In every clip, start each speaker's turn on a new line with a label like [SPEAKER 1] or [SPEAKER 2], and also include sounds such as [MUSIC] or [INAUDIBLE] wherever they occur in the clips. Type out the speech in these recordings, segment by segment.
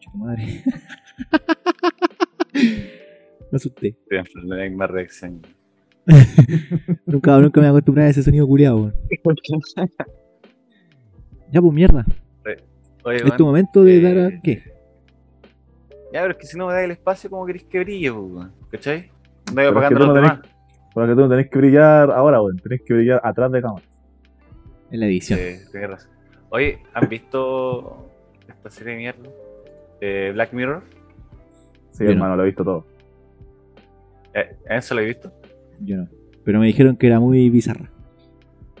[SPEAKER 1] tu madre. Me asusté.
[SPEAKER 2] Te voy a enfermar en más reacción.
[SPEAKER 1] Nunca, nunca me acostumbré a ese sonido culiado, weón. Ya, pues mierda.
[SPEAKER 2] Oye,
[SPEAKER 1] Es tu
[SPEAKER 2] weón.
[SPEAKER 1] momento de
[SPEAKER 2] eh,
[SPEAKER 1] dar a. ¿Qué?
[SPEAKER 2] Ya, pero es que si no me das el espacio, ¿cómo querés que brille, po, weón? ¿Cachai? No voy
[SPEAKER 3] Pero es que
[SPEAKER 2] apagando
[SPEAKER 3] tú
[SPEAKER 2] los
[SPEAKER 3] no
[SPEAKER 2] demás.
[SPEAKER 3] Por lo que tú no tenés que brillar ahora, weón. Tenés que brillar atrás de cámara.
[SPEAKER 1] En la edición.
[SPEAKER 2] Sí, tenés razón. Oye, ¿han visto esta serie de mierda? Eh, Black Mirror.
[SPEAKER 3] Sí,
[SPEAKER 1] Yo no.
[SPEAKER 3] hermano, lo he visto todo.
[SPEAKER 2] Eh, ¿Eso lo he visto?
[SPEAKER 1] Yo no. Pero me dijeron que era muy bizarra.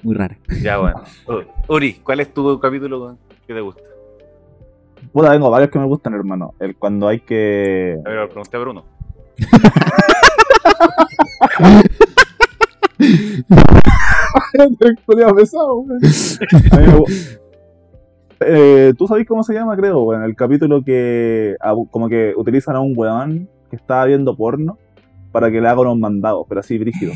[SPEAKER 1] Muy rara.
[SPEAKER 2] Ya, bueno. U- Uri, ¿cuál es tu capítulo weón, que te gusta?
[SPEAKER 3] Puta, tengo varios que me gustan, hermano. El cuando
[SPEAKER 1] [LAUGHS]
[SPEAKER 3] hay que.
[SPEAKER 2] A ver, lo pregunté a Bruno.
[SPEAKER 3] El culiao pesado, weón. A mí me gu- Eh, Tú sabés cómo se llama, creo, weón. El capítulo que. a- Como que utilizan a un weón que estaba viendo porno para que le haga unos mandados, pero así brígido.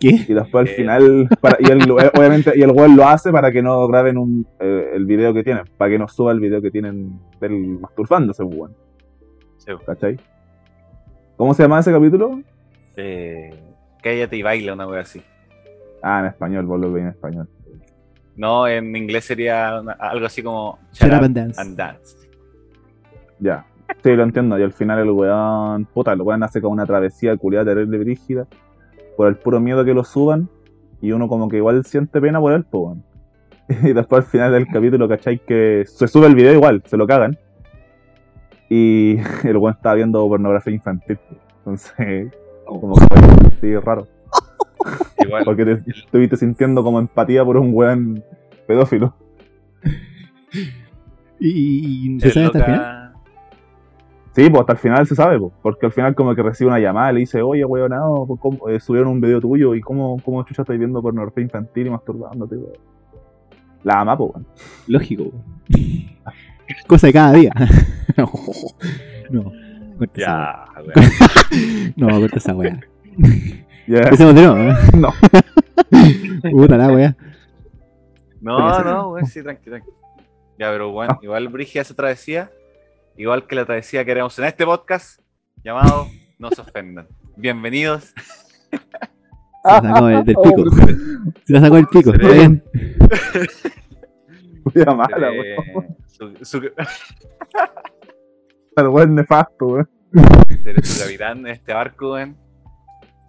[SPEAKER 1] ¿Qué?
[SPEAKER 3] Y
[SPEAKER 1] [LAUGHS]
[SPEAKER 3] después al
[SPEAKER 2] Eh.
[SPEAKER 3] final, para- y el, obviamente, y el weón lo hace para que no graben un, eh, el video que tienen, para que no suba el video que tienen del masturbándose, weón,
[SPEAKER 2] Sí, weón.
[SPEAKER 3] ¿cachai? ¿Cómo se llama ese capítulo?
[SPEAKER 2] Eh, cállate y baila, una wea así.
[SPEAKER 3] Ah, en español, vos lo veis en español.
[SPEAKER 2] No, en inglés sería una- algo así como
[SPEAKER 1] Shut
[SPEAKER 2] Shut
[SPEAKER 1] up
[SPEAKER 2] up
[SPEAKER 1] and dance.
[SPEAKER 2] and dance.
[SPEAKER 3] Ya, sí, lo entiendo. Y al final el weón, puta, el weón hace como una travesía culiada terrible brígida por el puro miedo que lo suban y uno como que igual siente pena por él, po, weón. [LAUGHS] Y después al final del capítulo, ¿cachai? Que se sube el video igual, se lo cagan. Y [LAUGHS] el weón estaba viendo pornografía infantil. po. Entonces, [LAUGHS]
[SPEAKER 1] Oh.
[SPEAKER 3] como que fue así raro. [LAUGHS]
[SPEAKER 2] Igual,
[SPEAKER 3] Porque te estuviste sintiendo como empatía por un weón pedófilo.
[SPEAKER 1] ¿Y, y- y
[SPEAKER 2] se
[SPEAKER 1] se sabe hasta el
[SPEAKER 2] toca-
[SPEAKER 1] final?
[SPEAKER 3] Sí, pues hasta el final se sabe, pues, porque al final como que recibe una llamada y le dice, oye, weonado, ¿cómo- eh, subieron un video tuyo y cómo, cómo chucha estáis viendo pornografía infantil y masturbándote, weón. La ama, pues, weón. [LAUGHS]
[SPEAKER 1] Lógico. [LAUGHS] Cosa de cada día. [LAUGHS] no. No. Corta esa
[SPEAKER 2] Ya, weón.
[SPEAKER 1] wea. No, corta esa
[SPEAKER 2] [LAUGHS]
[SPEAKER 1] weá.
[SPEAKER 3] Ya,
[SPEAKER 1] Empecemos de nuevo. ¿eh?
[SPEAKER 3] No.
[SPEAKER 1] [LAUGHS] Puta la weá.
[SPEAKER 2] No, no, güey, sí, tranqui, tranqui. Ya, pero bueno, igual Brigia hace travesía, igual que la travesía que haremos en este podcast, llamado No se ofendan. Bienvenidos.
[SPEAKER 1] Se la sacó del,
[SPEAKER 3] [LAUGHS]
[SPEAKER 1] del pico.
[SPEAKER 3] Oh,
[SPEAKER 1] Se la sacó del pico.
[SPEAKER 2] Se
[SPEAKER 1] Está
[SPEAKER 2] ve.
[SPEAKER 1] bien.
[SPEAKER 3] cuida mala,
[SPEAKER 2] Eh,
[SPEAKER 3] weón.
[SPEAKER 2] su, su-
[SPEAKER 3] El weón nefasto, weón.
[SPEAKER 2] de su capitán de este barco, güey,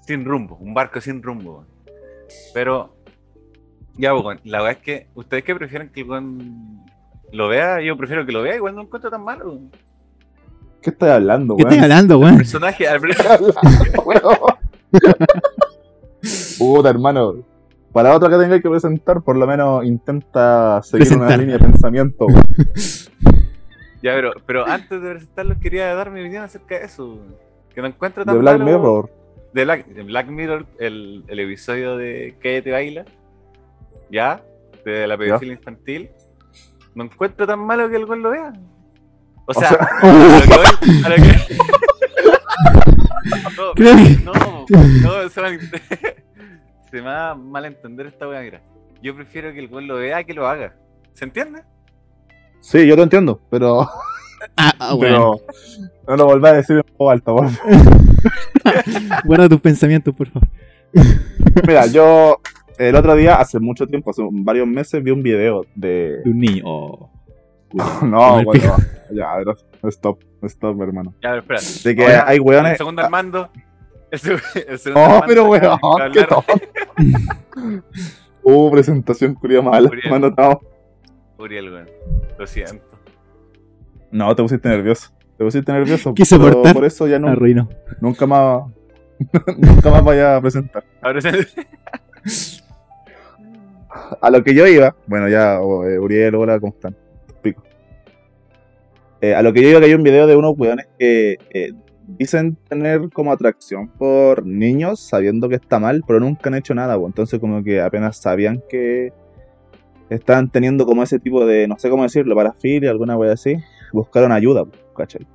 [SPEAKER 2] sin rumbo, un barco sin rumbo. güey. Pero, ya, pues, güey, la verdad es que, ¿ustedes qué prefieren que el güey lo vea? Yo prefiero que lo vea, igual no lo encuentro tan malo. güey.
[SPEAKER 3] ¿Qué estás hablando,
[SPEAKER 1] ¿Qué
[SPEAKER 3] weón?
[SPEAKER 1] estás hablando, weón?
[SPEAKER 2] Personaje, al
[SPEAKER 3] [LAUGHS] Puta, hermano. Para otra que tengáis que presentar, por lo menos intenta seguir una
[SPEAKER 1] Presentar.
[SPEAKER 3] línea de pensamiento, weón.
[SPEAKER 2] Ya, pero, pero antes de presentarlos quería dar mi opinión acerca de eso. güey. Que no encuentro tan
[SPEAKER 3] De Black
[SPEAKER 2] malo,
[SPEAKER 3] Mirror.
[SPEAKER 2] De Black, de Black Mirror, el, el episodio de Cállate Baila. Ya, de la pedofilia infantil. No encuentro tan malo que el gol lo vea. O sea,
[SPEAKER 3] sea-
[SPEAKER 2] [LAUGHS] a lo que voy- a lo que- No,
[SPEAKER 1] Creo que-
[SPEAKER 2] no, no, se, mal- [LAUGHS] se me va a malentender esta weá, mira. Yo prefiero que el gol lo vea que lo haga. ¿Se entiende?
[SPEAKER 3] Sí, yo lo entiendo, pero,
[SPEAKER 1] Ah, ah, weón.
[SPEAKER 3] pero [LAUGHS] no lo volvás a decir en voz alta, weón.
[SPEAKER 1] Guarda tus pensamientos, por favor.
[SPEAKER 3] Mira, yo el otro día, hace mucho tiempo, hace varios meses, vi un video de.
[SPEAKER 1] [LAUGHS] De un niño. Oh.
[SPEAKER 3] No,
[SPEAKER 1] el
[SPEAKER 3] bueno, ya, pero stop, stop, hermano.
[SPEAKER 2] Ya, pero espera.
[SPEAKER 3] De que
[SPEAKER 2] Ahora,
[SPEAKER 3] hay
[SPEAKER 2] El
[SPEAKER 3] weones.
[SPEAKER 2] segundo Armando. [LAUGHS] El, seg- el segundo
[SPEAKER 3] No,
[SPEAKER 2] Armando
[SPEAKER 3] eh, ah.
[SPEAKER 2] que
[SPEAKER 3] Oh, pero weón,
[SPEAKER 2] va a
[SPEAKER 3] qué
[SPEAKER 2] hablar.
[SPEAKER 3] tonto. Hubo presentación curiosa mala.
[SPEAKER 2] Curiosa.
[SPEAKER 3] hermano, no.
[SPEAKER 2] Uriel, weón. Lo siento.
[SPEAKER 3] No, te pusiste nervioso. Te pusiste nervioso.
[SPEAKER 1] Quise
[SPEAKER 3] pero
[SPEAKER 1] aportar.
[SPEAKER 3] Por eso ya no,
[SPEAKER 1] Ah, Arruinó.
[SPEAKER 3] nunca más. [LAUGHS] nunca más vaya a presentar.
[SPEAKER 2] Ahora se-
[SPEAKER 3] A lo que yo iba. Bueno, ya, oh, eh, Uriel, hola, ¿cómo están? Pico. Eh, a lo que yo iba que hay un video de unos weones que eh, dicen tener como atracción por niños sabiendo que está mal, pero nunca han hecho nada, po. entonces como que apenas sabían que estaban teniendo como ese tipo de, no sé cómo decirlo, parafilia, alguna wea así, buscaron ayuda, po, ¿cachai?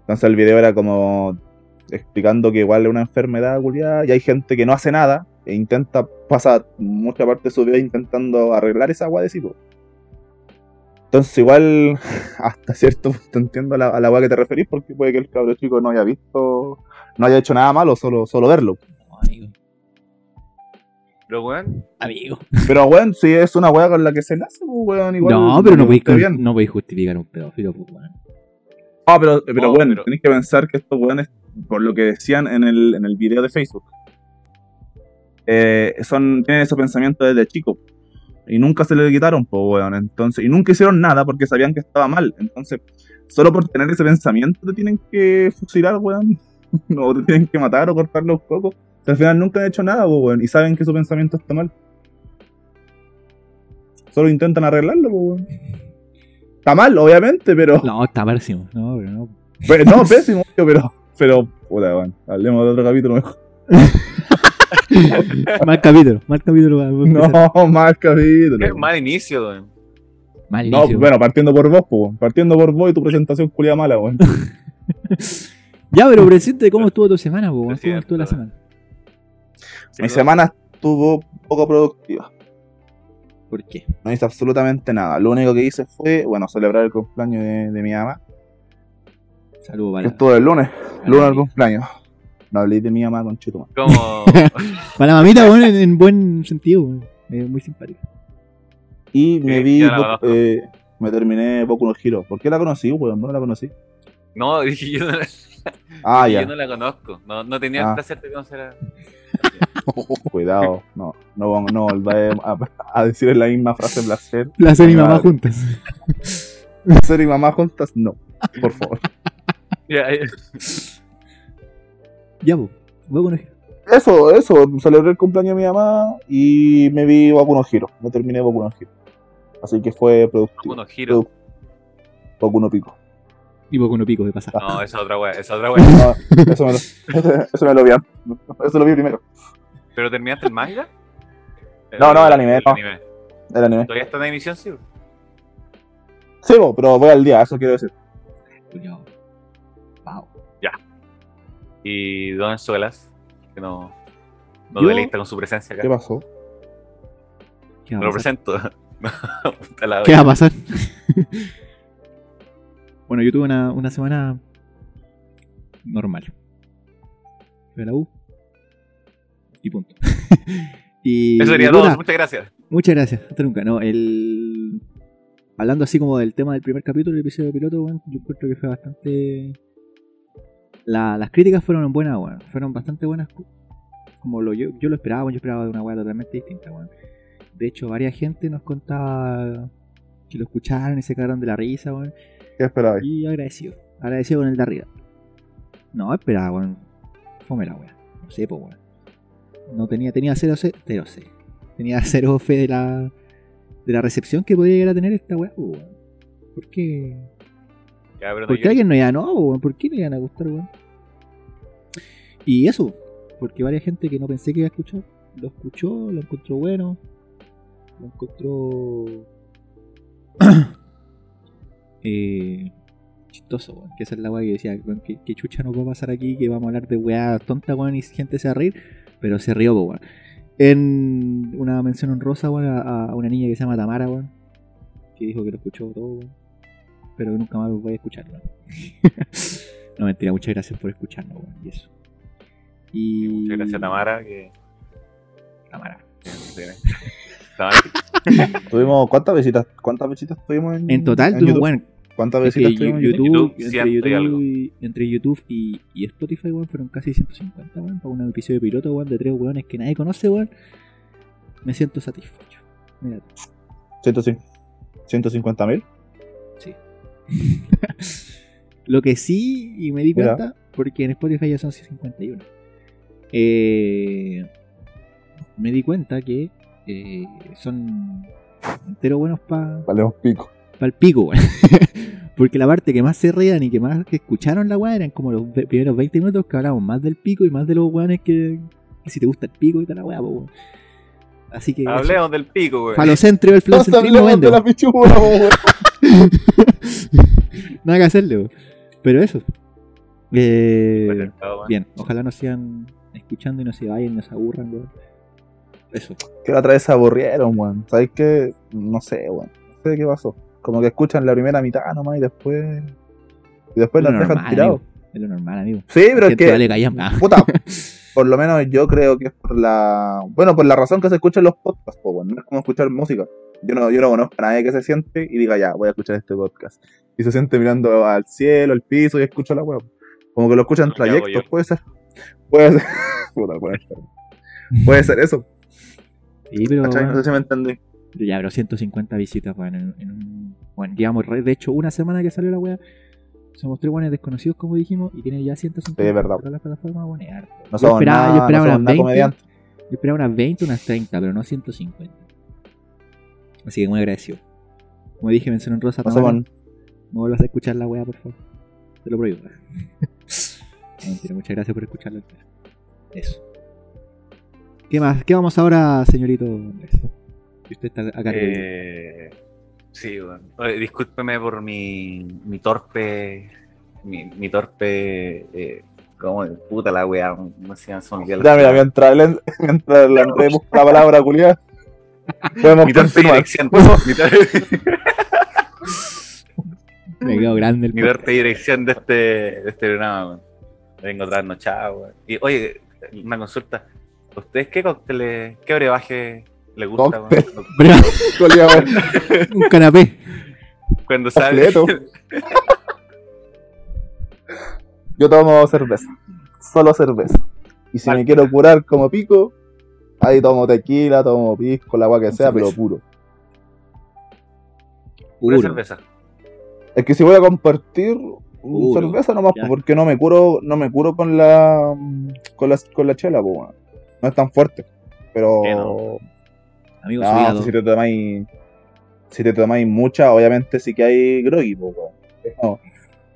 [SPEAKER 3] Entonces el video era como explicando que igual es una enfermedad, culiada, y hay gente que no hace nada e intenta, pasa mucha parte de su vida intentando arreglar esa wea de sí, po. Entonces, igual, [LAUGHS] hasta cierto punto entiendo a la, a la weá que te referís, porque puede que el cabro chico no haya visto, no haya hecho nada malo, solo, solo verlo.
[SPEAKER 1] No, amigo.
[SPEAKER 2] [LAUGHS] Pero, weón,
[SPEAKER 1] Amigo.
[SPEAKER 3] Pero, weón, si es una weá con la que se nace, pues, weón, igual.
[SPEAKER 1] no, pero no podéis,
[SPEAKER 3] está
[SPEAKER 1] con-
[SPEAKER 3] bien.
[SPEAKER 1] no podéis justificar un pedófilo, pues, weón.
[SPEAKER 3] Ah, pero, pero
[SPEAKER 2] No,
[SPEAKER 3] bueno,
[SPEAKER 2] pero-
[SPEAKER 3] tenés que pensar que estos weones, por lo que decían en el, en el video de Facebook, eh, son, tienen ese pensamiento desde chico. Y nunca se le quitaron, pues weón. Entonces, y nunca hicieron nada porque sabían que estaba mal. Entonces, solo por tener ese pensamiento te tienen que fusilar, weón. [LAUGHS] O te tienen que matar o cortar los cocos. Al final nunca han hecho nada, pues, weón. Y saben que su pensamiento está mal. Solo intentan arreglarlo, pues, weón. Está mal, obviamente, pero...
[SPEAKER 1] No, está pésimo. No, pero no.
[SPEAKER 3] Pe- [LAUGHS] no, pésimo, obvio, pero. Pero, puta, bueno, hablemos de otro capítulo mejor.
[SPEAKER 1] mal capítulo, mal capítulo. para- para empezar.
[SPEAKER 3] [LAUGHS] No, más capítulo.
[SPEAKER 2] qué mal inicio, weón.
[SPEAKER 1] mal
[SPEAKER 3] No,
[SPEAKER 1] inicio.
[SPEAKER 3] bueno, partiendo por vos, po, weón. partiendo por vos y tu presentación culia mala, weón.
[SPEAKER 1] Ya, pero presente, ¿cómo estuvo tu semana, po, weón?
[SPEAKER 2] Es
[SPEAKER 1] ¿Cómo estuvo la
[SPEAKER 2] cierto.
[SPEAKER 1] semana?
[SPEAKER 2] Sí,
[SPEAKER 3] Mi
[SPEAKER 2] weón.
[SPEAKER 3] semana estuvo poco productiva.
[SPEAKER 1] ¿Por qué?
[SPEAKER 3] No hice absolutamente nada. Lo único que hice fue, bueno, celebrar el cumpleaños de, de mi mamá.
[SPEAKER 1] Saludos
[SPEAKER 3] Que
[SPEAKER 1] para,
[SPEAKER 3] estuvo el lunes.
[SPEAKER 1] para
[SPEAKER 3] Lunes
[SPEAKER 1] la-
[SPEAKER 3] del cumpleaños. No habléis de mi mamá con chito, [LAUGHS]
[SPEAKER 2] Como.
[SPEAKER 1] para la mamita, weón, en, en buen sentido, weón. Eh, muy simpático.
[SPEAKER 3] Y me
[SPEAKER 2] Sí,
[SPEAKER 3] vi.
[SPEAKER 2] ya la
[SPEAKER 3] Bo-
[SPEAKER 2] conozco.
[SPEAKER 3] eh, me terminé Boku no Hero. ¿Por qué la conocí, weón? Bueno, la conocí.
[SPEAKER 2] No, dije yo no,
[SPEAKER 3] Ah,
[SPEAKER 2] yo
[SPEAKER 3] ya.
[SPEAKER 2] no la conozco. No, no tenía
[SPEAKER 3] Ah.
[SPEAKER 2] el placer de conocer a.
[SPEAKER 3] [LAUGHS] Cuidado, no, no, no volváis a, a decir en la misma frase placer. [LAUGHS]
[SPEAKER 1] Placer y
[SPEAKER 3] Claro.
[SPEAKER 1] mamá juntas.
[SPEAKER 3] Placer y mamá juntas, no, por favor.
[SPEAKER 2] Ya, ya.
[SPEAKER 1] Ya, po. Voy con el-
[SPEAKER 3] Eso, eso, celebré el cumpleaños de mi mamá y me vi Boku no Hero, me terminé Boku no Hero. Así que fue productivo.
[SPEAKER 2] Unos giros.
[SPEAKER 3] Boku no [LAUGHS] Pico.
[SPEAKER 1] Y vos con unos picos de pasar.
[SPEAKER 2] No, esa es otra weá, esa es otra
[SPEAKER 3] [LAUGHS]
[SPEAKER 2] weá.
[SPEAKER 3] Ah, eso, me lo, eso me lo [LAUGHS] vi antes. Eso lo vi primero.
[SPEAKER 2] ¿Pero terminaste el manga?
[SPEAKER 3] No, no, el anime, no. El anime.
[SPEAKER 2] ¿Todavía está en emisión, sí?
[SPEAKER 3] Sí, bo, pero voy al día, eso quiero decir.
[SPEAKER 1] Culiao. Wow.
[SPEAKER 2] Y Don Solas, que no, no
[SPEAKER 1] Yo-
[SPEAKER 2] deleita con su presencia acá.
[SPEAKER 3] ¿Qué pasó?
[SPEAKER 1] ¿Qué
[SPEAKER 2] Me
[SPEAKER 1] va
[SPEAKER 2] lo
[SPEAKER 1] a pasar?
[SPEAKER 2] presento. [LAUGHS] Puta la
[SPEAKER 1] ¿Qué
[SPEAKER 2] wea.
[SPEAKER 1] va a pasar? [LAUGHS] bueno, yo tuve una, una semana normal. Fui a la U. Y punto. [LAUGHS] y
[SPEAKER 2] Eso sería
[SPEAKER 1] y puta,
[SPEAKER 2] todo, muchas gracias.
[SPEAKER 1] Muchas gracias, hasta nunca. No, el... Hablando así como del tema del primer capítulo, el episodio piloto, weón, yo encuentro que fue bastante... La- las críticas fueron buenas, weón. Fueron bastante buenas. co- Como lo, yo, yo lo esperaba, weón, yo esperaba de una weá totalmente distinta, weón. De hecho, varias gente nos contaba que lo escucharon y se cagaron de la risa, weón.
[SPEAKER 3] ¿Qué esperabais?
[SPEAKER 1] Y agradecido. Agradecido con el de arriba. No, esperaba, weón. Fome la weá. No sé, po, weón. No tenía, tenía cero fe, cero fe. Tenía cero fe de la, de la recepción que podía llegar a tener esta weá, po, weón. ¿Por qué?
[SPEAKER 2] Ya, pero no
[SPEAKER 1] ¿Por qué
[SPEAKER 2] llores.
[SPEAKER 1] alguien no iba a no, po, weón? ¿Por qué no iban a gustar, weón? Y eso, porque varias gente que no pensé que iba a escuchar, lo escuchó, lo encontró bueno, lo encontró. [COUGHS] eh, chistoso, weón. Que esa es la weá que decía, weón, que, que chucha no puede pasar aquí, que vamos a hablar de weá tonta, weón, y gente se va a reír, pero se rió, po, weón. En una mención honrosa, weón, a, a una niña que se llama Tamara, weón, que dijo que lo escuchó todo, weón, pero que nunca más lo voy a escuchar, weón. [LAUGHS] no, mentira, muchas gracias por escucharnos, weón, y eso. Y...
[SPEAKER 2] Muchas gracias, Tamara. Que...
[SPEAKER 1] Tamara. Ah,
[SPEAKER 2] Tamara,
[SPEAKER 3] Tuvimos, ¿cuántas visitas? ¿Cuántas visitas tuvimos en,
[SPEAKER 1] En total,
[SPEAKER 3] YouTube?
[SPEAKER 1] tuvimos, bueno,
[SPEAKER 3] ¿Cuántas
[SPEAKER 1] es que
[SPEAKER 3] visitas
[SPEAKER 1] Yu-
[SPEAKER 3] tuvimos en YouTube?
[SPEAKER 1] YouTube,
[SPEAKER 2] YouTube,
[SPEAKER 1] entre,
[SPEAKER 2] ciento y algo.
[SPEAKER 1] YouTube y, entre YouTube y, y Spotify, weón, fueron casi 150, weón, para un episodio piloto, weón, de tres weones que nadie conoce, weón. Me siento satisfecho. Mira,
[SPEAKER 3] 150 mil.
[SPEAKER 1] sí. Lo que sí, y me di
[SPEAKER 3] Mira.
[SPEAKER 1] cuenta, porque en Spotify ya son 151. Eh, me di cuenta que eh, son enteros buenos para
[SPEAKER 3] Valemos pico.
[SPEAKER 1] pa'l pico, weón. [LAUGHS] Porque la parte que más se reían y que más que escucharon la weá eran como los ve- primeros 20 minutos que hablábamos más del pico y más de los weones que, que si te gusta el pico y tal la weá, po, weón. Así que.
[SPEAKER 2] Hablemos del pico, güey.
[SPEAKER 1] Falocentrio, el
[SPEAKER 3] Nos
[SPEAKER 1] falocentrismo vende.
[SPEAKER 3] de la
[SPEAKER 1] weón. [LAUGHS]
[SPEAKER 3] pichula, weón. [LAUGHS]
[SPEAKER 1] Nada que hacerle, weón. Pero eso. Eh,
[SPEAKER 2] Bueno, chao, güey.
[SPEAKER 1] bien, ojalá nos sigan escuchando y no se vayan, no se aburran, weón. Eso.
[SPEAKER 3] Que la otra vez se aburrieron, weón. ¿Sabes qué? No sé, weón. No sé qué pasó. Como que escuchan la primera mitad nomás y después. Y después
[SPEAKER 1] Es
[SPEAKER 3] los
[SPEAKER 1] lo
[SPEAKER 3] dejan
[SPEAKER 1] normal,
[SPEAKER 3] tirados.
[SPEAKER 1] amigo. Es lo normal, amigo.
[SPEAKER 3] Sí, pero es
[SPEAKER 1] Gente,
[SPEAKER 3] que.
[SPEAKER 1] vale, callan, ah.
[SPEAKER 3] [LAUGHS]
[SPEAKER 1] [LAUGHS]
[SPEAKER 3] Puta, por lo menos yo creo que es por la. Bueno, por la razón que se escuchan los podcasts, po, weón. no es como escuchar música. Yo no, yo no conozco a nadie que se siente y diga, ya, voy a escuchar este podcast. Y se siente mirando al cielo, al piso y escucha la web. Como que lo escuchan en
[SPEAKER 2] Lo que hago
[SPEAKER 3] trayectos,
[SPEAKER 2] yo.
[SPEAKER 3] puede ser. Puede ser. [LAUGHS] Puta, puede ser. Puede ser eso.
[SPEAKER 1] Sí, pero,
[SPEAKER 3] ¿cachai? No
[SPEAKER 1] bueno,
[SPEAKER 3] sé si me entendí.
[SPEAKER 1] ya, pero 150 visitas, weón. en- en un- Bueno, llevamos, re- de hecho, una semana que salió la weá. Somos tres weones desconocidos, como dijimos, y tiene ya 150
[SPEAKER 3] Sí, es verdad.
[SPEAKER 1] en todas las plataformas, weón, es harto.
[SPEAKER 3] No
[SPEAKER 1] Yo
[SPEAKER 3] somos
[SPEAKER 1] esperaba-
[SPEAKER 3] nada,
[SPEAKER 1] yo esperaba
[SPEAKER 3] no somos
[SPEAKER 1] unas
[SPEAKER 3] nada
[SPEAKER 1] 20.
[SPEAKER 3] comediantes.
[SPEAKER 1] Yo esperaba unas 20, unas 30, pero no 150. Así que muy agradecido. Como dije, mencioné en Rosa
[SPEAKER 3] No
[SPEAKER 1] Tamara.
[SPEAKER 3] somos.
[SPEAKER 1] No vuelvas a escuchar la weá, por favor. Te lo [LAUGHS] prohíbo. No, mentira, muchas gracias por escucharlo. Eso. ¿Qué más? ¿Qué vamos ahora, señorito Andrés? Si usted está acá.
[SPEAKER 2] Eh, sí, bueno. Oye, discúlpeme por mi, mi torpe. Mi, mi torpe. Eh, ¿Cómo de puta la weá? ¿Cómo se llama? Se me olvidó la-
[SPEAKER 3] Ya, mira, mientras el, [LAUGHS] mientras el Andrés busca la palabra [LAUGHS] culiada, podemos
[SPEAKER 2] Mi torpe
[SPEAKER 3] continuar.
[SPEAKER 2] dirección. mi, tor- [LAUGHS]
[SPEAKER 1] Me quedo grande el
[SPEAKER 2] mi
[SPEAKER 1] podcast.
[SPEAKER 2] torpe dirección de este, de este programa, weón. Vengo trayendo chao, weón. Y oye, una consulta. ¿Ustedes qué cócteles, qué brebaje les gusta, weón?
[SPEAKER 1] Pero, [LAUGHS]
[SPEAKER 3] Culiao, weón.
[SPEAKER 1] un
[SPEAKER 2] [LAUGHS]
[SPEAKER 1] canapé.
[SPEAKER 2] Cuando sale.
[SPEAKER 3] Completo. Yo tomo cerveza. Solo cerveza. Y si me
[SPEAKER 2] Vale.
[SPEAKER 3] quiero curar como pico, ahí tomo tequila, tomo pisco, la agua que
[SPEAKER 1] Con
[SPEAKER 3] sea,
[SPEAKER 1] cerveza.
[SPEAKER 3] pero puro.
[SPEAKER 2] [LAUGHS] Pura
[SPEAKER 1] Puro.
[SPEAKER 2] cerveza.
[SPEAKER 3] Es que si voy a compartir
[SPEAKER 1] Puro.
[SPEAKER 3] cerveza nomás, pues,
[SPEAKER 1] Ya.
[SPEAKER 3] porque no me curo, no me curo con la con la, con la chela, pues, weón. No es tan fuerte. Pero.
[SPEAKER 2] Que
[SPEAKER 1] Amigo, subí a
[SPEAKER 3] No,
[SPEAKER 1] dos.
[SPEAKER 3] si te tomáis. Si te tomáis mucha, obviamente sí que hay groggy, po, weón. No.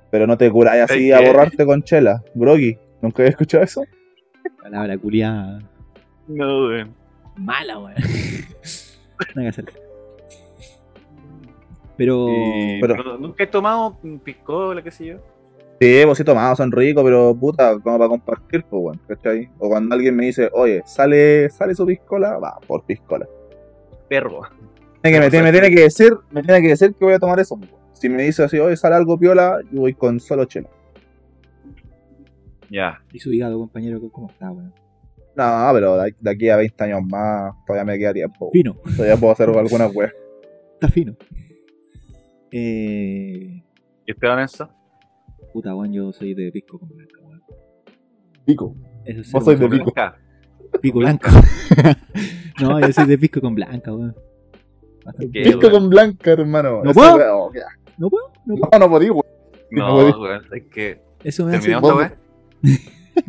[SPEAKER 3] Pero no te curáis así
[SPEAKER 2] Es
[SPEAKER 3] a
[SPEAKER 2] que-
[SPEAKER 3] borrarte con chela. Groggy. ¿Nunca había escuchado eso?
[SPEAKER 1] Palabra culiada.
[SPEAKER 2] No, weón.
[SPEAKER 1] Mala, weón. [LAUGHS] Nada que hacer. Pero.
[SPEAKER 2] Y-
[SPEAKER 3] pero-
[SPEAKER 2] no- nunca he tomado piscola, qué sé yo.
[SPEAKER 3] Sí, pues sí tomados, son ricos, pero puta, como para compartir, pues weón, ¿cachai? O cuando alguien me dice, oye, sale, sale su piscola, va, por piscola.
[SPEAKER 2] Perro.
[SPEAKER 3] Tiene que- me, tiene- me tiene que decir, me tiene que decir que voy a tomar eso. pues, weón. Si me dice así, oye, sale algo piola, yo voy con solo chela.
[SPEAKER 2] Ya.
[SPEAKER 1] Y su hígado, compañero, ¿cómo está, weón?
[SPEAKER 3] No, pero de, de aquí a 20 años más, todavía me queda tiempo. weón.
[SPEAKER 1] Fino.
[SPEAKER 3] Todavía puedo hacer alguna weá.
[SPEAKER 1] Está fino. Eh.
[SPEAKER 2] ¿Y Esteban eso?
[SPEAKER 1] Puta, weón, yo soy de pisco con blanco, weón.
[SPEAKER 3] Pico.
[SPEAKER 1] Eso es
[SPEAKER 3] Vos
[SPEAKER 1] cero,
[SPEAKER 3] sois de
[SPEAKER 1] weón.
[SPEAKER 3] pico.
[SPEAKER 1] Pico
[SPEAKER 3] [LAUGHS]
[SPEAKER 1] blanco. no, yo soy de pisco con blanca, weón. Bastante.
[SPEAKER 2] ¿Qué?
[SPEAKER 3] Pico con blanca, hermano.
[SPEAKER 1] ¿No
[SPEAKER 3] Esa
[SPEAKER 1] puedo?
[SPEAKER 3] weá, oh, qué asco.
[SPEAKER 1] No puedo, no puedo.
[SPEAKER 3] No, no podí, weón.
[SPEAKER 2] No,
[SPEAKER 3] Como
[SPEAKER 2] weón, es que.
[SPEAKER 1] Eso me hace.
[SPEAKER 2] ¿Terminamos esta weá?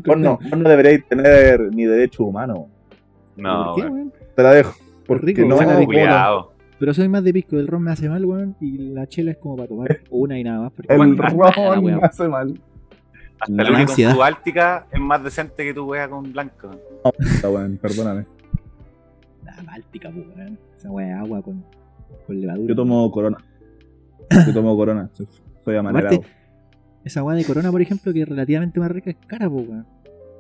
[SPEAKER 3] Vos no, vos no deberíais tener ni derecho humano. weón.
[SPEAKER 2] No,
[SPEAKER 1] ¿Por qué,
[SPEAKER 2] weón.
[SPEAKER 1] weón?
[SPEAKER 3] Te la dejo. Porque
[SPEAKER 1] Rico,
[SPEAKER 3] no,
[SPEAKER 1] buena
[SPEAKER 3] weón.
[SPEAKER 2] Cuidado.
[SPEAKER 1] Pero soy más de pisco, el ron me hace mal, weón. Y la chela es como para
[SPEAKER 3] [LAUGHS]
[SPEAKER 1] tomar una y nada más. porque-
[SPEAKER 3] El
[SPEAKER 2] Bueno,
[SPEAKER 1] la
[SPEAKER 3] ron
[SPEAKER 1] weá.
[SPEAKER 3] me hace mal.
[SPEAKER 2] Hasta
[SPEAKER 1] La
[SPEAKER 2] el único
[SPEAKER 1] ansiedad.
[SPEAKER 2] con báltica es más decente que tu wea con blanco.
[SPEAKER 3] Puta, weón, perdóname.
[SPEAKER 1] La báltica, pues, weón. Esa weá de agua con, con levadura.
[SPEAKER 3] Yo tomo corona. Yo tomo corona. Soy, soy amanerado.
[SPEAKER 1] Aparte, esa weá de corona, por ejemplo, que es relativamente más rica, es cara, pues, weón.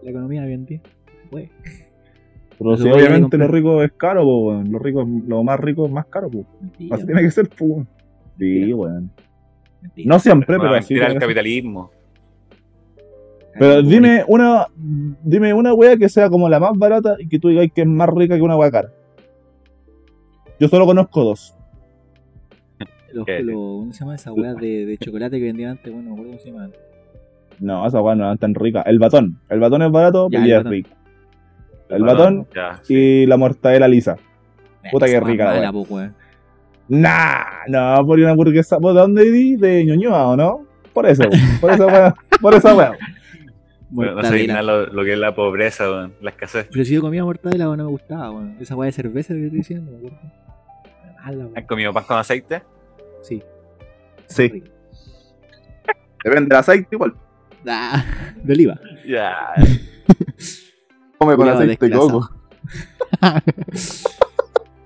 [SPEAKER 1] La economía de hoy en día. Wey.
[SPEAKER 3] Pero
[SPEAKER 1] eso
[SPEAKER 3] si
[SPEAKER 1] voy a
[SPEAKER 3] obviamente
[SPEAKER 1] comprar.
[SPEAKER 3] lo rico es caro, po, weón. Lo rico, es- lo más rico es más caro, po.
[SPEAKER 1] Mentira,
[SPEAKER 3] Así tiene que ser, po, weón. Sí, weón.
[SPEAKER 1] mentira.
[SPEAKER 3] No siempre,
[SPEAKER 2] Bueno,
[SPEAKER 3] pero así.
[SPEAKER 2] mentira el
[SPEAKER 3] tiene que ser.
[SPEAKER 2] capitalismo.
[SPEAKER 3] Pero dime una, dime una wea que sea como la más barata y que tú digas que es más rica que una wea cara. Yo solo conozco dos.
[SPEAKER 1] Los,
[SPEAKER 2] ¿Qué?
[SPEAKER 1] los- ¿Cómo se llama esa weá de, de chocolate que vendía antes? Bueno, no me acuerdo cómo se llama.
[SPEAKER 3] No, esa wea no es tan rica. El batón. El batón es barato,
[SPEAKER 1] Ya,
[SPEAKER 3] pero
[SPEAKER 1] el
[SPEAKER 3] ya es
[SPEAKER 1] batón.
[SPEAKER 3] rico. El batón
[SPEAKER 2] Ya.
[SPEAKER 3] y la mortadela lisa. Puta que
[SPEAKER 1] Esa weá
[SPEAKER 3] rica la
[SPEAKER 1] mala, po, weón.
[SPEAKER 3] Nah, no, por una hamburguesa. ¿Vos de dónde di? De Ñuñoa, ¿o no? Por eso, por esa weá, por esa weá.
[SPEAKER 2] Bueno, no sé
[SPEAKER 1] Mortadela.
[SPEAKER 2] nada lo, lo que es la pobreza, weón. La escasez.
[SPEAKER 1] Pero si yo comía mortadela, weón, no me gustaba, weón. Esa weá de cerveza que estoy diciendo, me acuerdo. Era Mala,
[SPEAKER 2] ¿Han
[SPEAKER 1] weón.
[SPEAKER 2] comido pan con aceite?
[SPEAKER 1] Sí.
[SPEAKER 3] Sí,
[SPEAKER 1] rico.
[SPEAKER 3] depende del aceite igual.
[SPEAKER 1] Ah, de oliva.
[SPEAKER 2] Ya.
[SPEAKER 3] Come con
[SPEAKER 1] Culiao
[SPEAKER 3] aceite de
[SPEAKER 1] desclasado. [LAUGHS]
[SPEAKER 3] coco.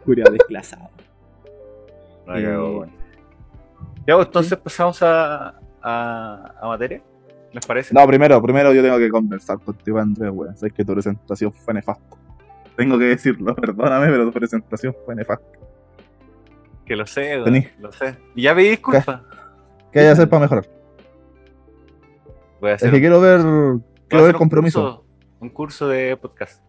[SPEAKER 1] Curioso, desclasado.
[SPEAKER 2] No,
[SPEAKER 1] Eh.
[SPEAKER 2] ya, weón. Ya, pues, entonces pasamos a, a, a materia. ¿Les parece?
[SPEAKER 3] No, primero, primero yo tengo que conversar contigo, Andrés, weón. Sabes que tu presentación fue [LAUGHS] nefasta. Tengo que decirlo, perdóname, pero tu presentación fue nefasta.
[SPEAKER 2] ¿Qué que lo sé, weón,
[SPEAKER 3] Tení.
[SPEAKER 2] lo sé. Y ya pedí disculpas.
[SPEAKER 3] ¿Qué hay que hacer para mejorar?
[SPEAKER 2] Voy a
[SPEAKER 3] Es
[SPEAKER 2] hacer,
[SPEAKER 3] que
[SPEAKER 2] voy
[SPEAKER 3] quiero ver. uh,
[SPEAKER 2] a
[SPEAKER 3] Quiero
[SPEAKER 2] hacer
[SPEAKER 3] ver
[SPEAKER 2] un
[SPEAKER 3] compromiso.
[SPEAKER 2] curso- un curso de podcast.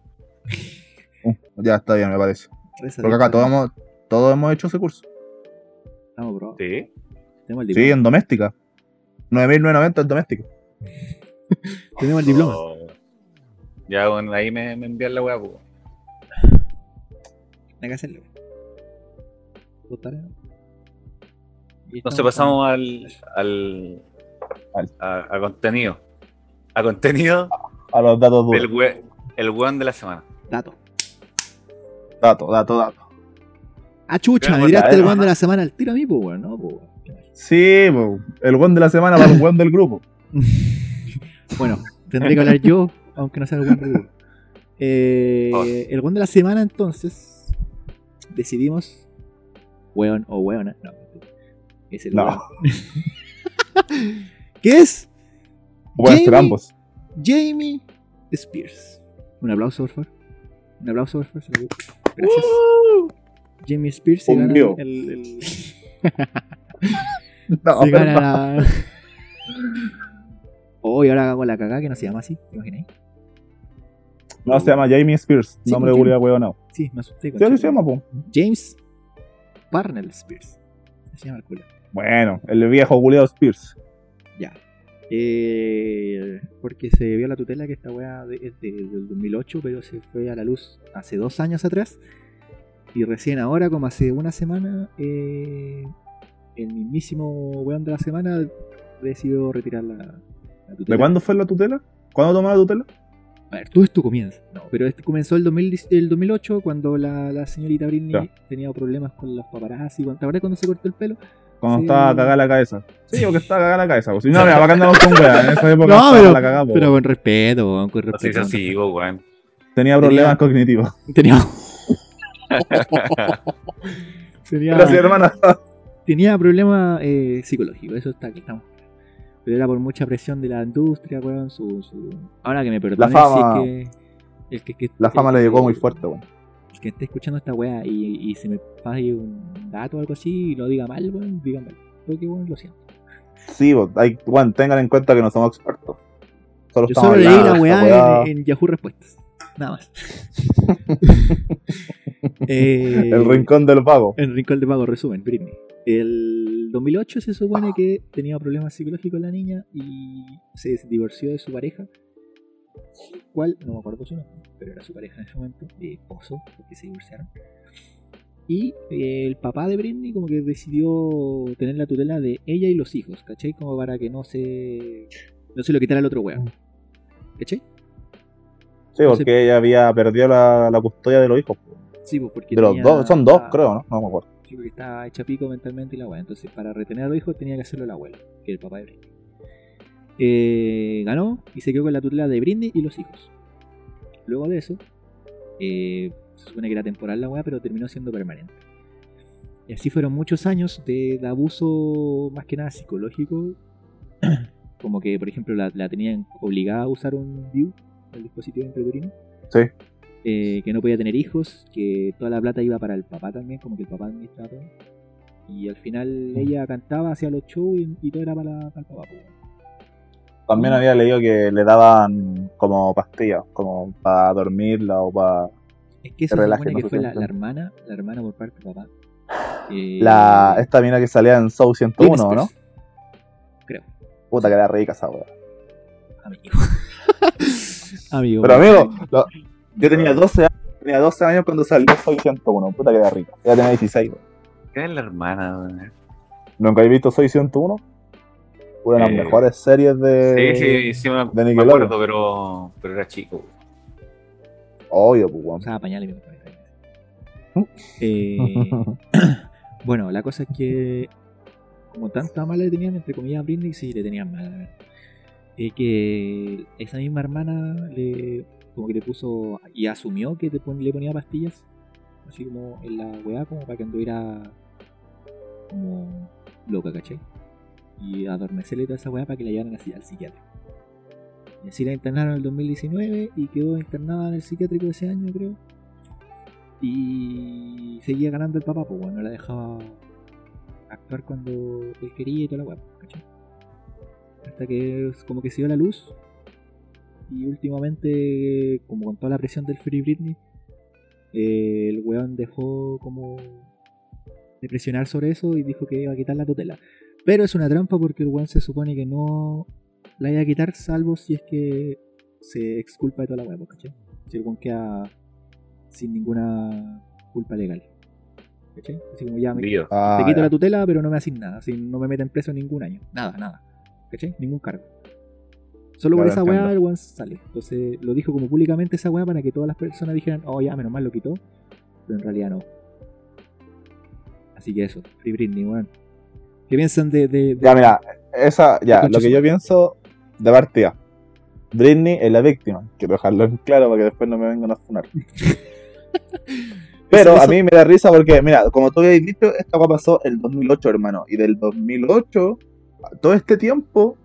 [SPEAKER 3] Uh, ya está bien, me parece.
[SPEAKER 1] Reza
[SPEAKER 3] Porque
[SPEAKER 1] Dios,
[SPEAKER 3] acá todos hemos, todos hemos hecho ese curso.
[SPEAKER 1] Estamos, bro.
[SPEAKER 2] Sí.
[SPEAKER 1] Tenemos el
[SPEAKER 3] Sí,
[SPEAKER 1] diploma.
[SPEAKER 3] en doméstica. 9.990 en doméstica.
[SPEAKER 1] Tenemos el diploma.
[SPEAKER 2] Oh. Ya, bueno, ahí me, me envían la weá, pues. weón.
[SPEAKER 1] Hay que hacerlo. Dos tareas. Y
[SPEAKER 2] Entonces
[SPEAKER 1] estamos-
[SPEAKER 2] pasamos al, al,
[SPEAKER 3] Ah, Al- Ah,
[SPEAKER 2] a, a contenido. A contenido
[SPEAKER 3] A los datos duros.
[SPEAKER 2] del we, el weón de la semana.
[SPEAKER 1] Dato.
[SPEAKER 3] Dato, dato, dato.
[SPEAKER 1] Ah, chucha,
[SPEAKER 2] Pero,
[SPEAKER 1] me tiraste
[SPEAKER 3] bueno,
[SPEAKER 1] el
[SPEAKER 3] bueno.
[SPEAKER 1] guan de la semana al tiro a mí, pues, weón. No, pues, weón.
[SPEAKER 3] Sí, po, el buen de la semana para el buen del grupo.
[SPEAKER 1] Bueno, tendré que hablar yo, [LAUGHS] aunque no sea el guan del grupo. Eh,
[SPEAKER 2] Oh.
[SPEAKER 1] El guan de la semana, entonces, decidimos, weón o weona, no, es el
[SPEAKER 3] No.
[SPEAKER 1] weón. [LAUGHS] ¿Qué es?
[SPEAKER 3] Pueden ser
[SPEAKER 1] Jamie.
[SPEAKER 3] ambos.
[SPEAKER 1] Jamie Spears. Un aplauso, por favor. Un aplauso, por favor. se lo pido. Gracias. Jamie Spears se gana
[SPEAKER 3] Cumplió.
[SPEAKER 1] el- el- [LAUGHS]
[SPEAKER 3] No,
[SPEAKER 1] se
[SPEAKER 3] pero
[SPEAKER 1] gana
[SPEAKER 3] no.
[SPEAKER 1] la... Oh, y ahora hago la cagada que no se llama así, ¿te imagináis?
[SPEAKER 3] No, se llama Jamie Spears.
[SPEAKER 1] Sí,
[SPEAKER 3] nombre de
[SPEAKER 1] ¿con
[SPEAKER 3] Julia Huevo, no.
[SPEAKER 1] Sí, me asusté.
[SPEAKER 3] Sí, así
[SPEAKER 1] conchetumare.
[SPEAKER 3] se llama, po.
[SPEAKER 1] James Parnell Spears. Así Se llama el culo.
[SPEAKER 3] Bueno, el viejo Julio Spears.
[SPEAKER 1] Eh, porque se vio la tutela que esta weá de- es de- del 2008, pero se fue a la luz hace dos años atrás. Y recién ahora, como hace una semana, eh, el mismísimo weón de la semana decidió retirar la, la tutela.
[SPEAKER 3] ¿De cuándo fue la tutela? ¿Cuándo tomó la tutela?
[SPEAKER 1] A ver, todo esto comienza. No, pero este comenzó el, 2000 el 2008 cuando la, la señorita Britney
[SPEAKER 3] Ya.
[SPEAKER 1] tenía problemas con los paparazzi. cuando- ¿Te acuerdas cuando se cortó el pelo?
[SPEAKER 3] Cuando
[SPEAKER 1] Sí.
[SPEAKER 3] estaba cagada la cabeza. Sí, porque estaba cagada la cabeza. po. Si no, mira, va que andamos con weas. En esa época
[SPEAKER 1] No,
[SPEAKER 3] estaba
[SPEAKER 1] pero-
[SPEAKER 3] la cagada, po.
[SPEAKER 1] Pero con respeto, weón, con
[SPEAKER 2] No se
[SPEAKER 1] respeto.
[SPEAKER 2] dice así, po, weón.
[SPEAKER 3] Tenía problemas cognitivos. [LAUGHS]
[SPEAKER 1] Tenía. tenía,
[SPEAKER 3] Gracias, hermana.
[SPEAKER 1] tenía problemas eh, psicológicos, eso está aquí, estamos. Pero era por mucha presión de la industria, weón. Su, su- Ahora que me perdonen,
[SPEAKER 3] La fama-
[SPEAKER 1] si es que, el que, que-
[SPEAKER 3] La fama
[SPEAKER 1] el
[SPEAKER 3] le
[SPEAKER 1] que-
[SPEAKER 3] llegó muy fuerte, weón.
[SPEAKER 1] El pues, que esté escuchando esta weá y, y se me pase un dato o algo así y lo diga mal, weón, diga mal. Porque, weón, lo siento.
[SPEAKER 3] Sí, po, hay, weón, tengan en cuenta que no somos expertos. Solo
[SPEAKER 1] Yo
[SPEAKER 3] estamos
[SPEAKER 1] solo leí
[SPEAKER 3] hablando
[SPEAKER 1] la
[SPEAKER 3] de esta
[SPEAKER 1] weá en, en Yahoo Respuestas. Nada
[SPEAKER 3] [LAUGHS]
[SPEAKER 1] más. Eh,
[SPEAKER 3] El rincón del vago.
[SPEAKER 1] En Rincón de Pago, resumen, Britney. El 2008 se supone que tenía problemas psicológicos la niña y se divorció de su pareja. ¿Cuál? No me acuerdo su nombre, pero era su pareja en ese momento, de esposo, porque se divorciaron. Y eh, el papá de Britney como que decidió tener la tutela de ella y los hijos, ¿cachai? Como para que no se, no se lo quitara el otro weón.
[SPEAKER 3] Mm.
[SPEAKER 1] ¿Cachai?
[SPEAKER 3] Sí, porque ella había perdido la, la custodia de los hijos. po.
[SPEAKER 1] Sí, pues porque...
[SPEAKER 3] De los
[SPEAKER 1] tenía-
[SPEAKER 3] dos, son dos, creo, ¿no? No me acuerdo.
[SPEAKER 1] Sí, porque estaba hecha pico mentalmente y la abuela. Entonces, para retener a los hijos tenía que hacerlo el abuelo, que es el papá de Britney. Eh, ganó y se quedó con la tutela de Britney y los hijos. Luego de eso, eh, se supone que era temporal la weá, pero terminó siendo permanente. Y así fueron muchos años de, de abuso, más que nada psicológico. [CLEARS THROAT] Como que, por ejemplo, la, la tenían obligada a usar un View, el dispositivo intrauterino
[SPEAKER 3] Sí.
[SPEAKER 1] eh, que no podía tener hijos, que toda la plata iba para el papá también, como que el papá administraba todo. Y al final ella cantaba, hacía los shows y, y todo era para, para el papá. pues, weón. Mm.
[SPEAKER 3] También había leído que le daban como pastillas, como para dormirla o para...
[SPEAKER 1] Es que eso
[SPEAKER 3] Te
[SPEAKER 1] se
[SPEAKER 3] relajes,
[SPEAKER 1] supone que
[SPEAKER 3] no
[SPEAKER 1] fue la,
[SPEAKER 3] sufras tanto.
[SPEAKER 1] la hermana, la hermana por parte del papá. Eh,
[SPEAKER 3] La, esta mina que salía en South
[SPEAKER 1] Britney
[SPEAKER 3] 101, ¿no?
[SPEAKER 1] Spears. Creo,
[SPEAKER 3] Puta que era rica esa weá.
[SPEAKER 1] amigo. amigo.
[SPEAKER 3] Pero
[SPEAKER 1] weón.
[SPEAKER 3] amigo, lo- yo tenía 12 años, tenía 12 años cuando salió Soy 101, puta que era rica. Ya tenía 16, weón.
[SPEAKER 2] ¿Qué es la hermana, weón?
[SPEAKER 3] ¿Nunca habéis visto Soy 101? Una de las
[SPEAKER 2] Eh,
[SPEAKER 3] mejores series de...
[SPEAKER 2] Sí, sí, sí, me, me
[SPEAKER 3] Nickelodeon.
[SPEAKER 2] acuerdo, pero, pero era chico. weón.
[SPEAKER 3] Obvio, pues, weón.
[SPEAKER 1] Usaba pañales, mi compadre.
[SPEAKER 3] ¿Mm?
[SPEAKER 1] Eh, Bueno, la cosa es que como tanta mala le tenían, entre comillas, a Britney, sí, le tenían mala, la verdad. Eh, que esa misma hermana le, como que le puso y asumió que te pon- le ponía pastillas, así como en la weá, como para que anduviera como loca, ¿cachai? Y adormecerle toda esa weá para que la llevaran así al psiquiatra. Y así la internaron en el 2019 y quedó internada en el psiquiátrico ese año, creo. Y seguía ganando el papá, pues bueno, no la dejaba actuar cuando él quería y toda la weá, ¿cachai? Hasta que es como que se dio la luz. Y últimamente, como con toda la presión del Free Britney, eh, el weón dejó como de presionar sobre eso y dijo que iba a quitar la tutela. Pero es una trampa porque el weón se supone que no la iba a quitar, salvo si es que se exculpa de toda la weá, pues, ¿cachai? Si el weón queda sin ninguna culpa legal. ¿Cachai? Así como ya me,
[SPEAKER 2] Dios.
[SPEAKER 3] Ah,
[SPEAKER 1] te quito
[SPEAKER 3] ya.
[SPEAKER 1] la tutela, pero no me hacen nada. Así, no me meten preso ningún año. Nada, nada. ¿Cachai? Ningún cargo. Solo por
[SPEAKER 3] Claro,
[SPEAKER 1] esa weá
[SPEAKER 3] entiendo.
[SPEAKER 1] el weón sale. Entonces lo dijo como públicamente esa weá para que todas las personas dijeran, oh ya, menos mal lo quitó. Pero en realidad no. Así que eso, Free Britney, weón. ¿Qué piensan de, de, de-
[SPEAKER 3] Ya, mira, esa, ya,
[SPEAKER 1] Escucho
[SPEAKER 3] lo que
[SPEAKER 1] su-
[SPEAKER 3] yo pienso de partida. Britney es la víctima. Quiero dejarlo en claro para que después no me vengan a
[SPEAKER 1] [LAUGHS]
[SPEAKER 3] funar. Pero
[SPEAKER 1] Eso-
[SPEAKER 3] a mí me da risa porque, mira, como tú habías dicho, esta cosa pasó en 2008, hermano. Y del 2008, a todo este tiempo,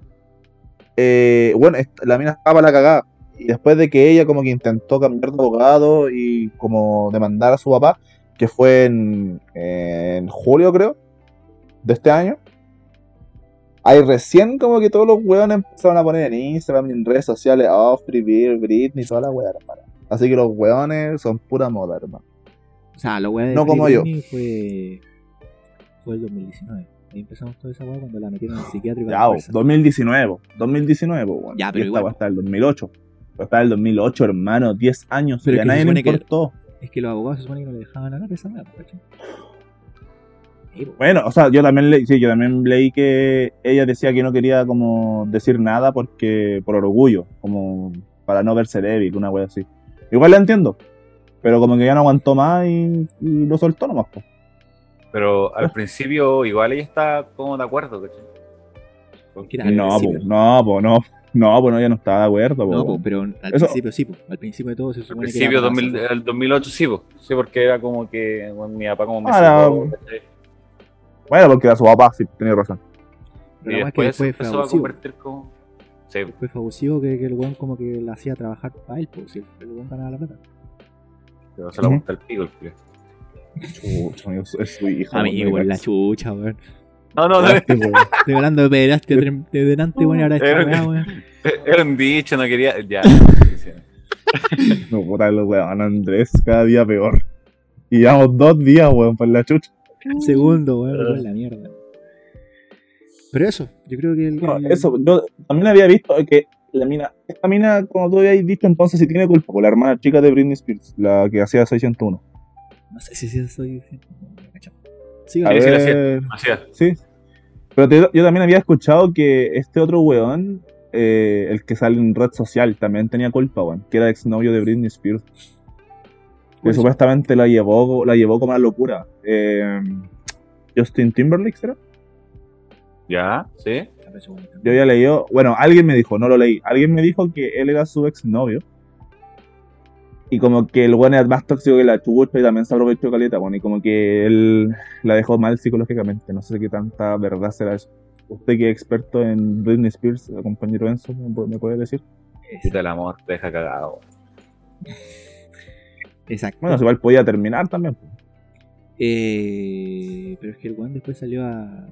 [SPEAKER 3] eh, bueno, est- la mina estaba la cagada. Y después de que ella como que intentó cambiar de abogado y como demandar a su papá, que fue en, en julio, creo, de este año. Ahí recién como que todos los weones empezaron a poner en Instagram y en redes sociales, oh, Free Beer, Britney, toda la wea, hermano. Así que los weones son pura moda, hermano.
[SPEAKER 1] O sea, la weá de
[SPEAKER 3] No
[SPEAKER 1] Free
[SPEAKER 3] como yo.
[SPEAKER 1] Britney fue, fue el 2019. Ahí empezamos toda esa weá cuando la metieron al psiquiátrico. a la
[SPEAKER 3] Ya, bo,
[SPEAKER 1] fuerza.
[SPEAKER 3] 2019, bo, 2019, bo, weón.
[SPEAKER 1] Ya, pero
[SPEAKER 3] Y esta
[SPEAKER 1] igual.
[SPEAKER 3] va a estar el 2008. Va a estar el 2008, hermano, 10 años.
[SPEAKER 1] Pero
[SPEAKER 3] y
[SPEAKER 1] es
[SPEAKER 3] a
[SPEAKER 1] que se
[SPEAKER 3] nadie le
[SPEAKER 1] supone que-
[SPEAKER 3] importó.
[SPEAKER 1] Es que los abogados se supone que no le dejaban ganar esa weá, pues, ¿cachai? Sí, po.
[SPEAKER 3] Bueno, o sea, yo también leí, sí, yo también leí que ella decía que no quería como decir nada porque por orgullo, como para no verse débil, una wea así. Igual la entiendo, pero como que ya no aguantó más y, y lo soltó nomás. po.
[SPEAKER 2] Pero
[SPEAKER 1] Ah.
[SPEAKER 2] al principio igual ella está como de acuerdo, ¿cachai?
[SPEAKER 1] Que era al
[SPEAKER 3] No, pues, po,
[SPEAKER 1] principio.
[SPEAKER 3] no, po, no, no, po, no, ya no estaba de acuerdo. po,
[SPEAKER 1] No, po,
[SPEAKER 3] weón.
[SPEAKER 1] pero al
[SPEAKER 3] Eso-
[SPEAKER 1] principio sí, po. al principio de todo se
[SPEAKER 2] Al
[SPEAKER 1] supone que.
[SPEAKER 2] principio
[SPEAKER 1] era
[SPEAKER 2] del
[SPEAKER 1] raza, po.
[SPEAKER 2] 2008 sí, po. sí, porque era como que bueno, mi papá como me
[SPEAKER 1] Ah,
[SPEAKER 3] Ahora-
[SPEAKER 2] sacó, ¿cachai?
[SPEAKER 3] Bueno, porque era su papá, sí, tenía razón.
[SPEAKER 2] Y
[SPEAKER 1] Pero lo más que
[SPEAKER 2] después se
[SPEAKER 1] después fue
[SPEAKER 2] empezó a
[SPEAKER 1] abusivo.
[SPEAKER 2] convertir como... Sí,
[SPEAKER 1] Después fue abusivo que, que el weón como que la hacía trabajar para él, pues si el el weón ganaba la plata.
[SPEAKER 2] pero se lo
[SPEAKER 3] Ujú.
[SPEAKER 2] aguanta el pico el tío.
[SPEAKER 3] Chucha, amigo, es su hija.
[SPEAKER 1] Amigo,
[SPEAKER 3] weón,
[SPEAKER 1] la chucha, weón.
[SPEAKER 2] No, no, no,
[SPEAKER 3] Este, weón.
[SPEAKER 1] Estoy hablando de pederastia tre- de delante, weón, y ahora
[SPEAKER 2] Era
[SPEAKER 1] está
[SPEAKER 2] que-
[SPEAKER 1] weá, weón.
[SPEAKER 2] [LAUGHS] era un dicho, no quería... Ya.
[SPEAKER 3] No, puta, el weón Andrés, cada día peor. Y llevamos dos días, weón, por la chucha.
[SPEAKER 1] Segundo, weón, weón, la mierda. Pero eso, yo creo que el.
[SPEAKER 3] No,
[SPEAKER 1] el-
[SPEAKER 3] eso, yo también había visto que la mina, esta mina, como tú habías dicho entonces, si tiene culpa, con la hermana chica de Britney Spears, la que hacía 601.
[SPEAKER 1] No sé si si soy. Sí,
[SPEAKER 3] A
[SPEAKER 2] Sí,
[SPEAKER 1] weón.
[SPEAKER 2] sí, la
[SPEAKER 3] ver,
[SPEAKER 2] Así es.
[SPEAKER 3] sí. Pero te- yo también había escuchado que este otro weón, eh, el que sale en red social, también tenía culpa, weón, que era exnovio de Britney Spears. Que
[SPEAKER 1] Pues-
[SPEAKER 3] supuestamente la llevó, la llevó como una locura. Eh, Justin Timberlake, ¿será?
[SPEAKER 2] Ya, sí.
[SPEAKER 1] Ah, pero eso, weón,
[SPEAKER 3] Yo había leído, bueno, alguien me dijo, no lo leí, alguien me dijo que él era su exnovio. Y como que el weón era más tóxico que la chubucha y también se aprovechó caleta, bueno, y como que él la dejó mal psicológicamente. No sé qué tanta verdad será eso. Usted que es experto en Britney Spears, compañero Enzo, ¿me pu- me puede decir?
[SPEAKER 2] Puta el amor, te deja cagado.
[SPEAKER 1] Exacto.
[SPEAKER 3] Bueno, igual podía terminar también. pues.
[SPEAKER 1] Eh, pero es que el weón después salió a.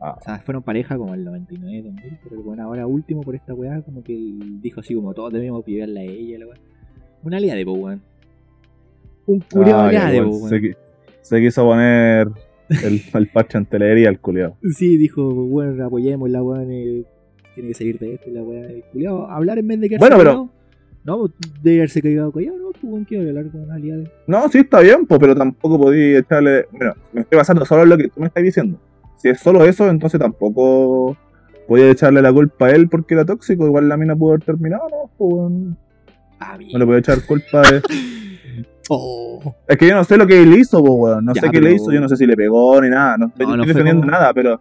[SPEAKER 3] Ah.
[SPEAKER 1] O sea, fueron pareja como el 99, 2000, pero el weón ahora último por esta weá, como que él dijo así como todos debemos pillarla a ella, la weá. Un aliado, po, weón. Un culiado
[SPEAKER 3] Ah, ya,
[SPEAKER 1] aliado, po, weón.
[SPEAKER 3] weón, se, qui- se quiso poner el, el parche en telería al culiao.
[SPEAKER 1] Sí, dijo, bueno, apoyemos la weá, en el- tiene que salir de esto, la weá. El culiado, hablar en vez de que
[SPEAKER 3] Bueno, pero-
[SPEAKER 1] No, pues, debe haberse quedado callado, no, pues weón, quiero hablar con un aliado.
[SPEAKER 3] No, sí está bien, pues, pero tampoco podía echarle. Bueno, me estoy basando solo en lo que tú me estás diciendo. Si es solo eso, entonces tampoco podía echarle la culpa a él porque era tóxico. Igual la mina pudo haber terminado, ¿no? Pues, weón.
[SPEAKER 1] Ah,
[SPEAKER 3] no le podía echar culpa de.
[SPEAKER 1] oh.
[SPEAKER 3] Es que yo no sé lo que él hizo, pues, weón. No
[SPEAKER 1] Ya,
[SPEAKER 3] sé qué
[SPEAKER 1] pero-
[SPEAKER 3] le hizo, yo no sé si le pegó ni nada. No estoy,
[SPEAKER 1] No, no
[SPEAKER 3] estoy
[SPEAKER 1] fue
[SPEAKER 3] defendiendo
[SPEAKER 1] como-
[SPEAKER 3] nada, pero.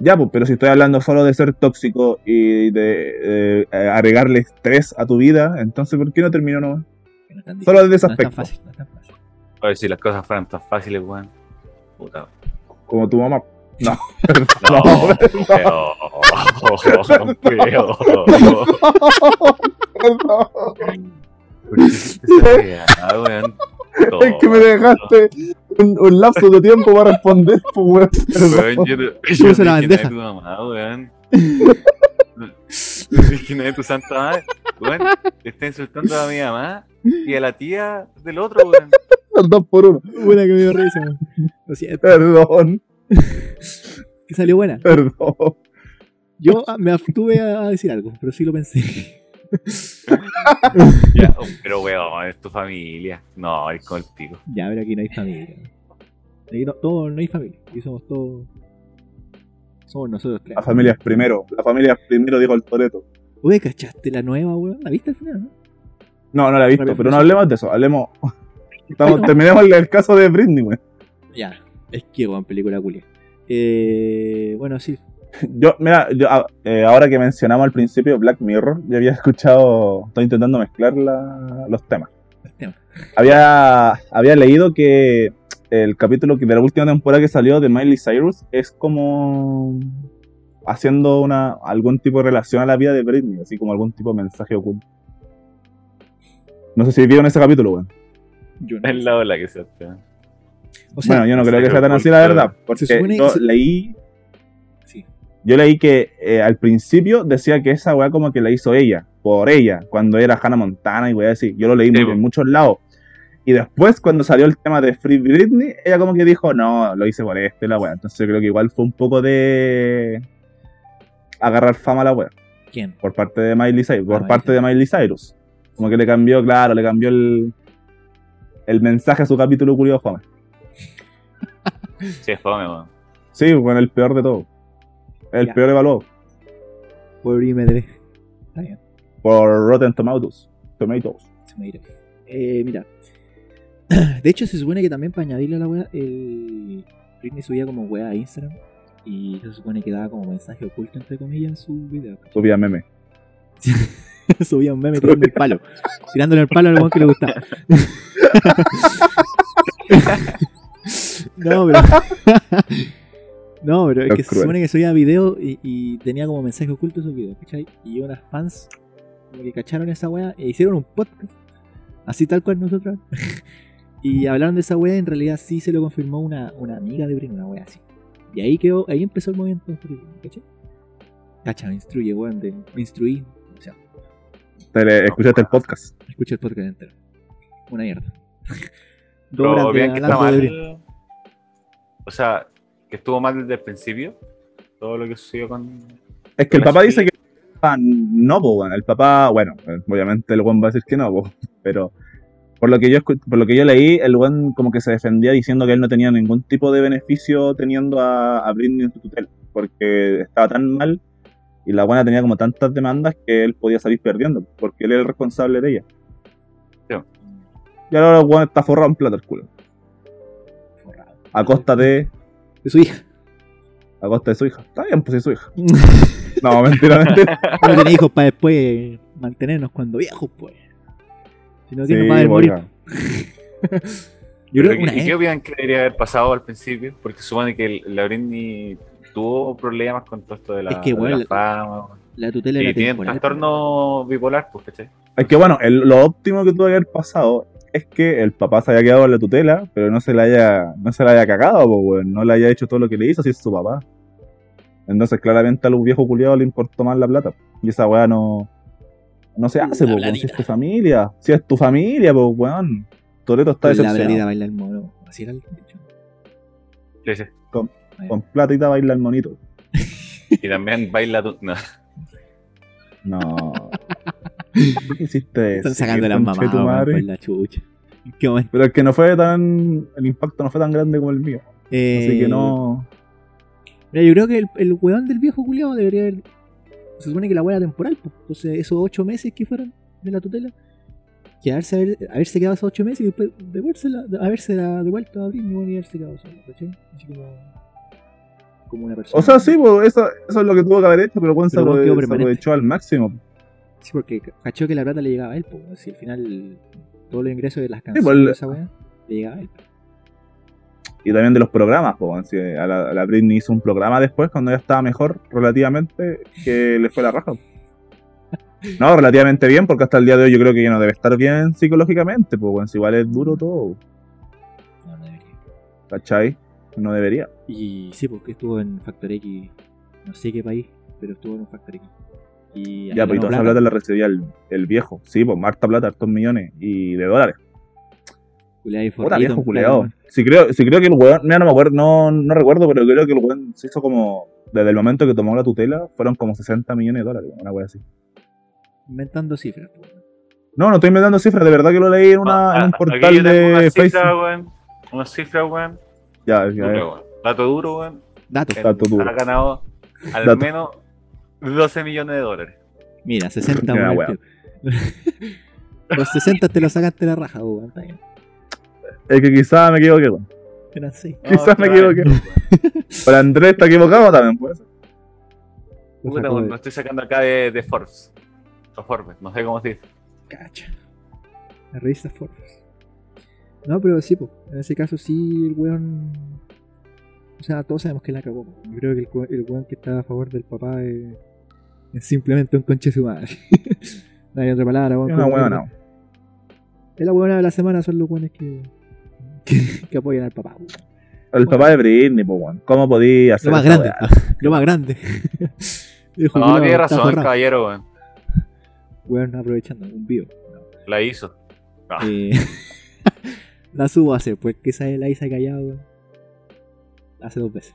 [SPEAKER 3] Ya, pues, pero si estoy hablando solo de ser tóxico y de eh, agregarle estrés a tu vida, entonces, ¿por qué no terminó nomás?
[SPEAKER 1] No es tan difícil,
[SPEAKER 3] Solo desde ese
[SPEAKER 1] no es tan
[SPEAKER 3] aspecto.
[SPEAKER 1] fácil, no es tan fácil.
[SPEAKER 2] A ver si las cosas fueran tan fáciles, weón.
[SPEAKER 1] [LAUGHS]
[SPEAKER 2] Puta.
[SPEAKER 3] Como tu mamá. [LAUGHS]
[SPEAKER 2] No,
[SPEAKER 3] No,
[SPEAKER 2] feo. Feo. ¿Por qué hiciste esa weá, weón?
[SPEAKER 3] Es que me dejaste, un, un lapso de tiempo para responder, [LAUGHS] pues, weón. Perdón.
[SPEAKER 2] Weón, yo, yo
[SPEAKER 1] se la
[SPEAKER 2] dije, "Nadie
[SPEAKER 1] bandeja".
[SPEAKER 2] tu mamá, weón. Yo dije, "Nadie tu santa madre. Weón, te está insultando a mi mamá y a la tía del otro, weón.
[SPEAKER 3] Al dos por uno.
[SPEAKER 1] Buena que me dio risa, weón. [LAUGHS] Lo siento,
[SPEAKER 3] Perdón,
[SPEAKER 1] que salió buena.
[SPEAKER 3] perdón.
[SPEAKER 1] Yo ah, me abstuve a decir algo, pero sí lo pensé.
[SPEAKER 2] Ya, oh, pero weón, es tu familia. No, es con el pico.
[SPEAKER 1] [LAUGHS] Ya, pero aquí no hay familia. Aquí no, todo- no hay familia. Aquí somos todos. Somos nosotros tres.
[SPEAKER 3] La familia es primero. La familia es primero, dijo el Toreto.
[SPEAKER 1] Oye, ¿cachaste la nueva, weón? ¿La viste al final, no?
[SPEAKER 3] No, no la he visto,
[SPEAKER 1] Rápido,
[SPEAKER 3] pero no
[SPEAKER 1] sí.
[SPEAKER 3] hablemos de eso. Hablemos. Estamos,
[SPEAKER 1] Bueno.
[SPEAKER 3] terminemos el, el caso de Britney, weón.
[SPEAKER 1] Ya, es que, weón, película culia. Eh, bueno, sí.
[SPEAKER 3] Yo, mira, yo, ah, eh, ahora que mencionamos al principio Black Mirror, yo había escuchado, estoy intentando mezclar la- los temas.
[SPEAKER 1] temas.
[SPEAKER 3] Había, había leído que el capítulo que- de la última temporada que salió de Miley Cyrus es como haciendo una algún tipo de relación a la vida de Britney, así como algún tipo de mensaje oculto. No sé si vieron ese capítulo, weón.
[SPEAKER 1] Yo no.
[SPEAKER 2] Es la ola que se hace.
[SPEAKER 1] O sea,
[SPEAKER 3] bueno, yo no creo que
[SPEAKER 2] mensaje
[SPEAKER 3] sea tan así,
[SPEAKER 2] oculto.
[SPEAKER 3] la verdad, porque
[SPEAKER 1] Se supone-
[SPEAKER 3] yo
[SPEAKER 1] se-
[SPEAKER 3] leí
[SPEAKER 1] sí.
[SPEAKER 3] Yo leí que eh, al principio decía que esa weá como que la hizo ella, por ella, cuando era Hannah Montana y weá así. Yo lo leí
[SPEAKER 2] Sí,
[SPEAKER 3] muy-
[SPEAKER 2] po.
[SPEAKER 3] en muchos lados. Y después, cuando salió el tema de Free Britney, ella como que dijo, no, lo hice por este, la weá. Entonces yo creo que igual fue un poco de agarrar fama a la weá,
[SPEAKER 1] ¿Quién?
[SPEAKER 3] por parte de Miley Cyrus, por
[SPEAKER 1] Miley
[SPEAKER 3] parte de Miley Cyrus. Como que le cambió, claro, le cambió el, el mensaje a su capítulo curioso fama.
[SPEAKER 2] Sí, es fome, weón.
[SPEAKER 3] Sí, bueno, el peor de todo. El
[SPEAKER 1] Ya.
[SPEAKER 3] peor evaluado.
[SPEAKER 1] Por IMDb. Está bien,
[SPEAKER 3] Por Rotten Tomatoes. Tomatoes.
[SPEAKER 1] se me irá. Eh, mira. [CLEARS THROAT] De hecho, se supone que también para añadirle a la wea, el Britney subía como wea a Instagram. Y se supone que daba como mensaje oculto, entre comillas, en su video.
[SPEAKER 3] Subía meme.
[SPEAKER 1] [LAUGHS] subía un meme tirando el palo. Tirándole el palo al weón que le gustaba. [LAUGHS] no, pero. [LAUGHS] no, pero es
[SPEAKER 3] Es
[SPEAKER 1] que se
[SPEAKER 3] cruel.
[SPEAKER 1] supone que subía video y, y tenía como mensaje oculto esos videos, ¿cachai? Y unas fans como que cacharon esa weá e hicieron un podcast. Así tal cual nosotros. [LAUGHS] y hablaron de esa weá y en realidad sí se lo confirmó una, una amiga de Britney, una weá así. Y ahí quedó, ahí empezó el movimiento de Britney, ¿cachai? Cacha, me instruye, weón, de- me instruí. O sea,
[SPEAKER 3] Te le- escuchaste el podcast.
[SPEAKER 1] Escucha el podcast entero. Una mierda. Dos
[SPEAKER 2] [LAUGHS] Pero
[SPEAKER 1] horas de
[SPEAKER 2] bien que está
[SPEAKER 1] hablando de Britney.
[SPEAKER 2] mal. O sea, que estuvo mal desde el principio. Todo lo que sucedió con.
[SPEAKER 3] Es que
[SPEAKER 2] Con
[SPEAKER 3] el
[SPEAKER 2] la
[SPEAKER 3] papá
[SPEAKER 2] chiquilla.
[SPEAKER 3] dice que ah, no, po, weón. El papá, bueno, eh, obviamente el weón va a decir que no, po, pero por lo que yo escu- por lo que yo leí, el weón como que se defendía diciendo que él no tenía ningún tipo de beneficio teniendo a, a Britney en su tutela, porque estaba tan mal y la buena tenía como tantas demandas que él podía salir perdiendo, porque él era el responsable de ella.
[SPEAKER 2] Sí.
[SPEAKER 3] Y ahora el weón está forrado en plata el culo,
[SPEAKER 1] Forrado.
[SPEAKER 3] a costa de,
[SPEAKER 1] De su [LAUGHS] hija.
[SPEAKER 3] a costa de su hija. Está bien, pues es su hija. No, mentira, mentira.
[SPEAKER 1] No tiene hijos para después mantenernos cuando viejos, pues. Si no tiene
[SPEAKER 3] Sí,
[SPEAKER 1] para morir.
[SPEAKER 3] oiga.
[SPEAKER 1] Yo creo
[SPEAKER 2] Pero
[SPEAKER 1] que una E.
[SPEAKER 2] ¿Y qué
[SPEAKER 1] ex.
[SPEAKER 2] opinan que debería haber pasado al principio? Porque supone que el- la Britney tuvo problemas con todo esto de la,
[SPEAKER 1] Es que,
[SPEAKER 2] de
[SPEAKER 1] weón,
[SPEAKER 2] la
[SPEAKER 1] la-
[SPEAKER 2] fama. weón.
[SPEAKER 1] La tutela
[SPEAKER 2] Y
[SPEAKER 1] era
[SPEAKER 2] tienen
[SPEAKER 1] temporal.
[SPEAKER 2] trastorno bipolar, pues, ¿cachai?
[SPEAKER 3] Es que bueno, el- lo óptimo que tuvo que haber pasado es que el papá se haya quedado en la tutela, pero no se la haya, no se la haya cagado, po, weón. no le haya hecho todo lo que le hizo, si es su papá. Entonces claramente al viejo culiado le importó más la plata. Y esa weá no, no se hace,
[SPEAKER 1] La
[SPEAKER 3] po, weón. si
[SPEAKER 1] bladita.
[SPEAKER 3] es tu familia, si es tu familia, po, weón. Toreto
[SPEAKER 1] Con
[SPEAKER 3] está
[SPEAKER 1] La
[SPEAKER 3] decepcionado.
[SPEAKER 1] bladita baila el mono. Así
[SPEAKER 2] eh,
[SPEAKER 1] era el dicho.
[SPEAKER 2] Sí, sí.
[SPEAKER 3] Con platita baila el monito.
[SPEAKER 2] Y
[SPEAKER 1] [LAUGHS]
[SPEAKER 2] también baila tú. No,
[SPEAKER 3] No. ¿Por qué hiciste eso?
[SPEAKER 1] Están sacando las
[SPEAKER 3] conche
[SPEAKER 1] mamás
[SPEAKER 3] tu
[SPEAKER 1] weón,
[SPEAKER 3] madre?
[SPEAKER 1] por la chucha. ¿En qué momento?
[SPEAKER 3] Pero es que no fue tan. El impacto no fue tan grande como el mío.
[SPEAKER 1] Eh,
[SPEAKER 3] Así que no.
[SPEAKER 1] Mira, yo creo que el, el weón del viejo culiado debería haber. Se supone que la weá era temporal, pues. Entonces, esos ocho meses que fueron de la tutela, quedarse, haber, haberse quedado esos ocho meses y después devuérsela, de- habérsela devuelto a Britney weón, y haberse quedado solo, ¿cachai? Así como. Como una persona.
[SPEAKER 3] O sea, sí, po, eso, eso es lo que tuvo que haber hecho, pero Juan se
[SPEAKER 1] Pero Juan
[SPEAKER 3] apro-
[SPEAKER 1] quedó
[SPEAKER 3] se
[SPEAKER 1] permanente.
[SPEAKER 3] aprovechó al máximo.
[SPEAKER 1] Sí, porque cachó que la plata le llegaba a él, pues. Si al final todos los ingresos de las
[SPEAKER 3] pues,
[SPEAKER 1] canciones
[SPEAKER 3] el-
[SPEAKER 1] de esa weá le llegaba a él.
[SPEAKER 3] Y también de los programas, pues, po, así, eh, a, la, a la Britney hizo un programa después, cuando ya estaba mejor relativamente, que le fue la raja. No, relativamente bien, porque hasta el día de hoy yo creo que ya no debe estar bien psicológicamente, pues igual es duro todo.
[SPEAKER 1] No, no debería.
[SPEAKER 3] ¿Cachai? No debería.
[SPEAKER 1] Y sí, porque estuvo en Factor X, no sé qué país, pero estuvo en Factor X. Y
[SPEAKER 3] Ya, pues y toda esa plata la recibía el, el viejo. Sí, pues harta plata, hartos millones y de dólares. Puta viejo culeado. Si creo, si creo que el weón, mira, no me acuerdo, no, no recuerdo, pero creo que el weón se hizo como, desde el momento que tomó la tutela, fueron como 60 millones de dólares, una wea así.
[SPEAKER 1] Inventando cifras. po, weón.
[SPEAKER 3] No, no estoy inventando cifras, de verdad que lo leí en, una, en
[SPEAKER 2] Ah,
[SPEAKER 3] un
[SPEAKER 2] [LAUGHS] aquí
[SPEAKER 3] portal
[SPEAKER 2] yo tengo
[SPEAKER 3] de
[SPEAKER 2] una
[SPEAKER 3] Facebook.
[SPEAKER 2] cifra, weón. Una cifra, weón.
[SPEAKER 3] Ya, ya,
[SPEAKER 2] Duro,
[SPEAKER 3] ya.
[SPEAKER 2] weón. Dato duro, weón.
[SPEAKER 1] Datos.
[SPEAKER 2] El-
[SPEAKER 3] Dato duro.
[SPEAKER 2] Ha ganado al
[SPEAKER 3] Dato.
[SPEAKER 2] menos 12 millones de dólares.
[SPEAKER 3] [LAUGHS]
[SPEAKER 1] Mira, 60
[SPEAKER 3] Mira,
[SPEAKER 1] weón,
[SPEAKER 3] weón.
[SPEAKER 1] tío. [LAUGHS] Los 60 te los sacaste de la raja, weón. está bien.
[SPEAKER 3] Es que quizá me equivoqué, weón.
[SPEAKER 1] Eran seis.
[SPEAKER 2] No,
[SPEAKER 3] Quizás me
[SPEAKER 2] qué mal,
[SPEAKER 3] equivoqué.
[SPEAKER 2] weón.
[SPEAKER 3] Pero Andrés está equivocado también, pues.
[SPEAKER 1] Los
[SPEAKER 2] Puta,
[SPEAKER 1] sacó
[SPEAKER 2] weón,
[SPEAKER 1] de-
[SPEAKER 2] lo estoy sacando acá de, de Forbes. O Forbes, no sé cómo se dice.
[SPEAKER 1] Cacha. La revista Forbes. No, pero sí, po. en ese caso sí el weón... O sea, todos sabemos que la cagó. po. Yo creo que el, cue- el weón que está a favor del papá es, es simplemente un conche su madre. [LAUGHS] no hay otra palabra, weón.
[SPEAKER 3] Es una
[SPEAKER 1] como
[SPEAKER 3] weá,
[SPEAKER 1] mierda.
[SPEAKER 3] no.
[SPEAKER 1] Es la weona de la semana, son los weones que, que, que apoyan al papá. po.
[SPEAKER 3] El papá de Britney, pues, weón. ¿Cómo podía hacer
[SPEAKER 1] Lo más
[SPEAKER 3] esa
[SPEAKER 1] grande.
[SPEAKER 3] weá?
[SPEAKER 1] Lo más grande. Dijo,
[SPEAKER 2] No,
[SPEAKER 1] culiao,
[SPEAKER 2] tiene
[SPEAKER 1] está
[SPEAKER 2] razón,
[SPEAKER 1] forrado.
[SPEAKER 2] caballero, weón.
[SPEAKER 1] Weón, aprovechando, un vivo.
[SPEAKER 2] La hizo. Ah.
[SPEAKER 1] Eh, [LAUGHS] la subo a hacer, pues que esa la hice callado weón. hace dos veces.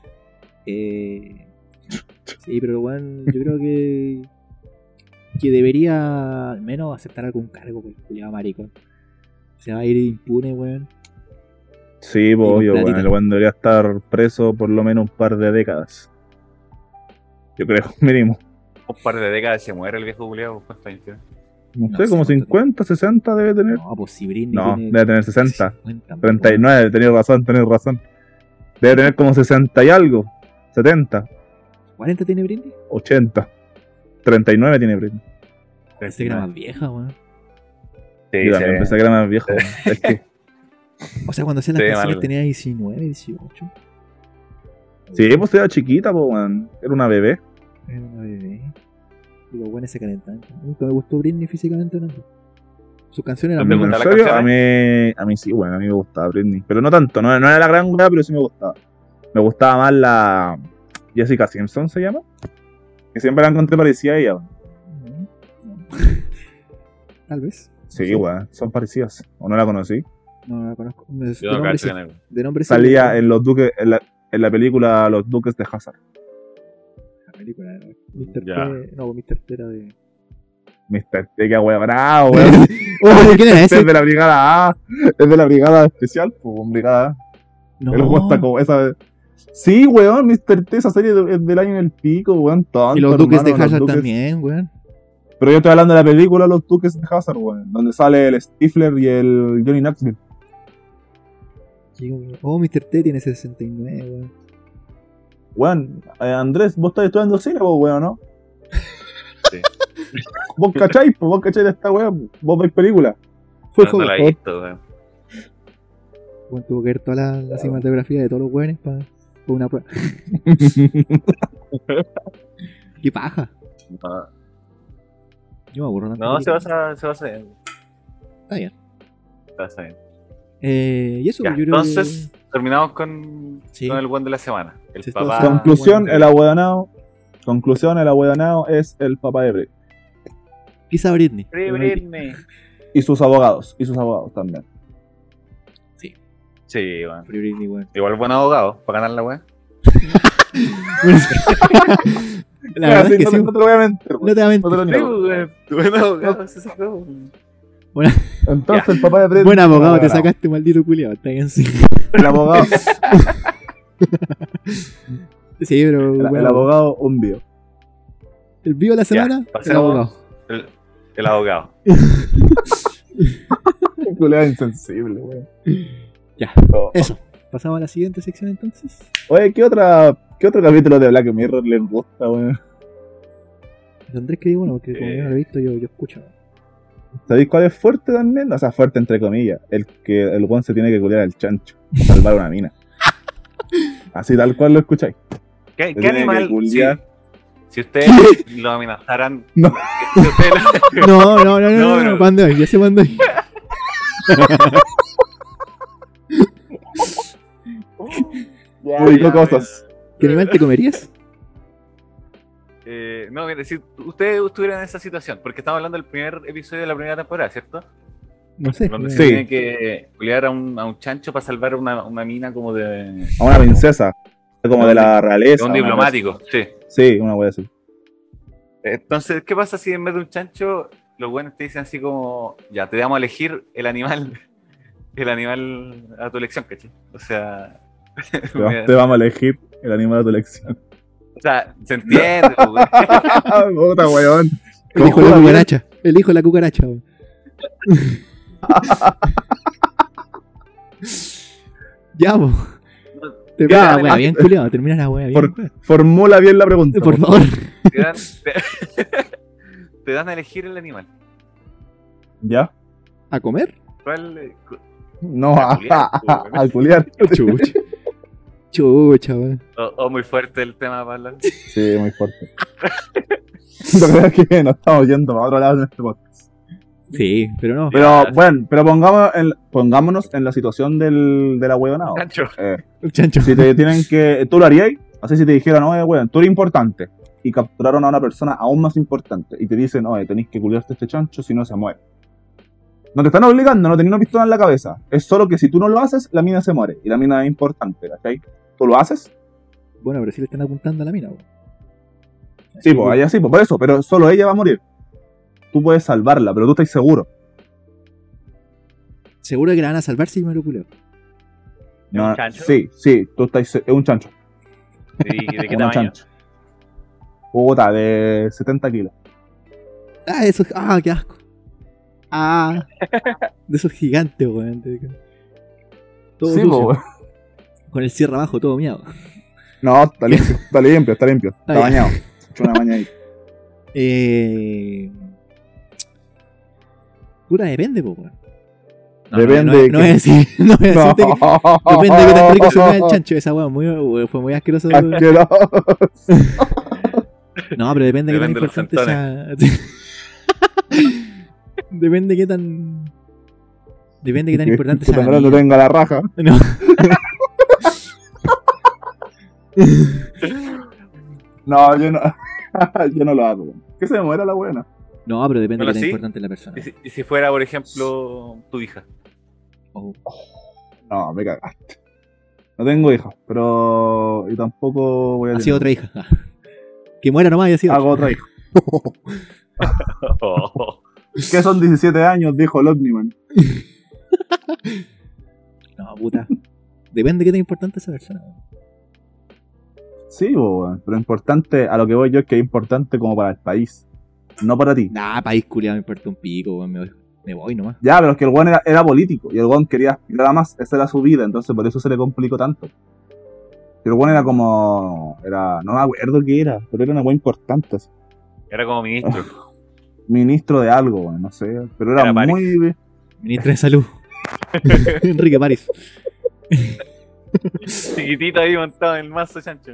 [SPEAKER 1] Eh, sí, pero weón, yo creo que que debería al menos aceptar algún cargo por culiado maricón. Se va a ir impune, weón.
[SPEAKER 3] Sí, pues,
[SPEAKER 1] Y
[SPEAKER 3] obvio, weón.
[SPEAKER 1] platita.
[SPEAKER 3] El weón debería estar preso por lo menos un par de décadas. Yo creo, [LAUGHS] mínimo.
[SPEAKER 2] Un par de décadas se muere el viejo pues, culiado. ¿Cuántos años tiene?
[SPEAKER 3] No,
[SPEAKER 1] No
[SPEAKER 3] sé,
[SPEAKER 1] sé
[SPEAKER 3] como
[SPEAKER 1] cuánto tiene.
[SPEAKER 3] 50, 60 debe tener.
[SPEAKER 1] No, pues si Britney
[SPEAKER 3] No,
[SPEAKER 1] tiene
[SPEAKER 3] debe tener 60.
[SPEAKER 1] 50, weón.
[SPEAKER 3] 39, debe tener razón, tener razón. Debe tener como 60 y algo. 70,
[SPEAKER 1] 40 tiene Britney.
[SPEAKER 3] 80. 39 tiene Britney.
[SPEAKER 1] Pensé que era más vieja, weón.
[SPEAKER 2] Sí,
[SPEAKER 3] Yo
[SPEAKER 2] se
[SPEAKER 3] también
[SPEAKER 2] ve.
[SPEAKER 3] pensé que era más viejo. weón. es que,
[SPEAKER 1] O sea, cuando hacían las
[SPEAKER 2] Sí,
[SPEAKER 1] canciones
[SPEAKER 2] mal,
[SPEAKER 1] tenía 19, 18.
[SPEAKER 3] sí, pues era chiquita, pues, weón. Era una bebé.
[SPEAKER 1] Era una bebé. Y los buenos se calentaban. Nunca me gustó Britney físicamente hablando. Sus canciones eran
[SPEAKER 2] ¿No te
[SPEAKER 1] muy
[SPEAKER 3] ¿En
[SPEAKER 2] gustan
[SPEAKER 1] buenas.
[SPEAKER 2] las
[SPEAKER 3] serio? A
[SPEAKER 2] canciones?
[SPEAKER 3] mí, a mí sí, bueno, a mí me gustaba Britney. Pero no tanto, no, no era la gran weá, pero sí me gustaba. Me gustaba más la Jessica Simpson, ¿se llama? Que siempre la encontré parecida a ella. weón.
[SPEAKER 1] No, no. [LAUGHS] Tal vez.
[SPEAKER 3] Sí,
[SPEAKER 1] Sí.
[SPEAKER 3] weón, son parecidas. ¿O no la conocí?
[SPEAKER 1] No, no la conozco. Me- De
[SPEAKER 2] Yo no
[SPEAKER 1] nombre,
[SPEAKER 2] cacho
[SPEAKER 1] sí.
[SPEAKER 2] en el-
[SPEAKER 1] de nombre sí.
[SPEAKER 3] Salía en los duques, en la, en la película Los Duques de Hazard.
[SPEAKER 1] La película de Mr.
[SPEAKER 2] Ya.
[SPEAKER 1] T. No, Mr. T era
[SPEAKER 3] [LAUGHS]
[SPEAKER 1] de.
[SPEAKER 3] Mr. T, qué
[SPEAKER 1] [LAUGHS]
[SPEAKER 3] weón, bravo, weón.
[SPEAKER 1] ¡Oh, quién era
[SPEAKER 3] es este de la brigada A. Es de la brigada especial, pues, brigada A.
[SPEAKER 1] No,
[SPEAKER 3] El weón está como esa. Sí, weón, Mr. T, esa serie de- es del año en el pico, weón, tonto.
[SPEAKER 1] y los duques de
[SPEAKER 3] hermano, los
[SPEAKER 1] Hazard
[SPEAKER 3] duques-
[SPEAKER 1] también, weón.
[SPEAKER 3] Pero yo estoy hablando de la película Los Duques de Hazard, weón, donde sale el Stifler y el Johnny Knoxville.
[SPEAKER 1] Sí, weón. Oh, Mr. T tiene 69, weón.
[SPEAKER 3] Weón, eh, Andrés, vos estás estudiando cine, vos, weón, ¿no?
[SPEAKER 2] Sí.
[SPEAKER 3] [LAUGHS] Vos cacháis, pues, vos cacháis de esta weón, vos veis película.
[SPEAKER 1] Fue
[SPEAKER 2] No, no
[SPEAKER 1] joven.
[SPEAKER 2] la he visto, weón.
[SPEAKER 1] Weón, tuvo que ver toda la, la cinematografía de todos los weones para una prueba. ¡Qué paja!
[SPEAKER 2] No,
[SPEAKER 1] Yo me aburro tanto.
[SPEAKER 2] no,
[SPEAKER 1] de
[SPEAKER 2] se
[SPEAKER 1] película.
[SPEAKER 2] basa, se basa bien.
[SPEAKER 1] Está bien.
[SPEAKER 2] Se basa bien.
[SPEAKER 1] Eh, y eso,
[SPEAKER 2] Ya,
[SPEAKER 1] yo creo
[SPEAKER 2] entonces, terminamos con,
[SPEAKER 1] Sí.
[SPEAKER 2] con el buen de la semana. El
[SPEAKER 1] Sí, está
[SPEAKER 2] papá.
[SPEAKER 1] bastante-
[SPEAKER 3] Conclusión,
[SPEAKER 2] Ah, bueno.
[SPEAKER 3] el abuedanao. Conclusión, el abuedanao es el papá de Brit.
[SPEAKER 1] que quizá Britney.
[SPEAKER 2] Free Britney.
[SPEAKER 3] Y sus abogados, y sus abogados también.
[SPEAKER 2] Sí, weón.
[SPEAKER 1] Free Britney,
[SPEAKER 2] [LAUGHS]
[SPEAKER 1] weón.
[SPEAKER 2] Igual buen abogado para ganar la weón.
[SPEAKER 1] La verdad
[SPEAKER 3] Así,
[SPEAKER 1] es que
[SPEAKER 3] no,
[SPEAKER 1] sí.
[SPEAKER 3] te- no te lo voy a mentir,
[SPEAKER 1] No
[SPEAKER 3] weón.
[SPEAKER 1] te voy a mentir.
[SPEAKER 3] No te lo niego.
[SPEAKER 2] Buen abogado, se sacó.
[SPEAKER 3] Entonces, el papá de Brit.
[SPEAKER 1] Buen abogado, te
[SPEAKER 3] abuedanao.
[SPEAKER 1] sacaste maldito culiado. Está bien, [LAUGHS] sí.
[SPEAKER 3] El abogado,
[SPEAKER 1] Sí, pero.
[SPEAKER 3] el,
[SPEAKER 1] bueno,
[SPEAKER 3] el abogado, un bio.
[SPEAKER 1] El vivo de la semana. el
[SPEAKER 2] pasemos.
[SPEAKER 1] abogado.
[SPEAKER 2] El, el abogado.
[SPEAKER 3] Culea insensible, weón.
[SPEAKER 1] Ya.
[SPEAKER 3] Oh.
[SPEAKER 1] Eso. Pasamos a la siguiente sección entonces.
[SPEAKER 3] Oye, ¿qué otra qué otro capítulo de Black Mirror les gusta, weón?
[SPEAKER 1] Andrés que digo, bueno, porque como
[SPEAKER 2] Eh.
[SPEAKER 1] yo no lo he visto, yo, yo escucho.
[SPEAKER 3] ¿Sabéis cuál es fuerte también? O sea, fuerte entre comillas. El que el weón se tiene que culear al chancho para salvar
[SPEAKER 1] [LAUGHS]
[SPEAKER 3] una mina. Así tal cual lo escucháis.
[SPEAKER 2] ¿Qué,
[SPEAKER 3] tiene
[SPEAKER 2] qué
[SPEAKER 3] que
[SPEAKER 2] animal? Si,
[SPEAKER 3] culiar.
[SPEAKER 2] si ustedes lo amenazaran.
[SPEAKER 3] No.
[SPEAKER 2] Si ustedes lo-
[SPEAKER 1] No, no, no, no,
[SPEAKER 2] No,
[SPEAKER 1] no, no.
[SPEAKER 2] no.
[SPEAKER 1] ¿Cuándo es? Ya sé cuándo es.
[SPEAKER 4] Ya,
[SPEAKER 3] Publicó
[SPEAKER 2] ya,
[SPEAKER 3] cosas.
[SPEAKER 1] ¿Qué animal te comerías?
[SPEAKER 2] Eh, no, mire, si ustedes estuvieran en esa situación, porque estamos hablando del primer episodio de la primera temporada, ¿cierto?
[SPEAKER 1] No sé. Eh,
[SPEAKER 2] Donde
[SPEAKER 3] Sí.
[SPEAKER 2] se tiene que pelear a un, a un chancho para salvar una, una mina como de, de
[SPEAKER 3] A una princesa. Como de la realeza.
[SPEAKER 2] un
[SPEAKER 3] una
[SPEAKER 2] diplomático. Sí.
[SPEAKER 3] cosa- Sí, una wea
[SPEAKER 2] [LAUGHS]
[SPEAKER 3] así.
[SPEAKER 2] Entonces, ¿qué pasa si en vez de un chancho, los buenos te dicen así como, ya, te damos a elegir el animal, [LAUGHS] el animal a tu elección, ¿cachai? O sea,
[SPEAKER 3] Te,
[SPEAKER 2] [LAUGHS]
[SPEAKER 3] va- te vamos a elegir el animal de tu elección.
[SPEAKER 2] o sea, se entiende, pues, po, güey.
[SPEAKER 3] [LAUGHS] Puta weón.
[SPEAKER 1] Elijo
[SPEAKER 3] Conjúgame.
[SPEAKER 1] la cucaracha. Elijo la cucaracha. weón. [LAUGHS] ya, [LAUGHS] po. Te
[SPEAKER 2] Ya,
[SPEAKER 1] la wea
[SPEAKER 2] además-
[SPEAKER 1] bien, culiado. Termina la wea bien.
[SPEAKER 3] Por- Formula bien la pregunta.
[SPEAKER 1] Por favor.
[SPEAKER 2] te dan, te- [LAUGHS] te dan a elegir el animal.
[SPEAKER 3] ¿Ya?
[SPEAKER 1] ¿A comer?
[SPEAKER 2] ¿Cuál, eh, cu-
[SPEAKER 3] No,
[SPEAKER 2] Al culiar,
[SPEAKER 3] ajá,
[SPEAKER 2] weón.
[SPEAKER 3] al culiar.
[SPEAKER 1] Chucha. Chucha, weón.
[SPEAKER 2] o, o muy fuerte el tema para hablar?
[SPEAKER 3] Sí, muy fuerte. [LAUGHS] Lo que es que nos estamos yendo a otro lado en este podcast.
[SPEAKER 1] Sí, pero no.
[SPEAKER 3] Pero bueno, pero pongamos en- pongámonos en la situación del, de la huevonao.
[SPEAKER 2] Chancho.
[SPEAKER 1] El chancho.
[SPEAKER 3] Si te tienen que. Tú lo harías, así si te dijeran, oye, weón, tú eres importante. Y capturaron a una persona aún más importante. Y te dicen, oye, tenéis que culiarte a este chancho si no se muere. No te están obligando, no tenés una pistola en la cabeza. Es solo que si tú no lo haces, la mina se muere. Y la mina es importante, ¿cachai? ¿Tú lo haces?
[SPEAKER 1] Bueno, pero sí le están apuntando a la mina, weón.
[SPEAKER 3] Sí, pues, ella sí, pues, por eso, pero solo ella va a morir. Tú puedes salvarla, pero tú estás seguro.
[SPEAKER 1] Seguro que la van a salvar si me lo culeo.
[SPEAKER 2] ¿Es un chancho?
[SPEAKER 3] Sí, sí, tú estás. se- Es un chancho.
[SPEAKER 2] ¿Y
[SPEAKER 1] [LAUGHS]
[SPEAKER 2] de qué
[SPEAKER 3] Una
[SPEAKER 2] tamaño?
[SPEAKER 3] chancha. Puta, de 70 kilos.
[SPEAKER 1] Ah, esos. Ah, qué asco. Ah. De esos gigantes, weón. Todo
[SPEAKER 3] Sí, pues,
[SPEAKER 1] sucio.
[SPEAKER 3] po, weón.
[SPEAKER 1] Con el cierre abajo, todo miado.
[SPEAKER 3] No, está limpio, está limpio, está limpio. Está
[SPEAKER 1] bien.
[SPEAKER 3] bañado. Hecho una
[SPEAKER 1] [LAUGHS]
[SPEAKER 3] bañadita.
[SPEAKER 1] Eh... Puta, depende, po, weón. No,
[SPEAKER 3] Depende
[SPEAKER 1] No, no,
[SPEAKER 3] de
[SPEAKER 1] no
[SPEAKER 3] qué-
[SPEAKER 1] voy a decir. [LAUGHS] No
[SPEAKER 3] [LAUGHS]
[SPEAKER 1] voy a
[SPEAKER 3] No.
[SPEAKER 1] decirte que- Depende de qué tan
[SPEAKER 3] [LAUGHS]
[SPEAKER 1] rico se vea [LAUGHS] el chancho. Esa weón muy- weón, fue muy asqueroso. weón.
[SPEAKER 3] Asqueroso.
[SPEAKER 1] No, pero depende de qué tan
[SPEAKER 2] Depende de los
[SPEAKER 1] importante sea. [LAUGHS] depende de qué tan. Depende
[SPEAKER 3] [LAUGHS]
[SPEAKER 1] de qué tan importante sea.
[SPEAKER 3] Tan
[SPEAKER 1] la
[SPEAKER 3] grande
[SPEAKER 1] niña.
[SPEAKER 3] tenga la raja.
[SPEAKER 1] No.
[SPEAKER 3] [LAUGHS] No, yo no. yo no [LAUGHS] lo hago. weón. Que se muera la buena.
[SPEAKER 1] No, pero depende
[SPEAKER 2] Bueno,
[SPEAKER 1] de qué tan
[SPEAKER 2] sí.
[SPEAKER 1] importante es la persona.
[SPEAKER 2] ¿Y si, y si fuera, por ejemplo,
[SPEAKER 1] [LAUGHS]
[SPEAKER 2] tu hija?
[SPEAKER 1] Oh.
[SPEAKER 3] No, me cagaste. No tengo hija, pero. Y tampoco voy a
[SPEAKER 1] Ha
[SPEAKER 3] tener.
[SPEAKER 1] sido otra hija. [LAUGHS] Que muera nomás y ha sido.
[SPEAKER 3] Hago otra hija.
[SPEAKER 1] [LAUGHS]
[SPEAKER 3] Que son 17 años, dijo el Omniman.
[SPEAKER 1] No, puta. Depende de qué tan importante es esa persona.
[SPEAKER 3] Sí, po, weón, pero importante, a lo que voy yo es que es importante como para el país, no para ti.
[SPEAKER 1] Nah, país culiado me importa un pico, weón, me voy, me voy nomás.
[SPEAKER 3] Ya, pero es que el weón era, era político y el weón quería aspirar a más, esa era su vida, entonces por eso se le complicó tanto. Y el weón era como. era No me acuerdo qué era, pero era una weón importante, así.
[SPEAKER 2] Era
[SPEAKER 1] [LAUGHS]
[SPEAKER 2] como ministro.
[SPEAKER 3] ministro de algo, weón, no sé, pero era,
[SPEAKER 2] Era París.
[SPEAKER 3] muy.
[SPEAKER 1] Ministro de Salud. [LAUGHS] Enrique París.
[SPEAKER 2] Chiquitito ahí montado en el
[SPEAKER 1] [LAUGHS]
[SPEAKER 2] mazo, chancho.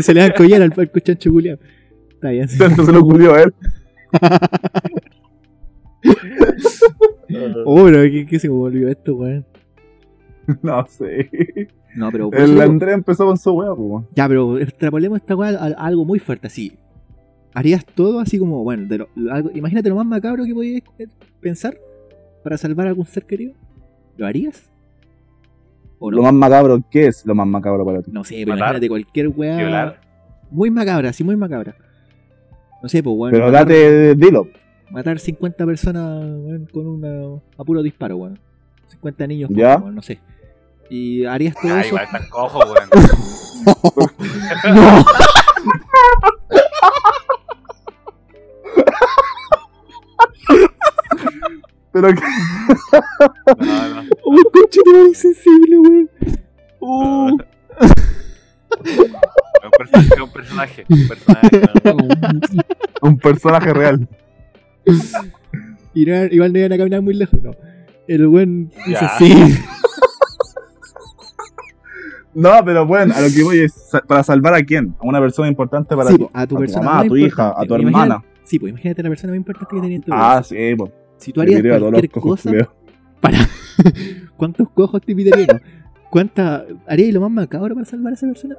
[SPEAKER 1] Se le dan collar al palco chancho culiado. Está bien.
[SPEAKER 3] Entonces [LAUGHS] se lo ocurrió a él.
[SPEAKER 1] Oh, pero ¿qué, qué se me volvió esto, weón?
[SPEAKER 3] No sé.
[SPEAKER 1] No, pero. por eso
[SPEAKER 3] El
[SPEAKER 1] digo-
[SPEAKER 3] Andrés empezó con su weá, po, weón.
[SPEAKER 1] Ya, pero extrapolemos esta weá a, a algo muy fuerte, así. Harías todo así como, bueno, de lo- lo- algo- imagínate lo más macabro que podías eh, pensar para salvar a algún ser querido. ¿Lo harías? ¿O
[SPEAKER 3] Lo
[SPEAKER 1] no?
[SPEAKER 3] más macabro, ¿qué es lo más macabro para ti?
[SPEAKER 1] No sé, pero
[SPEAKER 2] Matar.
[SPEAKER 1] imagínate cualquier weá.
[SPEAKER 2] Violar.
[SPEAKER 1] Muy macabra, sí, muy macabra. No sé, pues, weón.
[SPEAKER 3] Pero
[SPEAKER 1] matar,
[SPEAKER 3] date, dilo.
[SPEAKER 1] matar 50 personas weón, con una, a puro disparo, weón. 50 niños,
[SPEAKER 3] Ya.
[SPEAKER 1] weón, no sé. Y harías todo
[SPEAKER 2] Ah,
[SPEAKER 1] eso.
[SPEAKER 2] igual tan cojo, weón.
[SPEAKER 1] [LAUGHS] ¡No!
[SPEAKER 3] Pero que.
[SPEAKER 2] No, no.
[SPEAKER 1] ¡Oh, coche, te insensible, weón! ¡Oh!
[SPEAKER 2] Un personaje, un personaje. Un personaje no.
[SPEAKER 3] un personaje real.
[SPEAKER 1] Y no, igual no iban a caminar muy lejos, no. El buen dice
[SPEAKER 2] Ya.
[SPEAKER 1] [LAUGHS] sí.
[SPEAKER 3] Este No, pero bueno, a lo que voy es sa- para salvar a quién? A una persona importante para
[SPEAKER 1] Sí,
[SPEAKER 3] ti.
[SPEAKER 1] po, a tu persona.
[SPEAKER 3] mamá,
[SPEAKER 1] más
[SPEAKER 3] a tu hija,
[SPEAKER 1] importante.
[SPEAKER 3] a tu
[SPEAKER 1] Imagina-
[SPEAKER 3] hermana.
[SPEAKER 1] Sí, pues imagínate la persona más importante que tenía en tu vida.
[SPEAKER 3] Ah, sí, pues.
[SPEAKER 1] si tú harías
[SPEAKER 3] a todos los
[SPEAKER 1] cualquier
[SPEAKER 3] cojos,
[SPEAKER 1] cosa,
[SPEAKER 3] culiao.
[SPEAKER 1] para. ¿Cuántos cojos te pitarían? ¿Cuánta. ¿Haríais lo más macabro para salvar a esa persona?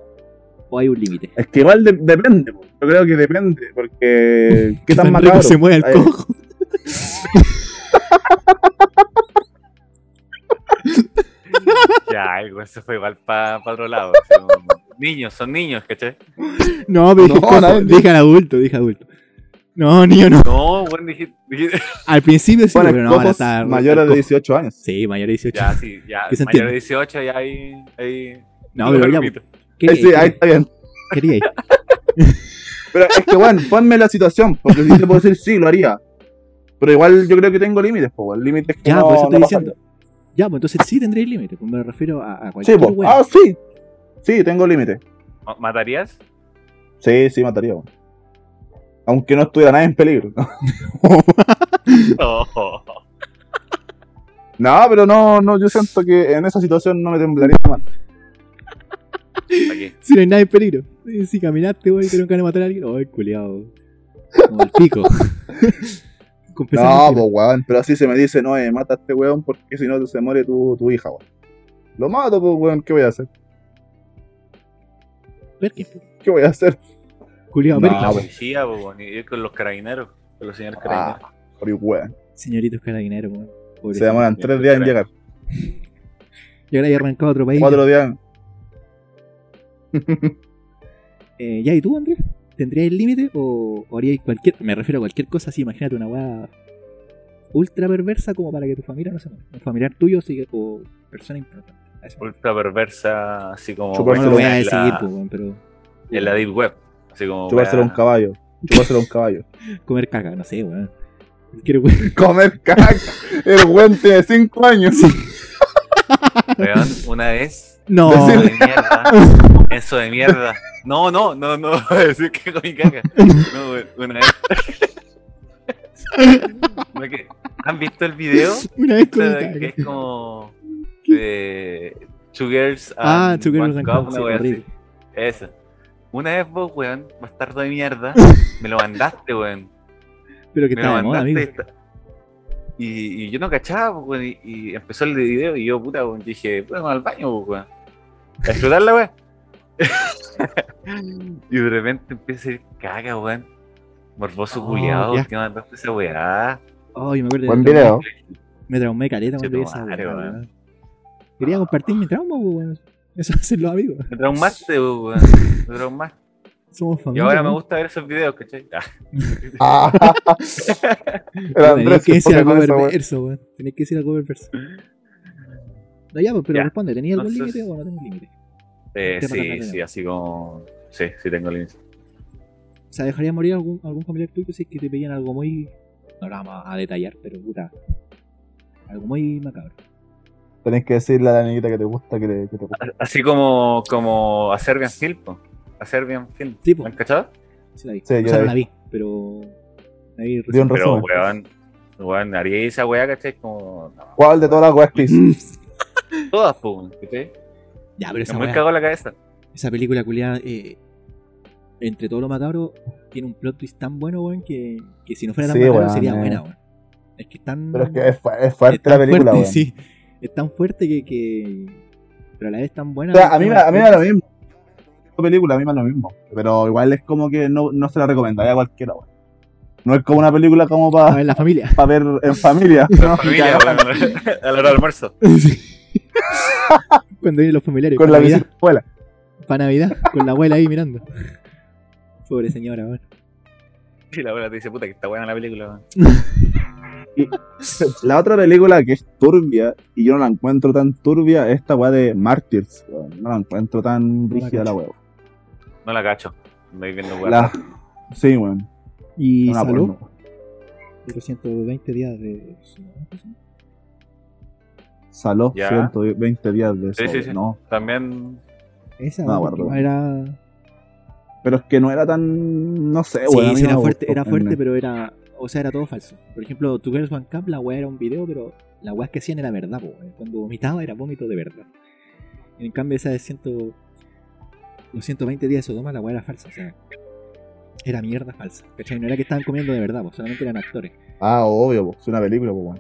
[SPEAKER 1] ¿O hay un límite?
[SPEAKER 3] Es que igual de- depende, po. yo creo que depende, porque qué tan
[SPEAKER 1] rico
[SPEAKER 3] macabro.
[SPEAKER 1] se mueve el
[SPEAKER 3] Ay,
[SPEAKER 1] cojo.
[SPEAKER 2] Ya, algo, eso fue igual para otro lado. así como, niños, son niños, ¿cachai?
[SPEAKER 1] No, me dije,
[SPEAKER 3] No,
[SPEAKER 1] cojo,
[SPEAKER 3] no, no.
[SPEAKER 1] dije al adulto, dije adulto. No, niño, no.
[SPEAKER 2] No, bueno, dijiste. dijiste- [LAUGHS]
[SPEAKER 1] Al principio sí,
[SPEAKER 3] bueno,
[SPEAKER 1] pero no,
[SPEAKER 3] cojos
[SPEAKER 1] ahora está.
[SPEAKER 3] mayores de
[SPEAKER 1] cojo.
[SPEAKER 3] 18 años.
[SPEAKER 1] Sí, mayor de 18.
[SPEAKER 2] Ya, sí, ya.
[SPEAKER 1] ¿Qué se
[SPEAKER 2] Mayor de
[SPEAKER 1] entiende?
[SPEAKER 2] 18, ya hay. hay
[SPEAKER 1] No, pero ya.
[SPEAKER 2] permito.
[SPEAKER 1] ¿Qué
[SPEAKER 3] Ahí [LAUGHS] sí, ahí está bien.
[SPEAKER 1] queríais?
[SPEAKER 3] Pero es que, bueno, ponme la situación, porque si te puedo decir sí, lo haría. Pero igual yo creo que tengo límites, po, el límite es que
[SPEAKER 1] Ya,
[SPEAKER 3] no,
[SPEAKER 1] por eso estoy
[SPEAKER 3] no
[SPEAKER 1] diciendo. Ya, pues entonces sí tendréis límite. pues Me refiero a, a
[SPEAKER 3] pasan. Sí,
[SPEAKER 1] cualquier
[SPEAKER 3] po.
[SPEAKER 1] weón.
[SPEAKER 3] ah, sí. Sí, tengo límites.
[SPEAKER 2] Ma- ¿Matarías? [LAUGHS]
[SPEAKER 3] Sí, sí, mataría, po. Aunque no estuviera nadie en peligro. [LAUGHS]
[SPEAKER 2] No.
[SPEAKER 3] No, pero no, no, yo siento que en esa situación no me temblaría la mano.
[SPEAKER 2] Aquí.
[SPEAKER 1] Si no hay nada en peligro. Si- Si caminaste, wey, que nunca van a matar a alguien. Ay, culiado. Como el
[SPEAKER 3] [LAUGHS]
[SPEAKER 1] pico. [LAUGHS]
[SPEAKER 3] No,
[SPEAKER 1] Confesando
[SPEAKER 3] pues weón, pero así se me dice, no, eh, mata a este weón porque si no se muere tu, tu hija, weón. Lo mato, pues weón, ¿qué voy a hacer?
[SPEAKER 1] Perkin, po.
[SPEAKER 3] ¿Qué voy a hacer?
[SPEAKER 1] Culiado,
[SPEAKER 3] pues. No. pues.
[SPEAKER 1] Perkin.
[SPEAKER 2] La
[SPEAKER 3] bueno.
[SPEAKER 2] policía, po, ni- ir con los carabineros, con los señores
[SPEAKER 3] Ah,
[SPEAKER 2] carabineros.
[SPEAKER 3] por weón.
[SPEAKER 1] Señoritos carabineros, weón.
[SPEAKER 3] Se
[SPEAKER 1] Pobrecito.
[SPEAKER 3] demoran tres días en llegar,
[SPEAKER 1] Y ahora ya arrancado a otro país.
[SPEAKER 3] cuatro [LAUGHS] días.
[SPEAKER 1] Eh, ya, ¿y tú, Andrés? ¿Tendrías el límite o, o harías cualquier... Me refiero a cualquier cosa así, imagínate una weá ultra perversa como para que tu familia no se muera. Un familiar tuyo sí que- o persona importante. A eso me
[SPEAKER 2] Ultra perversa, así como.
[SPEAKER 3] Chuparse
[SPEAKER 1] refiero. No lo voy a
[SPEAKER 2] en
[SPEAKER 1] decir,
[SPEAKER 2] la-
[SPEAKER 1] po, weón, pero
[SPEAKER 2] En la Deep Web. Así como.
[SPEAKER 3] Chupárselo a un
[SPEAKER 2] weá.
[SPEAKER 3] caballo. Chupárselo a un caballo.
[SPEAKER 1] comer caca, no sé, weón. Cualquier
[SPEAKER 2] [LAUGHS]
[SPEAKER 1] weá.
[SPEAKER 3] [LAUGHS] Comer caca. El weón tiene cinco años.
[SPEAKER 2] Weón, una vez.
[SPEAKER 1] [LAUGHS] No,
[SPEAKER 2] Eso de mierda. Eso de mierda. No, no, no, [LAUGHS] no. voy a Decir que comí caca. No, weón, una vez. No, que- ¿Han visto
[SPEAKER 1] [LAUGHS]
[SPEAKER 2] el video?
[SPEAKER 1] una vez comí
[SPEAKER 2] Que
[SPEAKER 1] caca.
[SPEAKER 2] es como. De. Two Girls.
[SPEAKER 1] Ah,
[SPEAKER 2] and
[SPEAKER 1] Two Girls
[SPEAKER 2] One
[SPEAKER 1] and
[SPEAKER 2] Cup,
[SPEAKER 1] Coke,
[SPEAKER 2] una
[SPEAKER 1] sí,
[SPEAKER 2] weá así.
[SPEAKER 1] horrible.
[SPEAKER 2] Eso. Una vez vos, weón, bastardo de
[SPEAKER 1] [LAUGHS]
[SPEAKER 2] mierda, me lo mandaste, weón.
[SPEAKER 1] Pero que
[SPEAKER 2] Me lo
[SPEAKER 1] estaba de moda,
[SPEAKER 2] mandaste.
[SPEAKER 1] amigo.
[SPEAKER 2] esta- Y, y yo no cachaba, pues, weón, y, y empezó el video y yo, puta, weón, dije, bueno, al baño, pues, weón. A disfrutarla, weón. [LAUGHS] y de repente empieza a ir caga, weón. Morboso
[SPEAKER 1] Oh,
[SPEAKER 2] culiado,
[SPEAKER 1] qué
[SPEAKER 2] ¿por qué mandaste esa weá?
[SPEAKER 1] Ay, me acuerdo.
[SPEAKER 3] Buen
[SPEAKER 1] me traumé-
[SPEAKER 3] video.
[SPEAKER 1] Me traumé caleta
[SPEAKER 2] Che,
[SPEAKER 1] cuando vi
[SPEAKER 2] tu
[SPEAKER 1] esa
[SPEAKER 2] madre,
[SPEAKER 1] weá,
[SPEAKER 2] weón.
[SPEAKER 1] weón. Quería compartir mi trauma, po, weón. Eso hacen los amigos.
[SPEAKER 2] Me traumaste, pues, weón. Me traumaste.
[SPEAKER 1] Somos
[SPEAKER 2] Y
[SPEAKER 1] familia.
[SPEAKER 2] ahora me
[SPEAKER 1] weón.
[SPEAKER 2] gusta ver esos videos, ¿cachai? Ah,
[SPEAKER 3] Ah, [LAUGHS] el
[SPEAKER 1] Tenés
[SPEAKER 3] Andrés
[SPEAKER 1] que
[SPEAKER 3] se
[SPEAKER 1] decir algo
[SPEAKER 3] pone con esa weón.
[SPEAKER 1] perverso, weón. Tenés que decir algo perverso. No, ya, pues, pero
[SPEAKER 2] Ya.
[SPEAKER 1] responde, ¿tenías algún
[SPEAKER 2] Entonces-
[SPEAKER 1] límite o no tenías límite?
[SPEAKER 2] eh,
[SPEAKER 1] Tema de la
[SPEAKER 2] sí,
[SPEAKER 1] cadena.
[SPEAKER 2] sí, así como. Sí, sí, tengo líneas.
[SPEAKER 1] O sea, ¿dejaría morir algún, algún familiar tuyo si es que te pedían algo muy... No lo vamos a detallar, pero puta. Algo muy macabro.
[SPEAKER 3] [LAUGHS] Tenés que decirle a la niñita que te gusta que, le- que te gusta.
[SPEAKER 2] Así como, como a Serbian Film, po. A Serbian Film.
[SPEAKER 1] Sí, po.
[SPEAKER 2] ¿Me han cachado?
[SPEAKER 1] Sí, la vi.
[SPEAKER 3] Sí,
[SPEAKER 1] o
[SPEAKER 3] yo
[SPEAKER 1] sea,
[SPEAKER 3] la
[SPEAKER 1] no la vi, pero... La vi
[SPEAKER 3] Dio un
[SPEAKER 1] recién.
[SPEAKER 2] Pero,
[SPEAKER 3] resumen.
[SPEAKER 2] weón, weón, haría esa weá, ¿cachai? Como. no,
[SPEAKER 3] ¿Cuál de todas las weas que hice?
[SPEAKER 2] todas, pum, ¿cachai?
[SPEAKER 1] [SNIFFS] Ya, pero
[SPEAKER 2] Es
[SPEAKER 1] esa,
[SPEAKER 2] muy
[SPEAKER 1] weá-
[SPEAKER 2] cagado en
[SPEAKER 1] [LAUGHS]
[SPEAKER 2] la cabeza.
[SPEAKER 1] esa película culiada, eh, entre todo lo macabro, tiene un plot twist tan bueno, weón, que, que si no fuera tan
[SPEAKER 3] Sí,
[SPEAKER 1] macabro
[SPEAKER 3] weón,
[SPEAKER 1] sería
[SPEAKER 3] eh.
[SPEAKER 1] buena, weón. Es que tan...
[SPEAKER 3] Pero es que es, fu- es
[SPEAKER 1] es
[SPEAKER 3] fuerte
[SPEAKER 1] tan
[SPEAKER 3] la película,
[SPEAKER 1] fuerte, [LAUGHS]
[SPEAKER 3] weón.
[SPEAKER 1] sí. Es tan fuerte que, que- Pero a la vez es tan buena.
[SPEAKER 3] O sea, a
[SPEAKER 1] weón,
[SPEAKER 3] mí, me-
[SPEAKER 1] que-
[SPEAKER 3] a mí me da lo mismo. Esta película, a mí me da lo mismo. Pero igual es como que no, no se la recomendaría a cualquiera, weón. No es como una película como
[SPEAKER 1] A
[SPEAKER 3] para
[SPEAKER 1] ver, la familia.
[SPEAKER 3] [LAUGHS] ver
[SPEAKER 2] [LAUGHS]
[SPEAKER 3] en familia. ¿no?
[SPEAKER 2] Familia, weón, a la hora del almuerzo. [LAUGHS]
[SPEAKER 1] [LAUGHS] Cuando vienen los familiares.
[SPEAKER 3] Con
[SPEAKER 1] para
[SPEAKER 3] la
[SPEAKER 1] Navidad,
[SPEAKER 3] bicicleta.
[SPEAKER 1] para Navidad, con la abuela ahí mirando. Pobre señora, weón.
[SPEAKER 2] Y la abuela te dice, puta, que está buena la película, weón.
[SPEAKER 3] La otra película que es turbia, y yo no la encuentro tan turbia, es esta weá de Martyrs. weón. No la encuentro tan
[SPEAKER 1] la
[SPEAKER 3] rígida la
[SPEAKER 1] cacho.
[SPEAKER 3] weá.
[SPEAKER 2] No la cacho. Me voy viendo, weón.
[SPEAKER 3] La... Sí, weón.
[SPEAKER 1] Y
[SPEAKER 3] Una
[SPEAKER 1] saló
[SPEAKER 3] porno.
[SPEAKER 1] 420 días de.
[SPEAKER 3] Saló
[SPEAKER 2] Ya.
[SPEAKER 3] 120 días de eso.
[SPEAKER 2] Sí, sí, sí.
[SPEAKER 3] No.
[SPEAKER 2] También.
[SPEAKER 1] Esa
[SPEAKER 3] No,
[SPEAKER 1] weón, porque
[SPEAKER 3] guardo.
[SPEAKER 1] era.
[SPEAKER 3] Pero es que no era tan. No sé,
[SPEAKER 1] Sí,
[SPEAKER 3] weón. a mí
[SPEAKER 1] sí,
[SPEAKER 3] no
[SPEAKER 1] era
[SPEAKER 3] me
[SPEAKER 1] fuerte,
[SPEAKER 3] gustó.
[SPEAKER 1] era fuerte, pero era. O sea, era todo falso. Por ejemplo, Two Girls One Cup, la weá era un video, pero la weá que hacían era verdad, po, weón. Cuando vomitaba era vómito de verdad. En cambio, esa de 100. Los 120 días de Sodoma, la weá era falsa, o sea. Era mierda falsa. ¿Cachai? No era que estaban comiendo de verdad, po, solamente eran actores.
[SPEAKER 3] Ah, obvio, po, es una película, po, weón.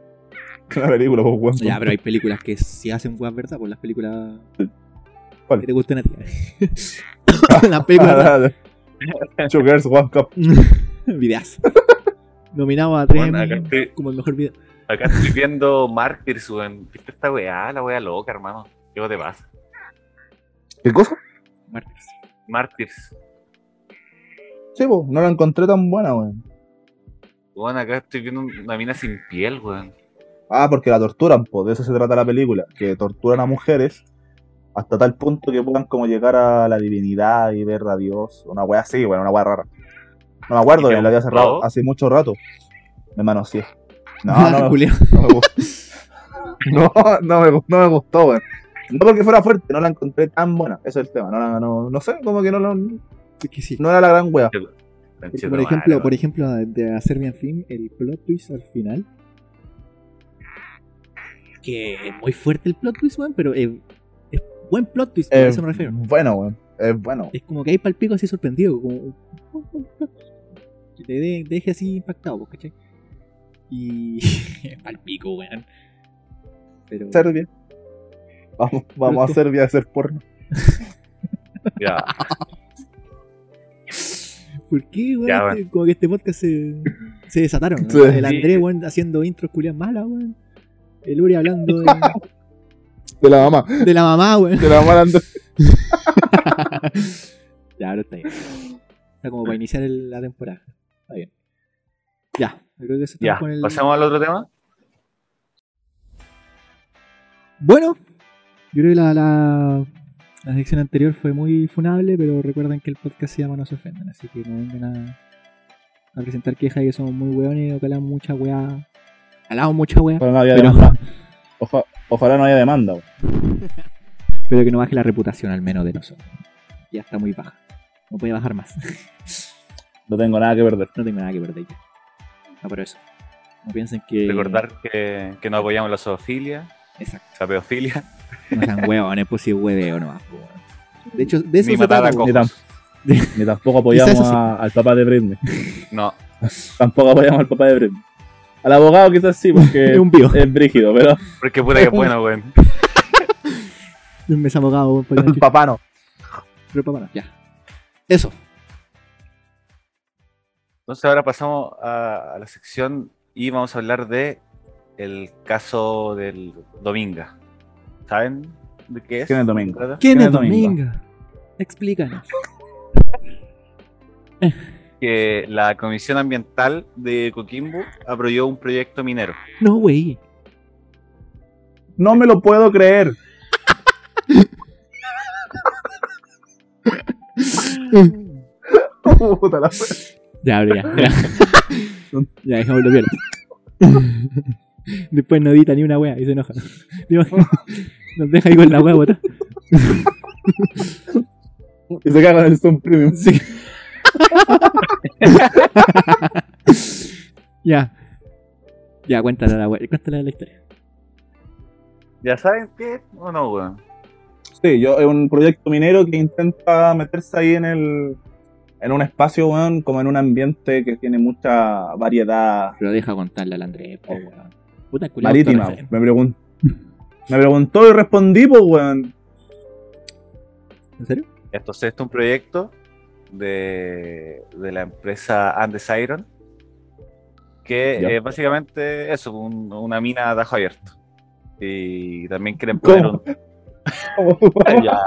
[SPEAKER 3] [LAUGHS] Una película, pues,
[SPEAKER 1] [LAUGHS]
[SPEAKER 3] weón.
[SPEAKER 1] Ya,
[SPEAKER 3] [LAUGHS]
[SPEAKER 1] pero hay películas que sí hacen weas verdad, por las películas
[SPEAKER 3] ¿Cuál?
[SPEAKER 1] que te gustan a ti. [LAUGHS] las [LAUGHS] películas
[SPEAKER 3] Two Girls, One Cup.
[SPEAKER 1] [LAUGHS] videas. Nominado a tres
[SPEAKER 2] Bueno, acá
[SPEAKER 1] Emmy
[SPEAKER 2] estoy-
[SPEAKER 1] como el mejor video.
[SPEAKER 2] Acá estoy viendo Mártir, weón. ¿Viste esta weá? La weá loca, hermano. ¿Qué te pasa?
[SPEAKER 3] ¿Qué cosa?
[SPEAKER 1] Martes.
[SPEAKER 2] Mártires.
[SPEAKER 3] Sí, pues, no la encontré tan buena, weón.
[SPEAKER 2] Weón, acá estoy viendo una mina sin piel, weón.
[SPEAKER 3] Ah, porque la torturan, pues, de eso se trata la película, que torturan a mujeres hasta tal punto que puedan como llegar a la divinidad y ver a Dios. Una wea así, bueno, una wea rara. No me acuerdo,
[SPEAKER 2] ¿Y te
[SPEAKER 3] bien, la había
[SPEAKER 2] gustó?
[SPEAKER 3] cerrado hace mucho rato. Me manoseé. No, [LAUGHS]
[SPEAKER 1] Ah,
[SPEAKER 3] no,
[SPEAKER 1] [LAUGHS]
[SPEAKER 3] me,
[SPEAKER 1] Julián.
[SPEAKER 3] no me gustó. [LAUGHS] No, no me, gu- no me gustó, weón. No porque fuera fuerte, no la encontré tan buena. Eso es el tema. No, la- no, no sé, como que no, la- no
[SPEAKER 1] Es que sí.
[SPEAKER 3] era la gran wea.
[SPEAKER 1] Porque, por ejemplo, por ejemplo, de hacer bien film, el plot twist al final. Que es muy fuerte el plot twist, weón, pero eh, es buen plot twist, a
[SPEAKER 3] Eh,
[SPEAKER 1] eso me refiero.
[SPEAKER 3] bueno, weón. Es bueno.
[SPEAKER 1] Es como que hay palpico así sorprendido, como. "Oh, Que te de- deje así impactado, pues, ¿cachai? Y. [LAUGHS] palpico, weón. Pero.
[SPEAKER 3] Serbia. Vamos, vamos a Serbia a hacer porno.
[SPEAKER 1] [LAUGHS]
[SPEAKER 2] Ya,
[SPEAKER 1] ¿Por qué, weón?
[SPEAKER 2] Ya,
[SPEAKER 1] Este- Como que este podcast se, se
[SPEAKER 3] [LAUGHS]
[SPEAKER 1] desataron. ¿no?
[SPEAKER 3] Sí.
[SPEAKER 1] El André, weón, haciendo intros culias malas, weón. El Uri hablando
[SPEAKER 3] [LAUGHS]
[SPEAKER 1] de,
[SPEAKER 3] De la mamá.
[SPEAKER 1] de la mamá, weón.
[SPEAKER 3] De la mamá la Andrés.
[SPEAKER 1] Ya, ahora está bien. Está como para iniciar el- la temporada. Está bien. Ya, creo que eso está
[SPEAKER 2] ya.
[SPEAKER 1] con el.
[SPEAKER 2] Pasemos al otro tema.
[SPEAKER 1] Bueno, yo creo que la, la, la sección anterior fue muy funable, pero recuerden que el podcast se llama No se ofenden, así que no vengan a, a presentar quejas de que somos muy weones o que hablamos mucha weá. Hablamos mucha weá,
[SPEAKER 3] Ojalá no haya
[SPEAKER 1] pero,
[SPEAKER 3] demanda. Oja- ojalá no haya demanda. weón.
[SPEAKER 1] pero que no baje la reputación al menos de nosotros. Ya está muy baja. No puede bajar más. [LAUGHS]
[SPEAKER 3] No tengo nada que perder.
[SPEAKER 1] no tengo nada que perder ya. No, pero eso. No piensen que.
[SPEAKER 2] Recordar que, que no apoyamos la zoofilia,
[SPEAKER 1] Exacto. [LAUGHS]
[SPEAKER 2] la pedofilia,
[SPEAKER 1] No sean weones, pues si es hueveo nomás. po, weón. De hecho, de eso
[SPEAKER 2] ni
[SPEAKER 1] se
[SPEAKER 2] matar a
[SPEAKER 1] trata, pues. po.
[SPEAKER 3] Ni, tam-
[SPEAKER 2] cojos.
[SPEAKER 3] ni tampoco apoyamos
[SPEAKER 1] Quizás eso sí.
[SPEAKER 3] a- al papá de Britney.
[SPEAKER 2] No,
[SPEAKER 3] Tampoco apoyamos al papá de Britney. Al abogado quizás sí, porque
[SPEAKER 1] Es un pío.
[SPEAKER 3] [LAUGHS] es brígido, [LAUGHS] pero
[SPEAKER 2] porque puta que es bueno, weón.
[SPEAKER 1] Un mes abogado, weón, para que-
[SPEAKER 3] papá no.
[SPEAKER 1] Pero para ya. Eso.
[SPEAKER 2] Entonces ahora pasamos a, a la sección y vamos a hablar de el caso del Dominga. ¿Saben de qué es?
[SPEAKER 3] ¿Quién es Dominga?
[SPEAKER 1] ¿Quién
[SPEAKER 3] es
[SPEAKER 1] es
[SPEAKER 3] Domingo?
[SPEAKER 1] Domingo? Explícanos.
[SPEAKER 2] Que la Comisión Ambiental de Coquimbo aprobó un proyecto minero.
[SPEAKER 1] No, [LAUGHS] güey.
[SPEAKER 3] No me lo puedo creer. Puta la wea.
[SPEAKER 1] Ya, abre, ya. [LAUGHS] Ya, ya dejémoslo bien. [LAUGHS] Después no edita ni una wea y se enoja. Digo, [LAUGHS] Nos deja ahí con la wea botada.
[SPEAKER 3] y se caga en el Zoom Premium.
[SPEAKER 1] Sí. ya. Ya, cuéntale la wea. Cuéntale la historia.
[SPEAKER 2] ¿Ya saben qué? es ¿O no, weón?
[SPEAKER 3] Sí, yo es un proyecto minero que intenta meterse ahí en el en un espacio, weón, como en un ambiente que tiene mucha variedad
[SPEAKER 1] Pero deja contarle al Andrés, po, weón. Puta culiao,
[SPEAKER 3] marítima.
[SPEAKER 1] autorreferente.
[SPEAKER 3] Me preguntó, me preguntó y respondí, pues, weón.
[SPEAKER 1] ¿En serio?
[SPEAKER 2] Entonces este es un proyecto de, de la empresa Andes Iron que
[SPEAKER 3] Ya.
[SPEAKER 2] es básicamente eso, un- una mina a tajo abierto. Y también quieren
[SPEAKER 3] ¿Cómo?
[SPEAKER 2] poner un...
[SPEAKER 3] [LAUGHS]
[SPEAKER 2] Ya.
[SPEAKER 1] [LAUGHS]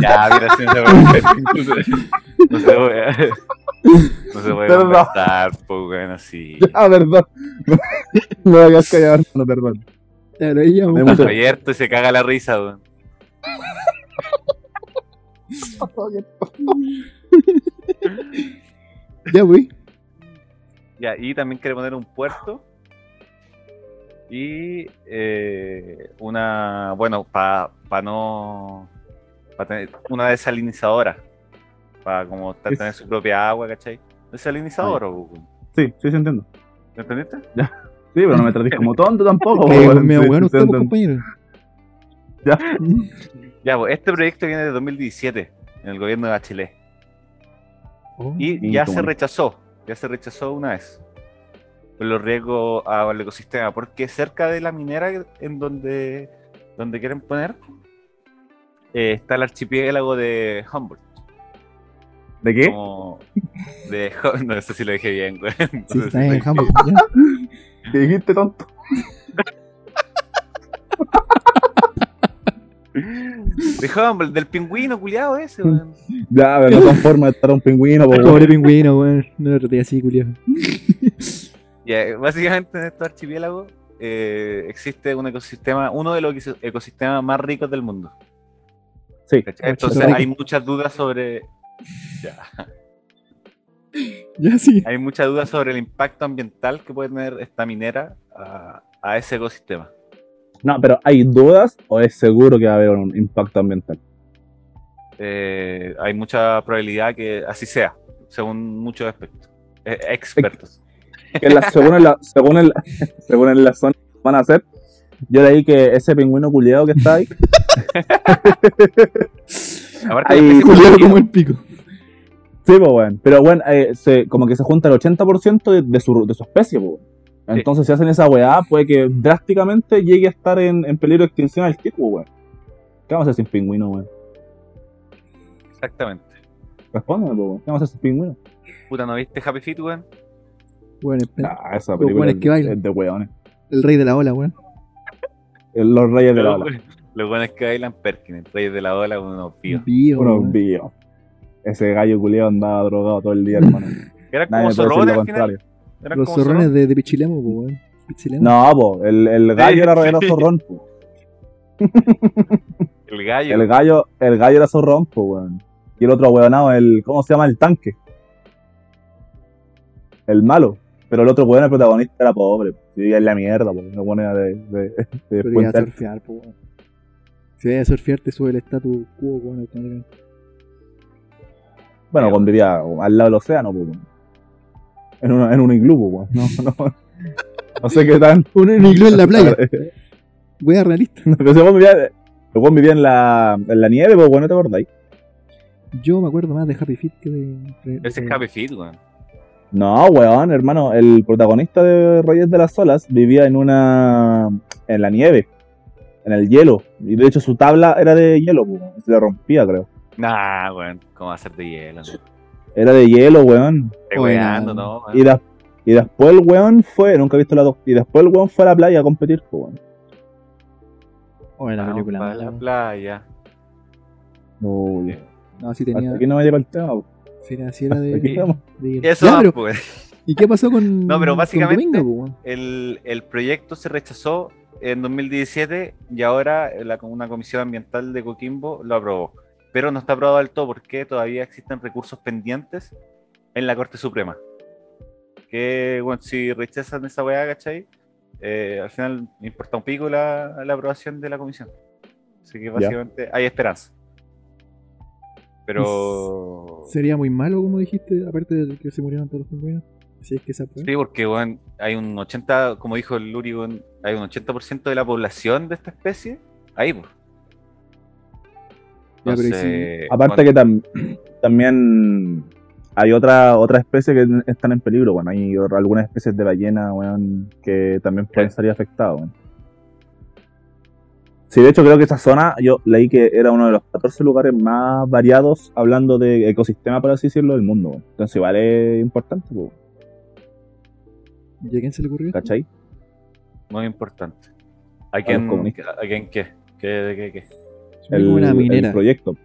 [SPEAKER 2] Ya, mira, sí, no se puede No se puede, no se puede
[SPEAKER 3] Perdón.
[SPEAKER 2] conversar, pues, weón, así.
[SPEAKER 3] ah, perdón. No me habías callado, hermano, perdón.
[SPEAKER 1] Claro, ella
[SPEAKER 3] Me
[SPEAKER 2] Está
[SPEAKER 3] mucho.
[SPEAKER 2] abierto y se caga la risa, weón.
[SPEAKER 1] Ya, güey.
[SPEAKER 2] Ya, y también quiere poner un puerto. Y eh, una, bueno, para no. Para tener una desalinizadora. Para como ta-
[SPEAKER 3] Es-
[SPEAKER 2] tener su propia agua, ¿cachai? Desalinizadora, weón.
[SPEAKER 3] Sí, sí, se entiendo.
[SPEAKER 2] ¿Me entendiste?
[SPEAKER 3] Sí, pero no me trates como tonto tampoco,
[SPEAKER 1] Que
[SPEAKER 3] weón.
[SPEAKER 1] me
[SPEAKER 3] Oh, Sí,
[SPEAKER 1] ahogó en
[SPEAKER 3] sí,
[SPEAKER 1] usted,
[SPEAKER 3] se
[SPEAKER 1] pues,
[SPEAKER 3] entiende.
[SPEAKER 1] compañero.
[SPEAKER 3] Ya.
[SPEAKER 2] Ya, pues, este proyecto viene de 2017, en el gobierno de Bachelet.
[SPEAKER 1] Oh,
[SPEAKER 2] Y
[SPEAKER 3] Bien,
[SPEAKER 2] ya
[SPEAKER 3] qué
[SPEAKER 2] se
[SPEAKER 3] bonito.
[SPEAKER 2] rechazó, ya se rechazó una vez. los riesgos al ecosistema, porque cerca de la minera en donde, donde quieren poner eh, está el archipiélago de Humboldt.
[SPEAKER 3] ¿De qué?
[SPEAKER 2] Como de, Hum- [LAUGHS] no sé si lo dije bien, güey.
[SPEAKER 1] Sí,
[SPEAKER 2] No sé
[SPEAKER 1] está
[SPEAKER 2] si lo
[SPEAKER 1] en
[SPEAKER 2] dije-
[SPEAKER 1] Humboldt,
[SPEAKER 3] [LAUGHS]
[SPEAKER 1] ya.
[SPEAKER 3] ¿Qué dijiste, tonto?
[SPEAKER 2] de Humboldt, del pingüino culiado ese, güey.
[SPEAKER 3] Ya, pero no son formas de estar un pingüino, [LAUGHS] po, weón.
[SPEAKER 1] Pobre pingüino, weón. No lo traté así, culiado.
[SPEAKER 2] Ya, básicamente en estos archipiélagos eh, existe un ecosistema, uno de los ecosi- ecosistemas más ricos del mundo.
[SPEAKER 3] Sí.
[SPEAKER 2] ¿cachai? Entonces
[SPEAKER 1] rico.
[SPEAKER 2] hay muchas dudas sobre. Ya.
[SPEAKER 1] Ya sí.
[SPEAKER 2] Hay muchas dudas sobre el impacto ambiental que puede tener esta minera a, a ese ecosistema.
[SPEAKER 3] No, pero ¿hay dudas o es seguro que va a haber un impacto ambiental?
[SPEAKER 2] Eh, hay mucha probabilidad que así sea, según muchos expertos. Eh, expertos.
[SPEAKER 3] Que en la- según, en la, según, en la, según en la zona que van a hacer, yo leí que ese pingüino culiado que
[SPEAKER 1] [LAUGHS]
[SPEAKER 3] está ahí
[SPEAKER 2] Aparte,
[SPEAKER 3] Hay
[SPEAKER 2] la especie
[SPEAKER 1] Culiado
[SPEAKER 2] protegida,
[SPEAKER 1] como el pico.
[SPEAKER 3] Sí, pues, weón. Pero, weón, eh, se- como que se junta el 80% de, de su, de su especie, pues, weón. Entonces, si hacen esa weá, puede que drásticamente llegue a estar en, en peligro de extinción el tipo, weón. ¿Qué vamos a hacer sin pingüino, weón?
[SPEAKER 2] Exactamente.
[SPEAKER 3] Respóndeme, pues, weón. ¿Qué vamos a hacer sin pingüino?
[SPEAKER 2] Puta, ¿no viste Happy Feet, weón?
[SPEAKER 1] Bueno, espera.
[SPEAKER 3] Ah, esa
[SPEAKER 1] Los
[SPEAKER 3] película
[SPEAKER 1] weones
[SPEAKER 3] es,
[SPEAKER 1] que bailan.
[SPEAKER 3] es de weones.
[SPEAKER 1] El rey de la ola, weón.
[SPEAKER 3] Es Los reyes de la ola.
[SPEAKER 2] Los buenos que bailan Perkins, el rey de la ola, unos píos.
[SPEAKER 1] Vivo,
[SPEAKER 3] Unos
[SPEAKER 1] weón.
[SPEAKER 3] bíos. Ese gallo culiado andaba drogado todo el
[SPEAKER 1] [LAUGHS]
[SPEAKER 3] día, hermano.
[SPEAKER 2] Eran como
[SPEAKER 3] Nadie me puede decir
[SPEAKER 2] zorrones
[SPEAKER 3] lo
[SPEAKER 2] al final.
[SPEAKER 3] contrario.
[SPEAKER 2] Eran
[SPEAKER 1] Los
[SPEAKER 2] como
[SPEAKER 1] zorrones
[SPEAKER 2] zorrones.
[SPEAKER 1] de, de Pichilemu, po, weón. Pichilemu.
[SPEAKER 3] No, po, el, el gallo era, era
[SPEAKER 2] sí.
[SPEAKER 3] zorrón, po.
[SPEAKER 2] El gallo.
[SPEAKER 3] El gallo, el gallo era zorrón, po, weón. Y el otro weonado, el. ¿Cómo se llama? El tanque. El malo. Pero el otro weón, el protagonista, era pobre. po. Sí, es la mierda, po. No pone de. de, de
[SPEAKER 1] Pero ya
[SPEAKER 3] puente
[SPEAKER 1] a
[SPEAKER 3] alto.
[SPEAKER 1] surfear, po, weón. Si vayas a surfear, te sube el estatus cubo, weón. automáticamente.
[SPEAKER 3] Bueno, cuando vivía al lado del océano, po, weón. En, una, en un iglú, po, weón. No, no. No sé qué tan.
[SPEAKER 1] Un un iglú en la
[SPEAKER 3] [LAUGHS]
[SPEAKER 1] playa. Wea realista.
[SPEAKER 3] Pero ese weón vivía. el weón vivía en la, en la nieve, po, weón, ¿no te acordáis?
[SPEAKER 1] Yo me acuerdo más de Happy Feet que de. de-
[SPEAKER 2] Ese es
[SPEAKER 1] de-
[SPEAKER 2] Happy Feet, weón.
[SPEAKER 3] No, weón, hermano, el protagonista de Reyes de las Olas vivía en una... en la nieve, en el hielo. Y de hecho su tabla era de hielo, weón. se le rompía, creo.
[SPEAKER 2] Nah, weón, ¿cómo va a ser de hielo? no?
[SPEAKER 3] Era de hielo, weón.
[SPEAKER 2] Estoy
[SPEAKER 1] Oye,
[SPEAKER 2] weando,
[SPEAKER 1] nada.
[SPEAKER 2] no, weón.
[SPEAKER 3] Y, da- y después el weón fue, nunca he visto la dos, y después el weón fue a la playa a competir, weón.
[SPEAKER 1] O en Oh, la
[SPEAKER 2] Vamos
[SPEAKER 1] película.
[SPEAKER 2] pa'
[SPEAKER 1] mala,
[SPEAKER 2] Ah, la
[SPEAKER 1] weón.
[SPEAKER 2] playa.
[SPEAKER 3] No,
[SPEAKER 2] Sí.
[SPEAKER 1] No, sí
[SPEAKER 3] hasta
[SPEAKER 1] tenía.
[SPEAKER 3] aquí no me lleva el tema, weón.
[SPEAKER 1] Sí, era- sí era de.
[SPEAKER 3] Aquí estamos.
[SPEAKER 1] de-
[SPEAKER 2] Eso,
[SPEAKER 1] Ya,
[SPEAKER 2] va,
[SPEAKER 1] pero,
[SPEAKER 2] pues.
[SPEAKER 1] ¿Y qué pasó con.
[SPEAKER 2] No, pero
[SPEAKER 1] con
[SPEAKER 2] básicamente-
[SPEAKER 1] Domingo, po, weón?
[SPEAKER 2] El, el proyecto se rechazó en 2017 y ahora la, una comisión ambiental de Coquimbo lo aprobó. Pero no está aprobado del todo porque todavía existen recursos pendientes en la Corte Suprema. Que, bueno, si rechazan esa weá, ¿cachai? Eh, al final importa un pico la, la aprobación de la comisión. Así que básicamente hay esperanza. Pero...
[SPEAKER 1] Sería muy malo, como dijiste, aparte de que se murieron todos los pingüinos. Si es que se aprueba.
[SPEAKER 2] Sí, porque weón, hay un 80, como dijo el Luri, weón, hay un 80% de la población de esta especie ahí, pues.
[SPEAKER 1] Ya, pero ¿y si-
[SPEAKER 3] Aparte que tam- [CLEARS THROAT] también hay otra otra especie que están en peligro, bueno, hay or- algunas especies de ballena, weón, que también pueden
[SPEAKER 2] Sí.
[SPEAKER 3] salir afectadas, weón. Sí, de hecho creo que esa zona, yo leí que era uno de los 14 lugares más variados, hablando de ecosistema, por así decirlo, del mundo, weón. Entonces igual es importante, weón,
[SPEAKER 1] ¿Y a quién se le ocurrió?
[SPEAKER 3] ¿cachai?
[SPEAKER 2] Muy importante. ¿A quién,
[SPEAKER 3] comunistas.
[SPEAKER 2] ¿A quién qué? ¿Qué, de qué, qué?
[SPEAKER 1] Suena como una
[SPEAKER 3] el
[SPEAKER 1] minera.
[SPEAKER 3] proyecto.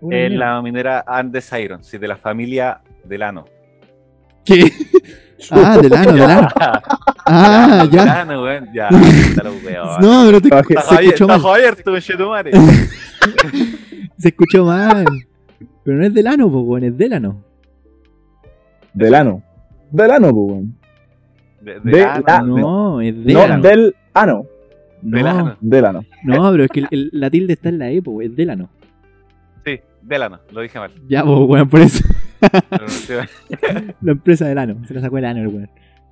[SPEAKER 1] Una
[SPEAKER 2] Es
[SPEAKER 1] minera.
[SPEAKER 2] Eh, la minera Andes Iron, sí, de la familia
[SPEAKER 1] [LAUGHS]
[SPEAKER 2] [LAUGHS] Delano. [LAUGHS]
[SPEAKER 1] ¿Qué? Ah, Delano, Delano. Ah, ya.
[SPEAKER 2] Delano, weón,
[SPEAKER 1] [LAUGHS]
[SPEAKER 2] ya. está lo weón.
[SPEAKER 1] No, pero te-
[SPEAKER 3] Está bien.
[SPEAKER 2] Está
[SPEAKER 1] se
[SPEAKER 2] Javier,
[SPEAKER 1] escuchó
[SPEAKER 2] está
[SPEAKER 1] mal.
[SPEAKER 2] Javier,
[SPEAKER 1] [LAUGHS]
[SPEAKER 2] tu conchetumare.
[SPEAKER 1] Se escuchó mal. Pero no es Delano, po, weón, es Delano.
[SPEAKER 3] Delano. Delano, pues, weón.
[SPEAKER 2] De-
[SPEAKER 3] De
[SPEAKER 2] Delano,
[SPEAKER 3] la- Ah,
[SPEAKER 1] No, es
[SPEAKER 3] No,
[SPEAKER 1] Delano.
[SPEAKER 3] del ano.
[SPEAKER 2] Delano.
[SPEAKER 3] Delano.
[SPEAKER 1] No, pero es que el- el- la tilde está en la E, po, weón, es Delano.
[SPEAKER 2] Sí, Delano, lo dije mal.
[SPEAKER 1] Ya, po, weón, por eso. [LAUGHS]
[SPEAKER 2] Pero no sé-
[SPEAKER 1] La empresa Delano. Se la sacó Delano, el weón.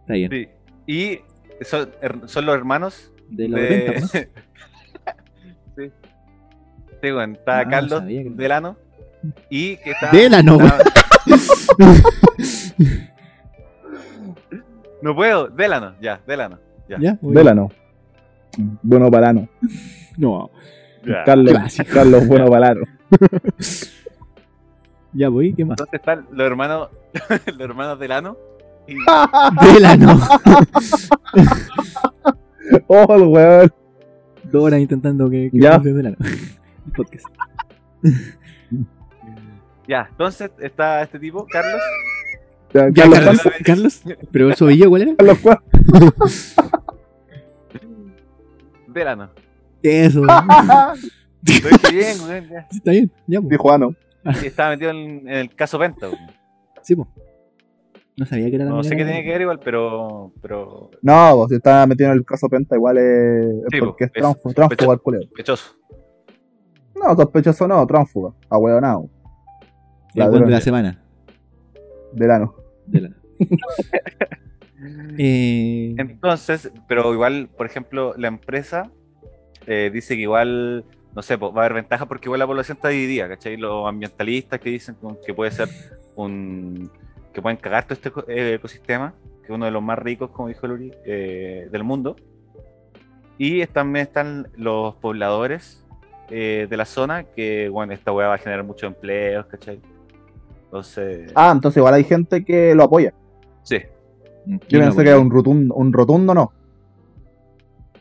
[SPEAKER 1] Está bien.
[SPEAKER 2] Sí. Y son, her- son los hermanos
[SPEAKER 1] De los 80,
[SPEAKER 2] de... [LAUGHS]
[SPEAKER 1] ¿no?
[SPEAKER 2] sí. Sí, bueno, está
[SPEAKER 1] Ah, no
[SPEAKER 2] Carlos
[SPEAKER 1] sabía que-
[SPEAKER 2] Delano y que está...
[SPEAKER 1] [LAUGHS] Delano,
[SPEAKER 2] está-
[SPEAKER 1] weón.
[SPEAKER 2] no, No puedo, Delano, ya, Delano. Ya.
[SPEAKER 1] ¿Ya? Muy bien.
[SPEAKER 3] Delano. Bueno Balano.
[SPEAKER 1] No,
[SPEAKER 2] Ya.
[SPEAKER 3] Carlos,
[SPEAKER 1] Clásico.
[SPEAKER 3] Carlos Bueno Balano.
[SPEAKER 1] ya voy, ¿qué más?
[SPEAKER 2] Entonces están los [LAUGHS] hermanos, los hermanos Delano.
[SPEAKER 1] [LAUGHS]
[SPEAKER 2] Y
[SPEAKER 1] Delano.
[SPEAKER 3] [LAUGHS] Oh, el weón.
[SPEAKER 1] [LAUGHS] Dos horas intentando que, que
[SPEAKER 3] Ya.
[SPEAKER 1] cambie Delano. El [LAUGHS] podcast.
[SPEAKER 2] ya, entonces está este tipo, Carlos.
[SPEAKER 3] Ya,
[SPEAKER 1] Ya,
[SPEAKER 3] Carlos,
[SPEAKER 1] Carlos,
[SPEAKER 3] Juan-
[SPEAKER 1] Carlos, pero el sobillo, ¿cuál era?
[SPEAKER 3] Carlos Juan.
[SPEAKER 2] Delano.
[SPEAKER 1] [LAUGHS] Eso,
[SPEAKER 2] Lo dije bien, weón, ya.
[SPEAKER 1] está bien, ya, po.
[SPEAKER 3] Tijuano.
[SPEAKER 2] Y estaba metido en, en el caso Penta. weón.
[SPEAKER 1] Sí, po. No sabía que era la
[SPEAKER 2] No sé qué
[SPEAKER 1] manera-
[SPEAKER 2] tiene que ver igual, pero. pero
[SPEAKER 3] No, vos, si está metido en el caso Penta, igual es. es
[SPEAKER 2] Sí,
[SPEAKER 3] porque es
[SPEAKER 2] vos, es
[SPEAKER 3] tránsfuga, tránsfuga el culero.
[SPEAKER 2] sospechoso.
[SPEAKER 3] No, sospechoso no, tránsfuga. Ahueonado.
[SPEAKER 1] El buen de la semana.
[SPEAKER 3] Delano.
[SPEAKER 1] Delano. Eh,
[SPEAKER 3] Em,
[SPEAKER 2] Entonces, pero igual, por ejemplo, la empresa eh, dice que igual, no sé, po, va a haber ventaja porque igual la población está dividida, ¿cachai? Los ambientalistas que dicen como que puede ser un. que pueden cagar todo este eco- eh, ecosistema, que es uno de los más ricos, como dijo Luri, eh, del mundo. Y es- también están los pobladores eh, de la zona, que bueno, esta weá va a generar muchos empleos, ¿cachai? Entonces.
[SPEAKER 3] Ah, entonces igual hay gente que lo apoya.
[SPEAKER 2] Sí. pues.
[SPEAKER 3] Yo pensé que era un rotundo, un rotundo no.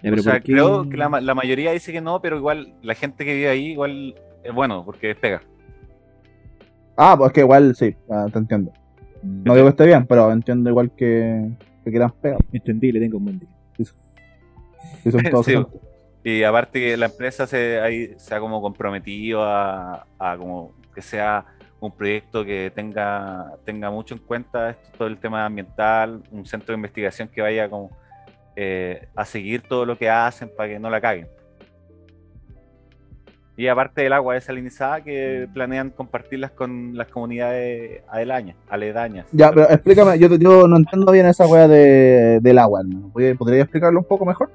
[SPEAKER 1] Ya, pero
[SPEAKER 2] o sea,
[SPEAKER 1] ¿por qué?
[SPEAKER 2] creo que la, ma- la mayoría dice que no, pero igual la gente que vive ahí, igual es bueno, porque pega.
[SPEAKER 3] Ah, pues que igual sí, ah, te entiendo.
[SPEAKER 1] Mm,
[SPEAKER 3] No digo que esté bien, pero entiendo igual que, que quieran pegar.
[SPEAKER 1] Entendí, le tengo un buen día.
[SPEAKER 2] [LAUGHS]
[SPEAKER 3] Si son todos
[SPEAKER 2] Sí, pues.
[SPEAKER 3] son-
[SPEAKER 2] Y aparte que la empresa se, ahí, se ha como comprometido a, a como que sea un proyecto que tenga, tenga mucho en cuenta esto, todo el tema ambiental, un centro de investigación que vaya como eh, a seguir todo lo que hacen para que no la caguen. Y aparte del agua desalinizada
[SPEAKER 1] Mm.
[SPEAKER 2] que planean compartirlas con las comunidades aledañas. aledañas
[SPEAKER 3] Ya, pero explícame, yo, yo no entiendo bien esa weá de, del agua, hermano. ¿Podría- ¿Podría explicarlo un poco mejor?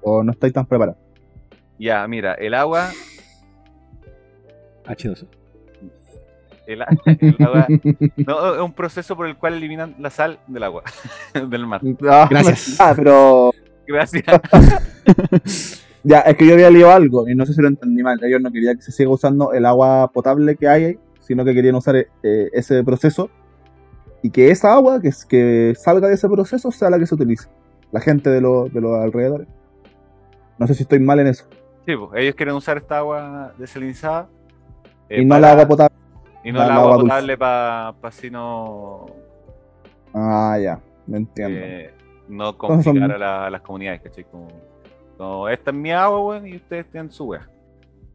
[SPEAKER 3] ¿O no estáis tan preparados?
[SPEAKER 2] Ya, mira, el agua,
[SPEAKER 1] H2O.
[SPEAKER 2] el, [LAUGHS] a- el agua
[SPEAKER 3] [LAUGHS]
[SPEAKER 2] no, es un proceso por el cual eliminan la sal del agua, [LAUGHS] del mar.
[SPEAKER 3] Ah,
[SPEAKER 1] Gracias.
[SPEAKER 3] [LAUGHS] Ah, pero.
[SPEAKER 2] Gracias.
[SPEAKER 3] [LAUGHS] Ya, es que yo había leído algo y no sé si lo entendí mal. Ellos no querían que se siga usando el agua potable que hay, sino que querían usar eh, ese proceso y que esa agua que, es- que salga de ese proceso sea la que se utilice. La gente de, lo- de los alrededores. No sé si estoy mal en eso.
[SPEAKER 2] Sí, pues, ellos quieren usar esta agua desalinizada. eh,
[SPEAKER 3] y no
[SPEAKER 2] para-
[SPEAKER 3] la agua potable.
[SPEAKER 2] Y no
[SPEAKER 3] no
[SPEAKER 2] el
[SPEAKER 3] la
[SPEAKER 2] agua
[SPEAKER 3] agua dulce.
[SPEAKER 2] potable para si no,
[SPEAKER 3] Ah, ya, me entiendo.
[SPEAKER 2] eh, no
[SPEAKER 3] Entonces son-
[SPEAKER 2] complicar a, la- a las comunidades, ¿cachai? Como, no, esta es mi agua, weón, y ustedes tienen su wea.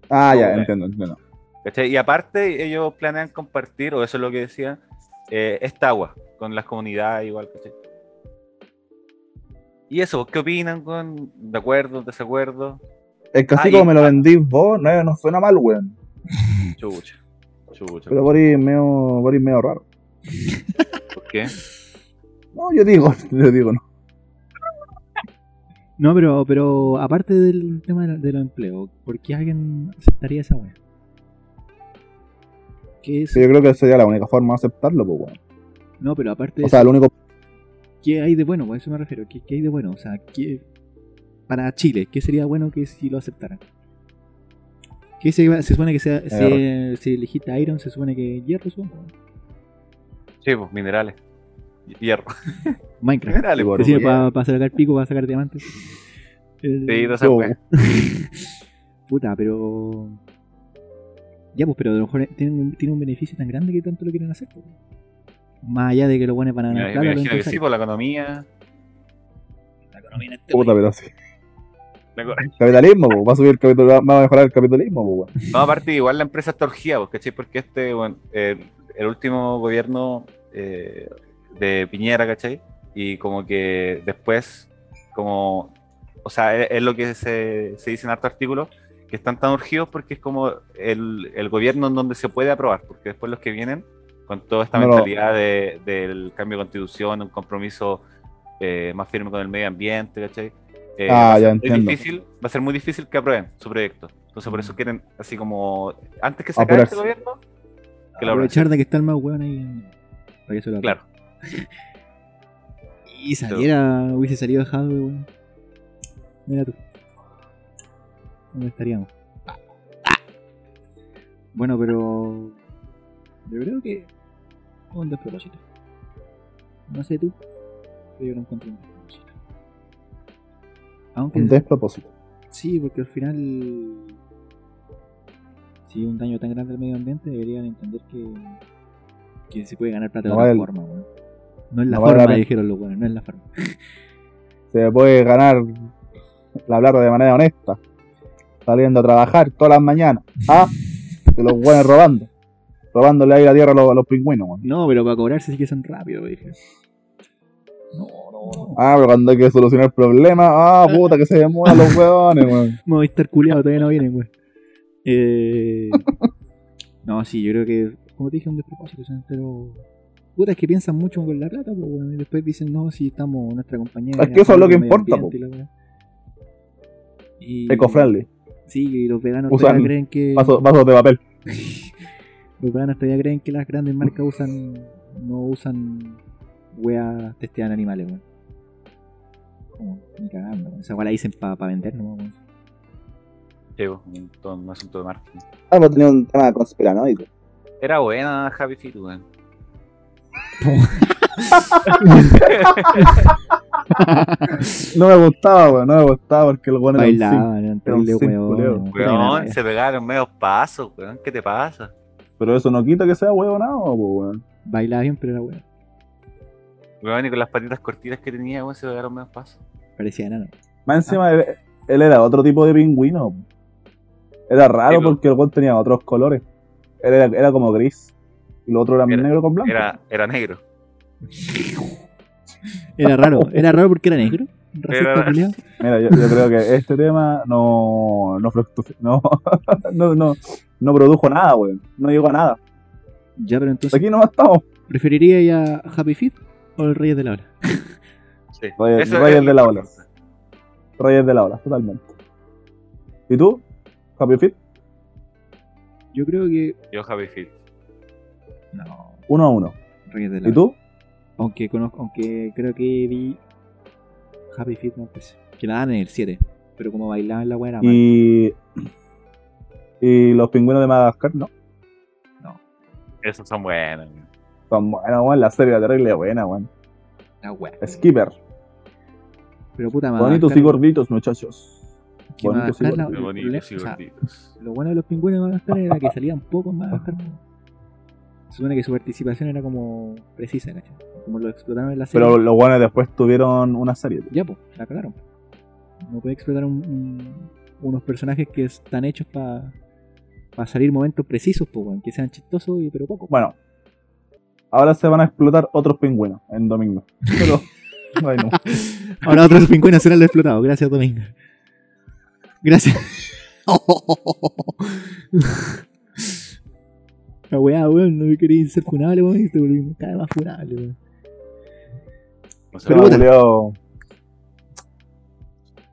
[SPEAKER 3] ah, ya,
[SPEAKER 2] ok.
[SPEAKER 3] entiendo, entiendo.
[SPEAKER 2] eh, ¿Cachai? Y aparte, ellos planean compartir, o eso es lo que decía, eh, esta agua con las comunidades igual, ¿cachai? Y eso, ¿qué opinan con de acuerdo, desacuerdo?
[SPEAKER 3] Es que así
[SPEAKER 2] Ah,
[SPEAKER 3] como
[SPEAKER 2] y-
[SPEAKER 3] me lo vendís vos, no, no suena mal, weón.
[SPEAKER 2] Chucha. Chucha.
[SPEAKER 3] Pero por ahí es medio, por ahí es medio raro.
[SPEAKER 2] ¿Por qué?
[SPEAKER 3] No, yo digo, [LAUGHS] yo digo, no.
[SPEAKER 1] No, pero, pero aparte del tema de- del empleo, ¿por qué alguien aceptaría esa weá? ¿Qué es?
[SPEAKER 3] Sí, Yo creo que sería la única forma de aceptarlo, pues, weón.
[SPEAKER 1] No, pero aparte de
[SPEAKER 3] O sea,
[SPEAKER 1] eso,
[SPEAKER 3] lo único.
[SPEAKER 1] ¿qué hay de bueno? A eso me refiero. ¿Qué, qué hay de bueno? O sea, ¿qué- para Chile, ¿qué sería bueno que si lo aceptaran? ¿Qué se, se supone que sea, se, se elegiste Iron, se supone que hierro, supongo.
[SPEAKER 2] Sí, pues, minerales. Hierro.
[SPEAKER 1] Minecraft.
[SPEAKER 2] Minerales,
[SPEAKER 3] Por
[SPEAKER 2] pues,
[SPEAKER 1] Decime,
[SPEAKER 3] favor.
[SPEAKER 1] para sacar pico, para sacar diamantes. El-
[SPEAKER 2] Sí, no pues. se puede.
[SPEAKER 1] Puta, pero. Ya, pues, pero a lo mejor tiene un, tiene un beneficio tan grande que tanto lo quieren hacer. pues. Más allá de que lo ponen para
[SPEAKER 2] Me,
[SPEAKER 1] ganar
[SPEAKER 2] me
[SPEAKER 1] plata, lo
[SPEAKER 2] imagino que
[SPEAKER 1] entonces-
[SPEAKER 2] sí, por la economía.
[SPEAKER 1] la economía en este
[SPEAKER 3] Puta,
[SPEAKER 1] país.
[SPEAKER 3] pero sí.
[SPEAKER 2] la co-
[SPEAKER 3] Capitalismo, pues, va a subir el capitalismo, va a mejorar el capitalismo, pues, weón.
[SPEAKER 2] No, aparte, igual la empresa está orgía, pues, ¿cachai? Porque este, bueno, el, el último gobierno eh, de Piñera, ¿cachai? Y como que después, como, o sea, e, es, es lo que se, se dice en harto artículo, que están tan urgidos porque es como el, el gobierno en donde se puede aprobar, porque después los que vienen, con toda esta
[SPEAKER 3] No lo-
[SPEAKER 2] mentalidad de- del cambio de constitución, un compromiso eh, más firme con el medio ambiente, ¿cachai? Eh,
[SPEAKER 3] Ah,
[SPEAKER 2] va a
[SPEAKER 3] ya
[SPEAKER 2] ser muy
[SPEAKER 3] entiendo.
[SPEAKER 2] Difícil, va a ser muy difícil que aprueben su proyecto. Entonces por
[SPEAKER 1] Mm.
[SPEAKER 2] eso quieren, así como, antes que
[SPEAKER 1] Ah,
[SPEAKER 2] se acabe este
[SPEAKER 3] Apurarse.
[SPEAKER 2] gobierno, que lo aprueben.
[SPEAKER 1] Aprovechar de que está el más weón ahí. en- Para que se lo
[SPEAKER 2] Claro.
[SPEAKER 1] Y saliera, hubiese salido Hadwe, weón. Mira tú. ¿Dónde estaríamos? Ah, Bueno, pero. Yo creo que. Un despropósito. No sé tú, pero yo lo encuentro un despropósito. Aunque.
[SPEAKER 3] Un despropósito.
[SPEAKER 1] Sí, porque al final. Si un daño tan grande al medio ambiente, deberían entender que. que se puede ganar plata
[SPEAKER 3] No
[SPEAKER 1] de otra
[SPEAKER 3] vale-
[SPEAKER 1] forma, weón. No es la
[SPEAKER 3] no vale la
[SPEAKER 1] forma,
[SPEAKER 3] pena.
[SPEAKER 1] dijeron los buenos, no es la forma.
[SPEAKER 3] Se puede ganar la plata de manera honesta. Saliendo a trabajar todas las mañanas. Ah, que los buenos robando. Robándole ahí la tierra a los, a los pingüinos, weón.
[SPEAKER 1] No, pero para cobrarse sí que son rápidos, dije. No, no, no.
[SPEAKER 3] Ah, pero cuando hay que solucionar problemas, ah, puta, que se demoran los huevones, weón.
[SPEAKER 1] Me voy a estar culiado, todavía no vienen, güey.
[SPEAKER 3] [LAUGHS]
[SPEAKER 1] Eh, no, sí, yo creo que, como te dije, un despropósito, o sea, pero. Puta, es que piensan mucho con la plata, pues, weón, y después dicen, no, si estamos nuestra compañía.
[SPEAKER 3] Es que eso es lo que
[SPEAKER 1] medio
[SPEAKER 3] importa,
[SPEAKER 1] ambiente y la weá. Y-
[SPEAKER 3] Eco-friendly.
[SPEAKER 1] Sí, y los veganos
[SPEAKER 3] Usan
[SPEAKER 1] todavía creen que.
[SPEAKER 3] Vasos, vasos de papel.
[SPEAKER 1] Los veganos todavía creen que las grandes marcas usan. No usan. Weas testean animales, weón. Como, ni cagando, weón. Esa weá la dicen para vender, no, weón.
[SPEAKER 2] Llevo un, todo un asunto de marketing.
[SPEAKER 3] Ah, pero tenía un tema conspiranoico.
[SPEAKER 2] Era buena Happy Feet, weón.
[SPEAKER 3] No me gustaba, weón, no me gustaba porque el weón era un simp.
[SPEAKER 1] Bailaban, eran
[SPEAKER 3] era un
[SPEAKER 1] terrible
[SPEAKER 3] simp,
[SPEAKER 1] weón.
[SPEAKER 2] Weón, se pegaron medios pasos, weón. ¿Qué te pasa?
[SPEAKER 3] Pero eso no quita que sea huevonado, po, weón.
[SPEAKER 1] Bailaba bien, pero era weón.
[SPEAKER 2] Weón, y con las patitas cortitas que tenía, weón, se pegaron medios pasos.
[SPEAKER 1] Parecía enano.
[SPEAKER 3] Más encima,
[SPEAKER 2] Ah.
[SPEAKER 3] él, él era otro tipo de pingüino. po. Era raro
[SPEAKER 2] Sí, po.
[SPEAKER 3] porque el weón tenía otros colores. Él era, era como gris. Y lo otro era,
[SPEAKER 2] Era-
[SPEAKER 3] negro
[SPEAKER 1] Ah,
[SPEAKER 3] con blanco.
[SPEAKER 2] Era, era negro.
[SPEAKER 1] [LAUGHS] Era raro, era raro porque era negro. Racista
[SPEAKER 2] Era-
[SPEAKER 1] culiao.
[SPEAKER 3] Mira, yo, yo creo
[SPEAKER 2] [LAUGHS]
[SPEAKER 3] que este tema no no, fructu- no, [LAUGHS] no, no, no produjo nada, weón. No llegó a nada.
[SPEAKER 1] Ya, pero entonces,
[SPEAKER 3] Aquí nomás estamos.
[SPEAKER 1] ¿preferiría ir a Happy Feet o el Reyes de la Ola?
[SPEAKER 2] Sí.
[SPEAKER 3] Reyes-
[SPEAKER 2] Eso
[SPEAKER 3] Reyes
[SPEAKER 2] es
[SPEAKER 3] de la ola. Reyes de la ola, totalmente. ¿Y tú? ¿Happy Fit?
[SPEAKER 1] Yo creo que.
[SPEAKER 2] Yo Happy Feet.
[SPEAKER 1] No,
[SPEAKER 3] Uno a uno.
[SPEAKER 1] Reyes de la
[SPEAKER 3] ¿Y
[SPEAKER 1] Ola.
[SPEAKER 3] tú?
[SPEAKER 1] Aunque, conozco, aunque creo que vi Happy Feet más veces. Que la dan en el 7. Pero como bailaban la weá
[SPEAKER 3] Ah,
[SPEAKER 1] era mal.
[SPEAKER 3] Y. Y los pingüinos de Madagascar, ¿no?
[SPEAKER 2] Esos son buenos. weón.
[SPEAKER 1] Ah,
[SPEAKER 3] Son buenas, weón. La serie era terrible buena, weón.
[SPEAKER 1] La weá.
[SPEAKER 3] Skipper.
[SPEAKER 1] Pero puta madre.
[SPEAKER 3] Bonitos y gorditos, muchachos.
[SPEAKER 1] que
[SPEAKER 3] bonitos y
[SPEAKER 1] Madagascar la-
[SPEAKER 2] Muy
[SPEAKER 1] el
[SPEAKER 2] bonitos y
[SPEAKER 1] problema- o sea,
[SPEAKER 2] gorditos.
[SPEAKER 1] Lo bueno de los pingüinos de Madagascar era que salían pocos más Madagascar. Se supone que su participación era como precisa, ¿cachai? Como lo explotaron en la serie.
[SPEAKER 3] Pero los buenos después tuvieron una serie.
[SPEAKER 1] Ya, pues, la cagaron. No puede explotar un- un- unos personajes que están hechos para salir momentos precisos, pues, weón, que sean chistosos, y, pero poco.
[SPEAKER 3] Bueno, ahora se van a explotar otros pingüinos en domingo. [LAUGHS] Pero. ay, no.
[SPEAKER 1] Ahora otros pingüinos serán los explotados. Gracias, Domingo. Gracias. [LAUGHS] La weá, weón, no quería ser funable, weón, y te volvimos cada vez más funable, weón.
[SPEAKER 2] No sé,
[SPEAKER 3] Se me
[SPEAKER 1] Pero-
[SPEAKER 3] ocurrió-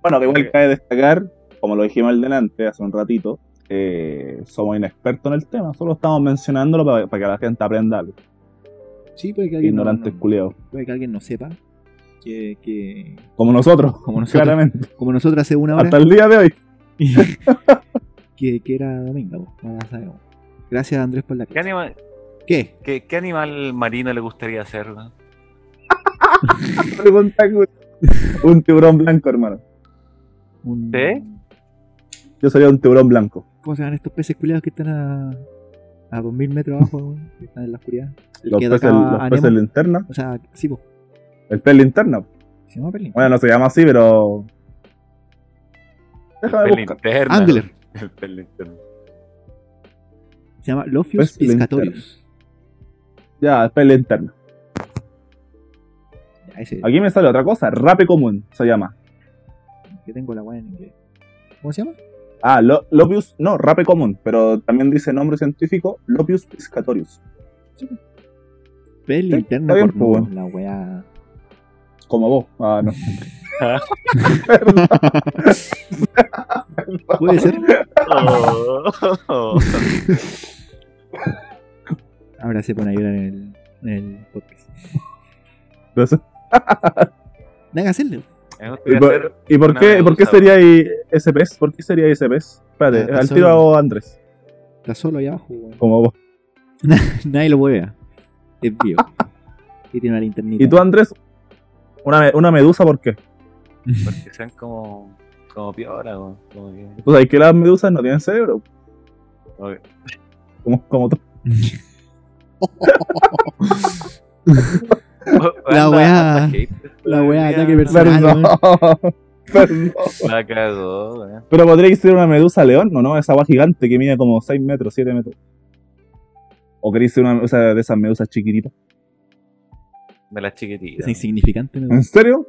[SPEAKER 3] Bueno, que igual cabe destacar, como lo dijimos al delante hace un ratito, eh, somos inexpertos en el tema, solo estamos mencionándolo para, para que la gente aprenda algo.
[SPEAKER 1] Sí, puede que alguien. no-
[SPEAKER 3] Ignorantes
[SPEAKER 1] no-
[SPEAKER 3] culiados.
[SPEAKER 1] puede que alguien no sepa que, que-
[SPEAKER 3] Como nosotros,
[SPEAKER 1] como nosotros
[SPEAKER 3] claramente.
[SPEAKER 1] como nosotros hace una hora
[SPEAKER 3] Hasta el día de hoy. [LAUGHS]
[SPEAKER 1] [LAUGHS] que, que era domingo no la sabemos gracias Andrés por la
[SPEAKER 2] ¿Qué,
[SPEAKER 1] clase
[SPEAKER 2] animal,
[SPEAKER 1] ¿qué?
[SPEAKER 2] qué, qué animal marino le gustaría hacer, weón?
[SPEAKER 3] Pregunta, cul- un tiburón blanco, hermano.
[SPEAKER 1] Un-
[SPEAKER 2] ¿Sí?
[SPEAKER 3] Yo sería un tiburón blanco.
[SPEAKER 1] ¿cómo se llaman estos peces culiados que están a a 2000 metros abajo weón? que están en la oscuridad el
[SPEAKER 3] Los
[SPEAKER 1] que
[SPEAKER 3] peces,
[SPEAKER 1] atacaba
[SPEAKER 3] los
[SPEAKER 1] a
[SPEAKER 3] peces
[SPEAKER 1] Nemo.
[SPEAKER 3] linterna.
[SPEAKER 1] o sea sí po,
[SPEAKER 3] El pez linterna.
[SPEAKER 1] se llama Pelín
[SPEAKER 3] Bueno, no se llama así, pero. Déjame
[SPEAKER 2] El
[SPEAKER 3] buscar.
[SPEAKER 2] linterna,
[SPEAKER 1] Angler.
[SPEAKER 2] weón. [LAUGHS] El pez linterna.
[SPEAKER 1] se llama Lofius
[SPEAKER 3] pez linterna.
[SPEAKER 1] piscatorius
[SPEAKER 3] Ya, el pez linterna.
[SPEAKER 1] Ya, ese
[SPEAKER 3] Aquí me sale otra cosa, rape común se llama.
[SPEAKER 1] que tengo la weá en inglés ¿cómo se llama?
[SPEAKER 3] Ah, lo- Lopius, no, rape común, pero también dice nombre científico, Lopius piscatorius.
[SPEAKER 1] pez linterna
[SPEAKER 3] está
[SPEAKER 1] cornudo,
[SPEAKER 3] bien, pues, po, weón.
[SPEAKER 1] la weá
[SPEAKER 3] Como vos. Ah, no.
[SPEAKER 1] [LAUGHS] puede
[SPEAKER 3] [LAUGHS]
[SPEAKER 1] ser
[SPEAKER 2] [LAUGHS] Oh.
[SPEAKER 1] ahora se pone a llorar en el, en el podcast
[SPEAKER 3] Entonces,
[SPEAKER 1] Nada que hacerle.
[SPEAKER 2] Es un
[SPEAKER 3] ¿Y por,
[SPEAKER 2] tercero,
[SPEAKER 3] y por
[SPEAKER 2] una
[SPEAKER 3] qué, por qué
[SPEAKER 2] medusa,
[SPEAKER 3] sería ahí SPS? ¿Por qué sería SPS?
[SPEAKER 1] Ah,
[SPEAKER 3] Espérate,
[SPEAKER 1] está
[SPEAKER 3] al
[SPEAKER 1] solo.
[SPEAKER 3] tiro a Andrés.
[SPEAKER 1] Está solo ahí abajo, [LAUGHS] weón.
[SPEAKER 3] Como vos.
[SPEAKER 1] Nadie lo mueve. Es vivo.
[SPEAKER 3] [LAUGHS]
[SPEAKER 1] y tiene una linternita.
[SPEAKER 3] ¿Y tú, Andrés? Una, me- una medusa, ¿por qué?
[SPEAKER 2] Porque sean como, como piola, weón, como
[SPEAKER 3] [LAUGHS]
[SPEAKER 2] que-
[SPEAKER 3] Tú sabes que las medusas no tienen cerebro.
[SPEAKER 2] como que-
[SPEAKER 3] Como, como tú.
[SPEAKER 1] La
[SPEAKER 2] Anda,
[SPEAKER 1] weá-
[SPEAKER 2] anda hater,
[SPEAKER 1] [LAUGHS] la weá
[SPEAKER 2] weá.
[SPEAKER 1] ataque personal.
[SPEAKER 3] Perdón. [LAUGHS] Perdón.
[SPEAKER 2] La cagó, weón.
[SPEAKER 3] Pero podría ser una medusa león, ¿o no? Esa agua gigante que mide como 6 metros, 7 metros. ¿O queréis ser una medusa de esas medusas chiquititas?
[SPEAKER 2] De las
[SPEAKER 1] Es
[SPEAKER 2] chiquititas.
[SPEAKER 1] insignificante, me
[SPEAKER 3] [LAUGHS] ¿En serio?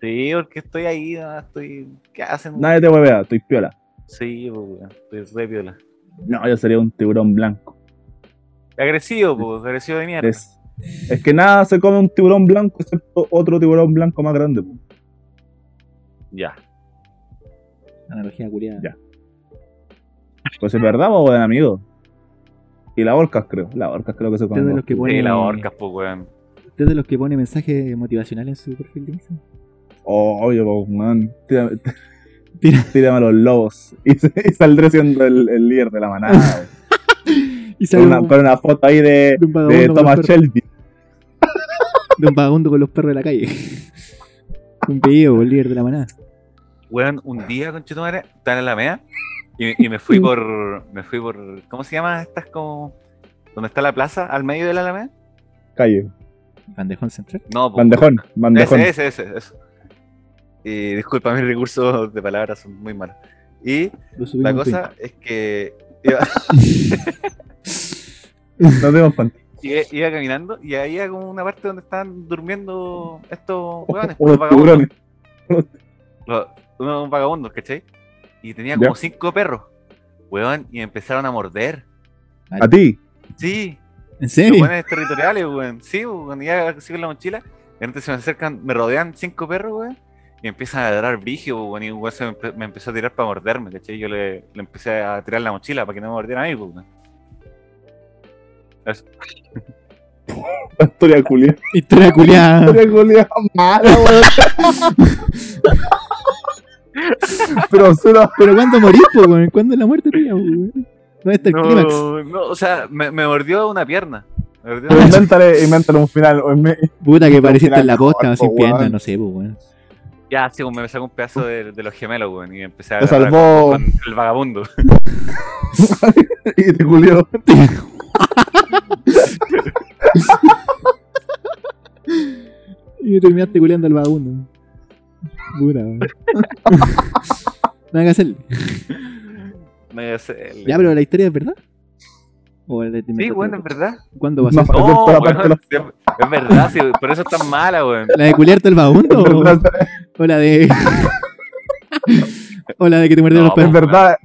[SPEAKER 2] Sí, porque estoy ahí, no, estoy. ¿Qué hacen?
[SPEAKER 3] Nadie te huevea, estoy piola.
[SPEAKER 2] Sí, pues, weón, estoy re piola.
[SPEAKER 3] No, yo sería un tiburón blanco.
[SPEAKER 2] Agresivo, pues, agresivo de mierda.
[SPEAKER 3] Es, es que nada se come un tiburón blanco excepto otro tiburón blanco más grande. po.
[SPEAKER 2] Ya.
[SPEAKER 1] Analogía culiada.
[SPEAKER 3] Ya. Pues es verdad, po, buen amigo. Y las orcas, creo. Las orcas creo que se
[SPEAKER 1] Usted es de
[SPEAKER 3] comen.
[SPEAKER 1] los que
[SPEAKER 2] Y
[SPEAKER 1] pone.
[SPEAKER 2] la orca, pues, weón.
[SPEAKER 1] usted es de los que pone mensajes motivacionales en su perfil de Instagram.
[SPEAKER 3] Oh, oye, po, man.
[SPEAKER 1] [LAUGHS]
[SPEAKER 3] Tírame,
[SPEAKER 1] Tira-
[SPEAKER 3] tírame a los lobos. Y, se- y saldré siendo el, el líder de la manada.
[SPEAKER 1] [LAUGHS]
[SPEAKER 3] po.
[SPEAKER 1] Y
[SPEAKER 3] con,
[SPEAKER 1] sale
[SPEAKER 3] una,
[SPEAKER 1] un-
[SPEAKER 3] con una foto ahí de,
[SPEAKER 1] de un
[SPEAKER 3] de
[SPEAKER 1] vagabundo. con los
[SPEAKER 3] Thomas
[SPEAKER 1] perros-
[SPEAKER 3] Shelby.
[SPEAKER 1] de un vagabundo con los perros de la calle. [LAUGHS] un pedido, el líder de la manada.
[SPEAKER 2] Weón, un día, conchetumare, estaba en la mea y, y me fui por. Me fui por. ¿Cómo se llama? Estas como. ¿Dónde está la plaza? ¿Al medio de la Alameda?
[SPEAKER 3] Calle.
[SPEAKER 1] Bandejón central.
[SPEAKER 2] No, pues,
[SPEAKER 3] Bandejón. Bandejón.
[SPEAKER 2] Ese, ese, ese, eso. Y disculpa, [LAUGHS] mis recursos de palabras son muy malos. Y
[SPEAKER 1] Lo subimos
[SPEAKER 2] la
[SPEAKER 1] en
[SPEAKER 2] cosa es que iba,
[SPEAKER 3] No tengo pantalla.
[SPEAKER 2] iba- iba caminando y había como una parte donde estaban durmiendo estos Oh, hueones, unos
[SPEAKER 3] Unos
[SPEAKER 2] vagabundos,
[SPEAKER 3] tiburones.
[SPEAKER 2] los- unos vagabundos, ¿cachai? Y tenía
[SPEAKER 3] Ya.
[SPEAKER 2] como cinco perros, hueón, y me empezaron a morder.
[SPEAKER 1] Twitch.
[SPEAKER 3] A ti.
[SPEAKER 2] Sí,
[SPEAKER 1] ¿En
[SPEAKER 2] los
[SPEAKER 1] serio?
[SPEAKER 2] hueones territoriales, weón. Sí, weón, ya consigo la mochila, de repente se me acercan, me rodean cinco perros, weón. Y empiezan a ladrar brigio, weón, y un weón se me, empe- me empezó a tirar para morderme, ¿cachai? Yo le, le empecé a tirar la mochila para que no me mordiera a mí, weón.
[SPEAKER 3] La historia culia.
[SPEAKER 1] Historia culiada.
[SPEAKER 3] historia culia mala, weón. Pero solo.
[SPEAKER 1] Pero ¿cuándo morís, po, weón? ¿Cuándo es la muerte tuya, weón? ¿Dónde está el clímax?
[SPEAKER 2] No, no, o sea, me, me mordió una pierna. Me mordió una-
[SPEAKER 3] Invéntale, invéntale un final. o inve-
[SPEAKER 1] Puta que pareciste
[SPEAKER 3] final
[SPEAKER 1] en la posta,
[SPEAKER 3] mejor,
[SPEAKER 1] sin
[SPEAKER 3] po,
[SPEAKER 1] piernas,
[SPEAKER 3] weón.
[SPEAKER 1] no sé, po, weón.
[SPEAKER 2] ya, sí, me sacó un pedazo de, de los gemelos, weón, y empecé a
[SPEAKER 3] Te
[SPEAKER 2] agarrar
[SPEAKER 3] salvó
[SPEAKER 2] con el vagabundo. [LAUGHS]
[SPEAKER 3] y te culió.
[SPEAKER 1] Y terminaste culiando al vagabundo. Pura, weón. [LAUGHS] Nada que hacerle.
[SPEAKER 2] Me hace el-
[SPEAKER 1] Ya, pero la historia es verdad. ¿O la de
[SPEAKER 2] Sí, weón, es verdad.
[SPEAKER 1] ¿Cuándo pasó?
[SPEAKER 3] No.
[SPEAKER 1] eso?
[SPEAKER 2] No,
[SPEAKER 3] Por la
[SPEAKER 2] weón,
[SPEAKER 3] parte
[SPEAKER 2] sí, es verdad, sí, por eso es tan mala,
[SPEAKER 3] [LAUGHS]
[SPEAKER 2] weón.
[SPEAKER 1] ¿La de culiarte al vagabundo?
[SPEAKER 3] Es
[SPEAKER 1] o-
[SPEAKER 3] verdad,
[SPEAKER 1] o la de. o la de que te mordieron
[SPEAKER 2] No,
[SPEAKER 1] los
[SPEAKER 3] es
[SPEAKER 1] perros.
[SPEAKER 3] verdad,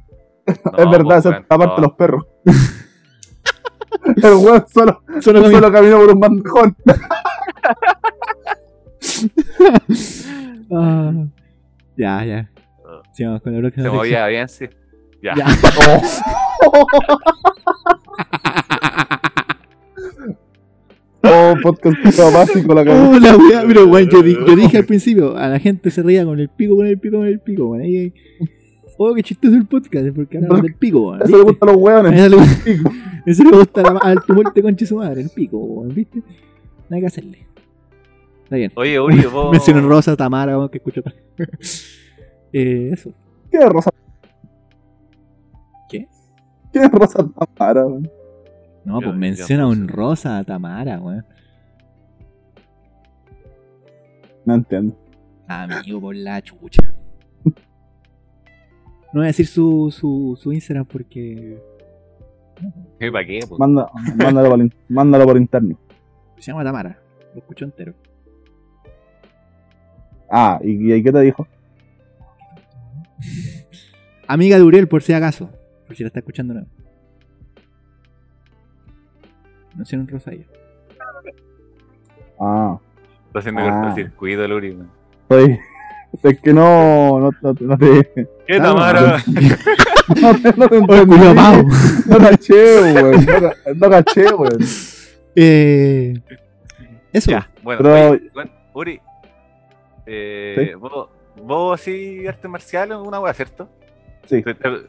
[SPEAKER 3] es
[SPEAKER 2] No,
[SPEAKER 3] verdad,
[SPEAKER 2] pues,
[SPEAKER 3] esa
[SPEAKER 2] weón,
[SPEAKER 3] es la parte de
[SPEAKER 2] no.
[SPEAKER 3] los perros. El weón solo,
[SPEAKER 1] Solo comí-
[SPEAKER 3] solo caminó por un bandejón.
[SPEAKER 1] Ah, ya, ya. Sigamos con la
[SPEAKER 2] Se
[SPEAKER 1] próxima. sección.
[SPEAKER 2] movía bien, sí. Ya.
[SPEAKER 1] Ya.
[SPEAKER 3] Oh,
[SPEAKER 2] [LAUGHS]
[SPEAKER 3] podcast culiao básico la cagó.
[SPEAKER 1] Oh, la weá, pero weón, yo, di- yo dije al principio, a la gente se reía con el pico, con el pico, con el pico, weón. Ahí, ahí. Oh, qué chistoso el podcast, porque hablamos del pico, weón.
[SPEAKER 3] Eso le gusta a los weones.
[SPEAKER 1] Eso le gusta, eso le gusta a la- al tumulto conche su madre, el pico, weón, ¿viste? Nada que hacerle. Está bien.
[SPEAKER 2] [LAUGHS]
[SPEAKER 1] [LAUGHS]
[SPEAKER 2] Oye,
[SPEAKER 3] [LAUGHS]
[SPEAKER 2] Uri, vos.
[SPEAKER 1] Mencionen Rosa, Tamara, weón, que escucho. [LAUGHS] eh, eso.
[SPEAKER 3] ¿Quién es Rosa?
[SPEAKER 1] ¿Qué?
[SPEAKER 3] ¿Quién es Rosa Tamara? weón?
[SPEAKER 1] No,
[SPEAKER 2] Yo-
[SPEAKER 1] pues
[SPEAKER 2] yo
[SPEAKER 1] menciona
[SPEAKER 2] puse.
[SPEAKER 1] honrosa a Tamara, weón.
[SPEAKER 3] No entiendo.
[SPEAKER 1] Amigo, por la chucha. [LAUGHS] No voy a decir su, su, su Instagram porque
[SPEAKER 2] Sí, ¿Para qué? po?
[SPEAKER 3] Manda- mándalo, por, in- mándalo por interno.
[SPEAKER 1] se llama Tamara. Lo escucho entero.
[SPEAKER 3] Ah, ¿y, y qué te dijo?
[SPEAKER 1] Amiga de Uriel, por si acaso. Por si la está escuchando no. Menciona honrosa a ella.
[SPEAKER 3] Ah,
[SPEAKER 2] Está haciendo
[SPEAKER 3] Ah.
[SPEAKER 2] cortocircuito el Uri, weón.
[SPEAKER 3] estoy. [LAUGHS] Es que no. No, no, no te. [LAUGHS]
[SPEAKER 1] Claro,
[SPEAKER 2] ¿Qué, Eh, Tamara?
[SPEAKER 1] [LAUGHS]
[SPEAKER 3] No te, no te
[SPEAKER 1] Oye,
[SPEAKER 3] entendí.
[SPEAKER 1] culiao, pavo.
[SPEAKER 3] [LAUGHS] No caché, weón. No, ca- no caché, weón.
[SPEAKER 1] Eh, Eso.
[SPEAKER 2] Ya, bueno,
[SPEAKER 3] Pero-
[SPEAKER 2] oye, bueno, Uri, Eh,
[SPEAKER 3] Sí.
[SPEAKER 2] Vos, vos así, arte marcial es una wea, ¿cierto?
[SPEAKER 3] Sí.
[SPEAKER 2] Te- te-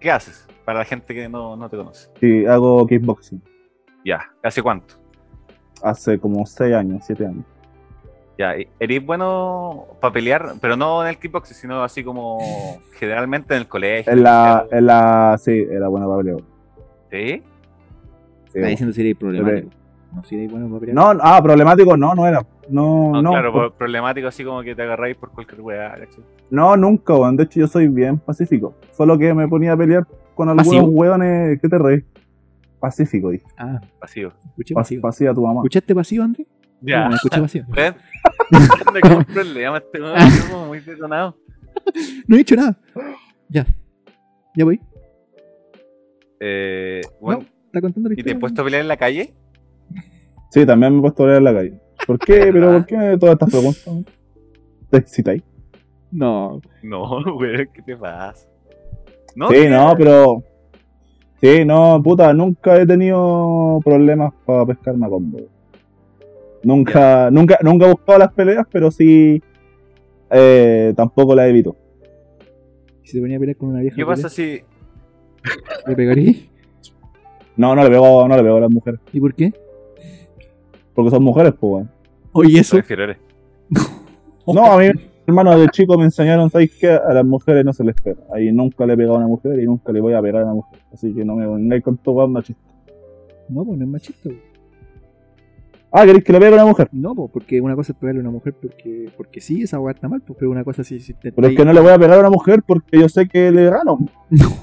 [SPEAKER 2] ¿Qué haces para la gente que no, no te conoce?
[SPEAKER 3] Sí, hago kickboxing.
[SPEAKER 2] Ya, ¿hace cuánto?
[SPEAKER 3] Hace como 6 años, 7 años.
[SPEAKER 2] Ya, y- ¿eres bueno para pelear? Pero no en el kickboxing, sino así como generalmente en el colegio.
[SPEAKER 3] En la, en la, sí, era buena para pelear.
[SPEAKER 2] ¿Sí?
[SPEAKER 3] Sí,
[SPEAKER 1] Está
[SPEAKER 3] bueno.
[SPEAKER 1] diciendo si eres problemático. No, si eres bueno para pelear.
[SPEAKER 3] No, no, ah, problemático no, no era. No, pues,
[SPEAKER 2] No,
[SPEAKER 3] no,
[SPEAKER 2] claro,
[SPEAKER 3] por-
[SPEAKER 2] por- problemático así como que te agarráis por cualquier weá. ¿cachai?
[SPEAKER 3] no, nunca, weón. De hecho, yo soy bien pacífico. Solo que me ponía a pelear con algunos
[SPEAKER 1] Pasivo.
[SPEAKER 3] hueones que te reí. Pacífico, dije.
[SPEAKER 1] Ah,
[SPEAKER 2] Pasivo.
[SPEAKER 1] escuché
[SPEAKER 3] Pas-
[SPEAKER 1] pasivo.
[SPEAKER 3] pasiva tu mamá.
[SPEAKER 1] ¿Escuchaste pasivo, Andrés? No, no escuché
[SPEAKER 2] [LAUGHS]
[SPEAKER 1] pasivo.
[SPEAKER 2] ¿Ven? Anda con un problema este weón, está como muy detonado.
[SPEAKER 1] No he dicho nada. Ya. Ya voy.
[SPEAKER 2] Eh, bueno,
[SPEAKER 1] Está contando la
[SPEAKER 2] ¿Y te
[SPEAKER 1] historia.
[SPEAKER 2] he puesto a pelear en la calle?
[SPEAKER 3] Sí, también me he puesto a pelear en la calle. ¿Por qué? ¿Pero por qué todas estas preguntas? ¿Te excitáis?
[SPEAKER 1] No.
[SPEAKER 2] No, [LAUGHS] weón, ¿qué te pasa? No,
[SPEAKER 3] Sí, no, pero. Sí, no, puta, nunca he tenido problemas para pescarme a combo. Nunca, nunca, nunca he buscado las peleas, pero sí. eh, tampoco las evito.
[SPEAKER 1] Si se ponía a pelear con una vieja,
[SPEAKER 2] ¿Qué pasa si.?
[SPEAKER 1] ¿le pegaría?
[SPEAKER 3] No, no le pego, no le pego a las mujeres.
[SPEAKER 1] ¿Y por qué?
[SPEAKER 3] Porque son mujeres, pues, weón.
[SPEAKER 1] Oye, eso.
[SPEAKER 2] Soy Fiorere.
[SPEAKER 3] No, a mí, hermano, de chico me enseñaron, ¿sabes qué? A las mujeres no se les pega. Ahí nunca le he pegado a una mujer y nunca le voy a pegar a una mujer. Así que no me vengáis con tu weón machista.
[SPEAKER 1] No, pues no es machista. güey.
[SPEAKER 3] Ah, ¿queréis que le pegue a una mujer?
[SPEAKER 1] No, pues porque una cosa es pegarle a una mujer porque, porque sí, esa weá está mal, pues, pero una cosa sí. sí te-
[SPEAKER 3] Pero es que
[SPEAKER 1] [LAUGHS]
[SPEAKER 3] no le voy a pegar a una mujer porque yo sé que le gano.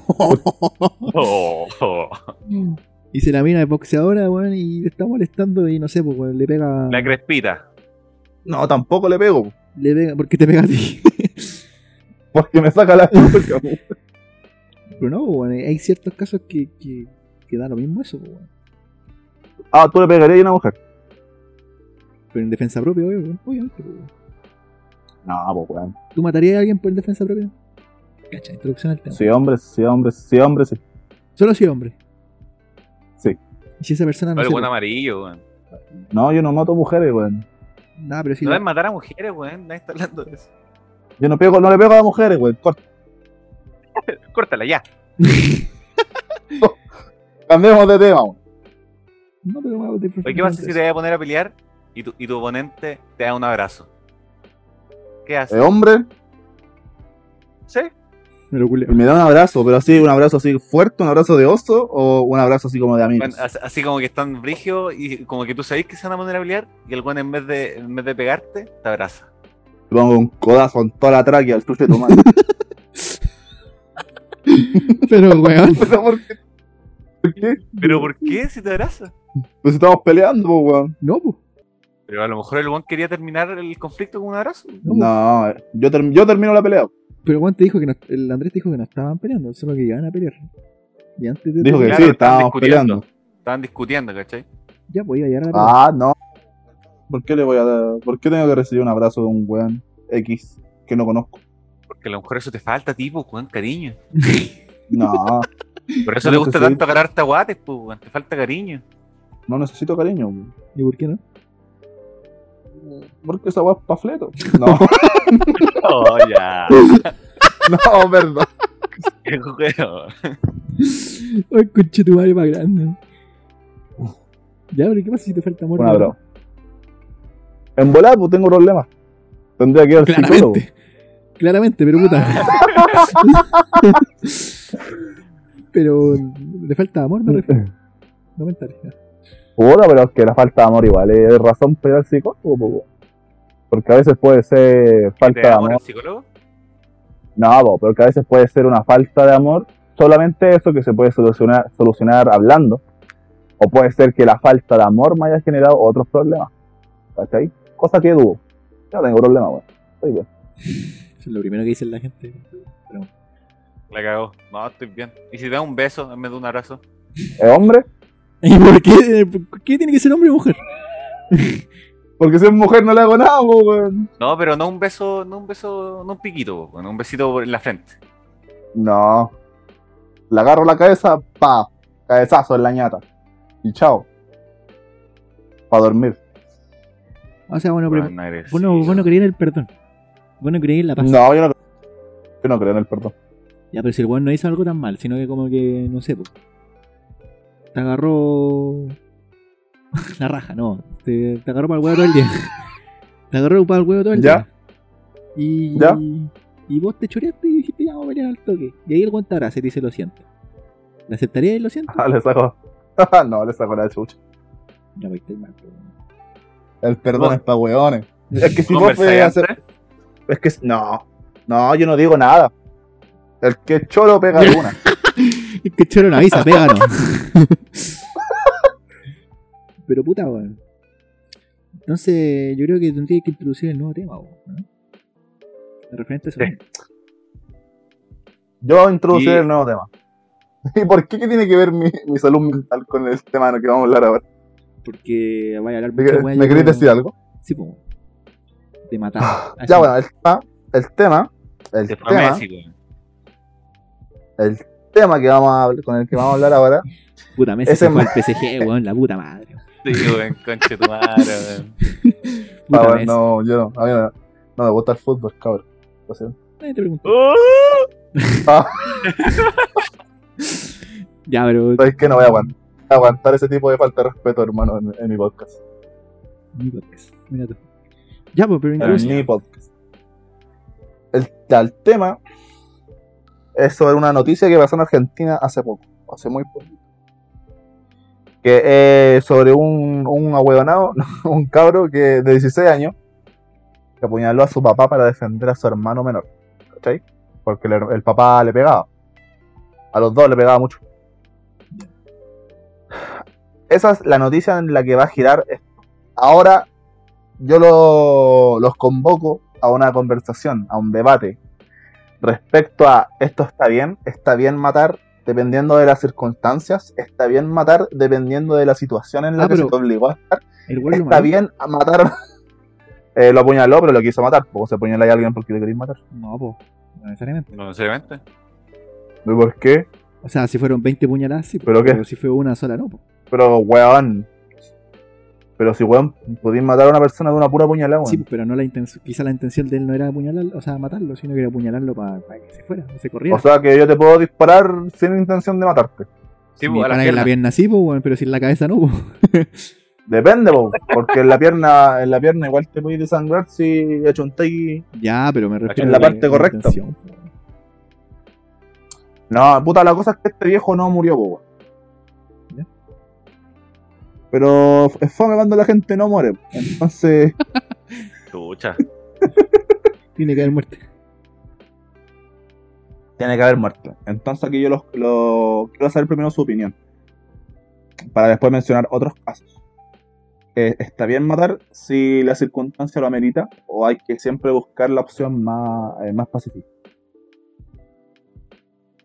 [SPEAKER 2] Oh, oh.
[SPEAKER 1] Y se la mina de boxeadora, weón, y le está molestando y no sé, pues weón, le pega.
[SPEAKER 2] La crespita.
[SPEAKER 3] No, tampoco le pego.
[SPEAKER 1] Le pega, porque te pega a ti. [LAUGHS]
[SPEAKER 3] Porque me saca [LAUGHS] la
[SPEAKER 1] pero no, pues, weón, hay ciertos casos que, que, que da lo mismo eso, pues, weón.
[SPEAKER 3] Ah, tú le pegarías a una mujer.
[SPEAKER 1] Pero en defensa propia, weón, obviamente, pues, weón.
[SPEAKER 3] No, pues weón.
[SPEAKER 1] ¿Tú matarías a alguien por defensa propia? Cacha, introducción al tema.
[SPEAKER 3] Sí, hombre, sí, hombre, sí, hombre, sí.
[SPEAKER 1] Solo si hombre.
[SPEAKER 3] Sí.
[SPEAKER 1] Y si esa persona Ah, no.
[SPEAKER 2] Algo
[SPEAKER 1] sé,
[SPEAKER 2] buen amarillo, weón.
[SPEAKER 3] No, yo no mato mujeres, weón.
[SPEAKER 1] pues, nada, pero si
[SPEAKER 2] No
[SPEAKER 1] la-
[SPEAKER 2] es matar a mujeres, weón. Nadie está hablando de eso.
[SPEAKER 3] Yo no pego, no le pego a las mujeres, weón. Corta.
[SPEAKER 2] Córtala ya.
[SPEAKER 3] Cambiemos de tema, weón.
[SPEAKER 1] [LAUGHS] No, pero weón, te-
[SPEAKER 2] Oye, ¿qué pasa si te vas a poner a pelear y tu, y tu oponente te da un abrazo? ¿Qué
[SPEAKER 3] El
[SPEAKER 2] haces?
[SPEAKER 3] hombre
[SPEAKER 2] ¿Sí?
[SPEAKER 1] Me lo culeo.
[SPEAKER 3] me da un abrazo, pero así, un abrazo así fuerte, un abrazo de oso o un abrazo así como de amigos.
[SPEAKER 2] Bueno, as- así como que están brigios y como que tú sabés que se van a poner a pelear y el weón en vez de, en vez de pegarte, te abraza.
[SPEAKER 3] Le pongo un codazo en toda la tráquea al tuyo de tu madre.
[SPEAKER 1] [LAUGHS] Pero weón.
[SPEAKER 3] [LAUGHS] Pero, ¿Por qué? ¿Por qué?
[SPEAKER 2] ¿Pero por qué si te abraza?
[SPEAKER 3] Pues estamos peleando, po, weón.
[SPEAKER 1] No, pues.
[SPEAKER 2] Pero a lo mejor el weón quería terminar el conflicto con un abrazo.
[SPEAKER 1] No,
[SPEAKER 3] No, eh, yo, term- yo termino la pelea.
[SPEAKER 1] Pero Juan te dijo que no, el Andrés te dijo que no estaban peleando, solo que iban a pelear. Y antes de
[SPEAKER 3] Dijo que
[SPEAKER 2] Claro,
[SPEAKER 3] sí,
[SPEAKER 2] estaban
[SPEAKER 3] estábamos
[SPEAKER 2] discutiendo.
[SPEAKER 3] peleando.
[SPEAKER 2] Estaban discutiendo, ¿cachai?
[SPEAKER 1] ya podía llegar a la pelea.
[SPEAKER 3] Ah, no. ¿Por qué le voy a dar? ¿Por qué tengo que recibir un abrazo de un weón X que no conozco?
[SPEAKER 2] Porque a lo mejor eso te falta, tipo, weón, cariño.
[SPEAKER 3] No,
[SPEAKER 2] Por eso
[SPEAKER 3] No
[SPEAKER 2] le gusta
[SPEAKER 3] necesito.
[SPEAKER 2] tanto agarrarte a guates, pues, weón. Te falta cariño.
[SPEAKER 3] no necesito cariño. weón.
[SPEAKER 1] ¿Y por qué no?
[SPEAKER 3] Porque esa weá es pafleto. No, [LAUGHS]
[SPEAKER 2] Oh, ya. [LAUGHS]
[SPEAKER 3] no, Oh, perdón.
[SPEAKER 2] Qué juego.
[SPEAKER 1] Ay, conche tu madre más grande. Ya, pero ¿qué pasa si te falta amor?
[SPEAKER 3] Un abrazo. En volar, pues tengo problemas. Tendría que ir al psicólogo.
[SPEAKER 1] [LAUGHS] Claramente. Claramente, pero puta. [LAUGHS] pero le falta amor, me refiero. No mental.
[SPEAKER 3] Puta, pero es que la falta de amor igual es razón para ir al psicólogo, po, weón. Porque a veces puede ser falta
[SPEAKER 2] ¿Te
[SPEAKER 3] de
[SPEAKER 2] da amor
[SPEAKER 3] amor.
[SPEAKER 2] el psicólogo?
[SPEAKER 3] No, po, porque a veces puede ser una falta de amor, solamente eso que se puede solucionar, solucionar hablando. O puede ser que la falta de amor me haya generado otros problemas. ¿Cachai? Cosa que dudo. Yo no tengo problema, weón. Estoy bien.
[SPEAKER 1] Eso es lo primero que dice la gente.
[SPEAKER 2] La cagó. No, estoy bien. ¿Y si te da un beso en vez de un abrazo?
[SPEAKER 3] ¿Es hombre?
[SPEAKER 1] [LAUGHS] ¿Y por qué, por qué tiene que ser hombre o mujer?
[SPEAKER 3] Porque si es mujer no le hago nada, po, weón.
[SPEAKER 2] No, pero no un beso, no un beso, no un piquito, weón. Un besito por- en la frente.
[SPEAKER 3] No. Le agarro la cabeza, pa. Cabezazo en la ñata. Y chao. Para dormir.
[SPEAKER 1] O sea, bueno, pero
[SPEAKER 2] Weón, agresivo.
[SPEAKER 1] vos no, vos no querías el perdón. Vos no creí en la paz.
[SPEAKER 3] No, yo no, yo no creo en el perdón.
[SPEAKER 1] Ya, pero si el weón no hizo algo tan mal, sino que como que, no sé, pues, te agarró [LAUGHS] la raja, no, te, te agarró para el huevo todo el día. [LAUGHS] Te agarró para el huevo todo el
[SPEAKER 3] Ya.
[SPEAKER 1] día. Y,
[SPEAKER 3] Ya.
[SPEAKER 1] y vos te choreaste y dijiste, ya vamos a pelear al toque. Y ahí el weón te abraza y te dice, lo siento. ¿Le aceptaría y lo siento?
[SPEAKER 3] [LAUGHS] Ah, le saco. [LAUGHS] no, le saco la chucha.
[SPEAKER 1] Ya, pues, estáis mal, pero-
[SPEAKER 3] El perdón
[SPEAKER 2] No.
[SPEAKER 3] es para weones. Es que si vos
[SPEAKER 2] ¿Conversáis
[SPEAKER 3] podés hacer.
[SPEAKER 2] antes?
[SPEAKER 3] Es que. No, no, yo no digo nada. El que cholo pega de
[SPEAKER 2] [LAUGHS]
[SPEAKER 3] una.
[SPEAKER 1] Es que choro una
[SPEAKER 3] [LAUGHS]
[SPEAKER 1] avisa, pégalo. Pero puta, weón. Entonces, yo creo que tendría que introducir el nuevo tema, weón. ¿no? Referente a eso.
[SPEAKER 2] Sí.
[SPEAKER 3] Yo introduciré
[SPEAKER 2] Y-
[SPEAKER 3] el nuevo tema. [LAUGHS] ¿Y por qué, qué tiene que ver mi, mi salud mental con el tema del que vamos a hablar ahora?
[SPEAKER 1] Porque vaya a hablar
[SPEAKER 3] ¿Me,
[SPEAKER 1] mucho,
[SPEAKER 3] quer-
[SPEAKER 1] weón.
[SPEAKER 3] me
[SPEAKER 1] yo
[SPEAKER 3] queréis
[SPEAKER 1] creo-
[SPEAKER 3] decir algo?
[SPEAKER 1] Sí, pues. Te mataba.
[SPEAKER 3] [LAUGHS] Ya, bueno, el tema. El tema. El
[SPEAKER 2] Te fue
[SPEAKER 3] este tema,
[SPEAKER 2] Messi, weón.
[SPEAKER 3] el tema que vamos a, hablar- con el que vamos a hablar ahora.
[SPEAKER 1] Puta, Messi
[SPEAKER 3] ese
[SPEAKER 1] se fue
[SPEAKER 3] ma-
[SPEAKER 1] al PSG, weón. La puta madre.
[SPEAKER 3] [LAUGHS]
[SPEAKER 2] Sí, weón, conche tu madre, weón.
[SPEAKER 1] Puta
[SPEAKER 3] Ah,
[SPEAKER 1] Messi.
[SPEAKER 3] no, yo no. A mí no, no me gusta el fútbol, cabrón. Lo siento.
[SPEAKER 1] Nadie te preguntó.
[SPEAKER 2] ¡Oh!
[SPEAKER 1] Ya, pero.
[SPEAKER 3] Pero es que no voy a aguantar, aguantar ese tipo de falta de respeto, hermano, en, en mi podcast.
[SPEAKER 1] Mi podcast. Mira tú. Ya, pues, pero
[SPEAKER 3] En
[SPEAKER 1] incluso.
[SPEAKER 3] mi podcast. El, ya, el tema es sobre una noticia que pasó en Argentina hace poco, hace muy poco. Que es sobre un, un ahueonado, [LAUGHS] un cabro que, de 16 años que apuñaló a su papá para defender a su hermano menor. ¿Cachai? Porque el, her- el papá le pegaba. A los dos le pegaba mucho. Esa es la noticia en la que va a girar esto. Ahora yo lo- los convoco a una conversación, a un debate, respecto a esto está bien, está bien matar dependiendo de las circunstancias, está bien matar dependiendo de la situación en la
[SPEAKER 1] Ah,
[SPEAKER 3] que
[SPEAKER 1] pero-
[SPEAKER 3] se te obligó a estar.
[SPEAKER 1] El weón lo
[SPEAKER 3] Está
[SPEAKER 1] mató.
[SPEAKER 3] bien a matar. [LAUGHS] Eh, lo apuñaló, pero lo quiso matar. ¿Cómo se apuñala a alguien porque le queréis matar?
[SPEAKER 1] No, pues. No necesariamente.
[SPEAKER 2] No, seriamente.
[SPEAKER 3] ¿Y ¿Por qué?
[SPEAKER 1] O sea, si fueron 20 puñaladas, sí. po,
[SPEAKER 3] ¿Pero qué?
[SPEAKER 1] si fue una sola, no, po.
[SPEAKER 3] Pero, weón. Pero si, weón, pudís matar a una persona de una pura puñalada, weón.
[SPEAKER 1] Sí, pero no la intención, quizá la intención de él no era apuñalarlo, o sea, matarlo, sino que era apuñalarlo para que se fuera, se corriera.
[SPEAKER 3] o sea que yo te puedo disparar sin intención de matarte.
[SPEAKER 1] Si
[SPEAKER 2] Sí, po,
[SPEAKER 1] me
[SPEAKER 2] a la
[SPEAKER 1] disparan en la
[SPEAKER 2] pierna.
[SPEAKER 1] pierna sí, po, weón, pero si en la cabeza no, po. [LAUGHS]
[SPEAKER 3] Depende, po, porque en la pierna, en la pierna igual te podéis desangrar si achuntáis.
[SPEAKER 1] Ya, pero me refiero
[SPEAKER 2] en
[SPEAKER 1] a
[SPEAKER 2] la
[SPEAKER 3] parte correcta.
[SPEAKER 1] intención, po.
[SPEAKER 3] No, puta, la cosa es que este viejo no murió, po, weón.
[SPEAKER 1] Ya.
[SPEAKER 3] Pero es fome cuando la gente no muere. Entonces,
[SPEAKER 2] Chucha.
[SPEAKER 1] Tiene que haber muerte.
[SPEAKER 3] tiene que haber muerto. Entonces aquí yo los, lo- quiero saber primero su opinión. Para después mencionar otros casos. Eh, ¿Está bien matar si la circunstancia lo amerita? ¿O hay que siempre buscar la opción más, eh, más pacífica?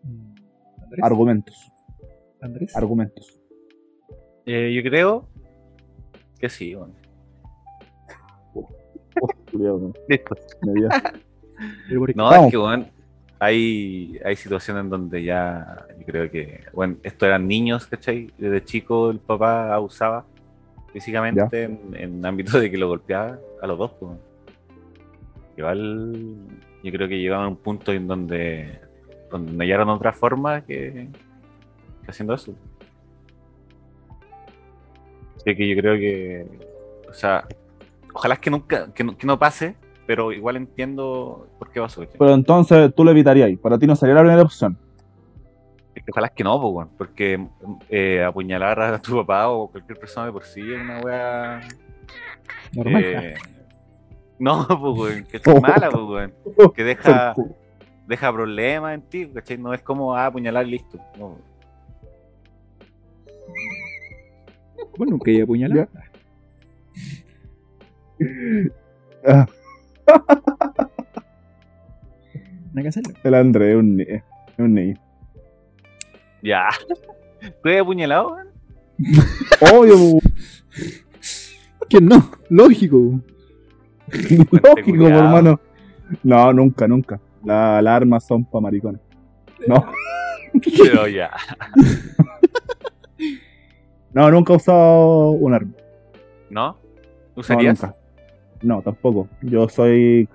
[SPEAKER 1] Mm, Andrés,
[SPEAKER 3] Argumentos.
[SPEAKER 1] Andrés.
[SPEAKER 3] Argumentos.
[SPEAKER 2] Eh, yo creo que sí, weón.
[SPEAKER 3] Uf, culiao, weón.
[SPEAKER 2] Listo.
[SPEAKER 3] Me dio.
[SPEAKER 1] Pero por-
[SPEAKER 2] No,
[SPEAKER 3] Vamos.
[SPEAKER 2] es que, weón, hay, hay situaciones en donde ya, yo creo que, bueno, esto eran niños, ¿cachai? Desde chico el papá abusaba físicamente en, en ámbito de que lo golpeaba a los dos, pues. Igual, yo creo que llegaban a un punto en donde, donde no hallaron otra forma que, que haciendo eso. Así que yo creo que, o sea, ojalá es que nunca, que no, que no pase, pero igual entiendo por qué pasó. ¿cachai?
[SPEAKER 3] Pero entonces tú lo evitarías. Para ti no sería la primera opción.
[SPEAKER 2] Es que Ojalá es que no, po, weón, porque eh, apuñalar a tu papá o cualquier persona de por sí es una weá.
[SPEAKER 1] normal.
[SPEAKER 2] eh, no, [LAUGHS] po, weón, que es mala, po, weón, que deja, deja problemas en ti, ¿cachai? No es como ah, apuñalar y listo. No.
[SPEAKER 1] Bueno, pues, nunca he apuñalado.
[SPEAKER 3] Ah,
[SPEAKER 1] Nada que hacerlo.
[SPEAKER 3] el André es un, ni- es un niño.
[SPEAKER 2] Ya. [LAUGHS] ¿Tú eres apuñalado, weón?
[SPEAKER 3] Obvio, po,
[SPEAKER 1] ¿Quién no? [LAUGHS] Lógico.
[SPEAKER 3] [LAUGHS] Lógico, po,
[SPEAKER 2] culiao.
[SPEAKER 3] hermano. No, nunca, nunca. La- Las armas son para maricones. No,
[SPEAKER 2] Pero ya.
[SPEAKER 3] no, nunca he usado un arma.
[SPEAKER 2] ¿No?
[SPEAKER 3] No,
[SPEAKER 2] ¿Usarías?
[SPEAKER 3] nunca. No, tampoco. Yo soy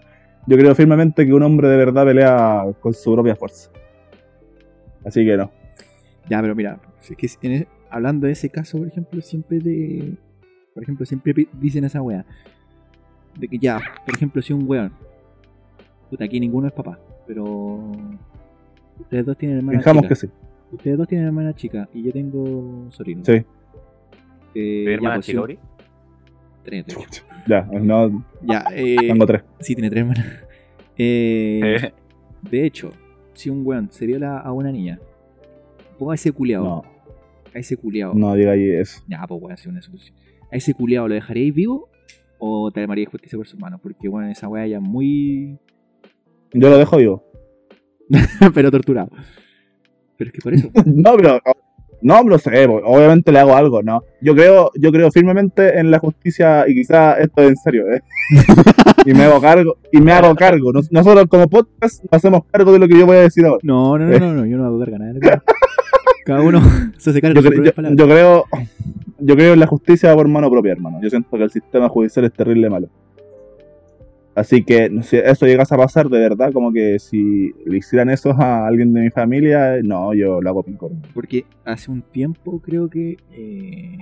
[SPEAKER 3] Yo creo firmemente que un hombre de verdad pelea con su propia fuerza. Así que no.
[SPEAKER 1] Ya, pero mira, es que en e- hablando de ese caso, por ejemplo, siempre de. Por ejemplo, siempre pi- dicen esa wea. De que ya, por ejemplo, si un weón. Puta, aquí ninguno es papá, pero. Ustedes dos tienen hermana
[SPEAKER 3] Fijamos que
[SPEAKER 1] chica.
[SPEAKER 3] sí.
[SPEAKER 1] Ustedes dos tienen hermana chica y yo tengo sobrino.
[SPEAKER 3] Sí.
[SPEAKER 1] Eh,
[SPEAKER 2] Mi hermana
[SPEAKER 1] ya, pues, si
[SPEAKER 2] chica,
[SPEAKER 1] un-
[SPEAKER 2] Ori.
[SPEAKER 1] tres, de hecho.
[SPEAKER 3] Ya, no,
[SPEAKER 1] Ya, eh,
[SPEAKER 3] tengo tres.
[SPEAKER 1] Sí, tiene tres hermanas. [LAUGHS] Eh,
[SPEAKER 2] Eh,
[SPEAKER 1] de hecho, si un weón se viola a una niña, ponga a ese culeado.
[SPEAKER 3] No,
[SPEAKER 1] A ese culeado.
[SPEAKER 3] no llega ahí eso.
[SPEAKER 1] Ya, pues weón, si una solución. ¿A ese culeado lo dejaríais vivo? ¿O te llamaría justicia por su mano? Porque bueno, esa weá ya es muy. [LAUGHS]
[SPEAKER 3] Yo lo dejo vivo. [LAUGHS]
[SPEAKER 1] pero torturado. Pero es que por
[SPEAKER 2] [LAUGHS]
[SPEAKER 1] eso.
[SPEAKER 3] No, pero no lo sé, po. obviamente le hago algo, ¿no? Yo creo, yo creo firmemente en la justicia y quizá esto es en serio, ¿eh? [LAUGHS] y me hago cargo, y me hago cargo. Nos- nosotros como podcast nos hacemos cargo de lo que yo voy a decir ahora.
[SPEAKER 1] No, no, no, no, no, yo no hago carga nada. de
[SPEAKER 2] [LAUGHS]
[SPEAKER 1] lo que- Cada uno [LAUGHS] se hace cargo
[SPEAKER 3] Yo,
[SPEAKER 1] de sus
[SPEAKER 3] cre-
[SPEAKER 1] propias
[SPEAKER 3] yo-
[SPEAKER 1] palabras.
[SPEAKER 3] yo creo yo creo en la justicia por mano propia, hermano. Yo siento que el sistema judicial es terrible malo. Así que si eso llegase a pasar de verdad, como que si le hicieran eso a alguien de mi familia, no, yo lo hago pico. hermano.
[SPEAKER 1] Porque hace un tiempo creo que. eh,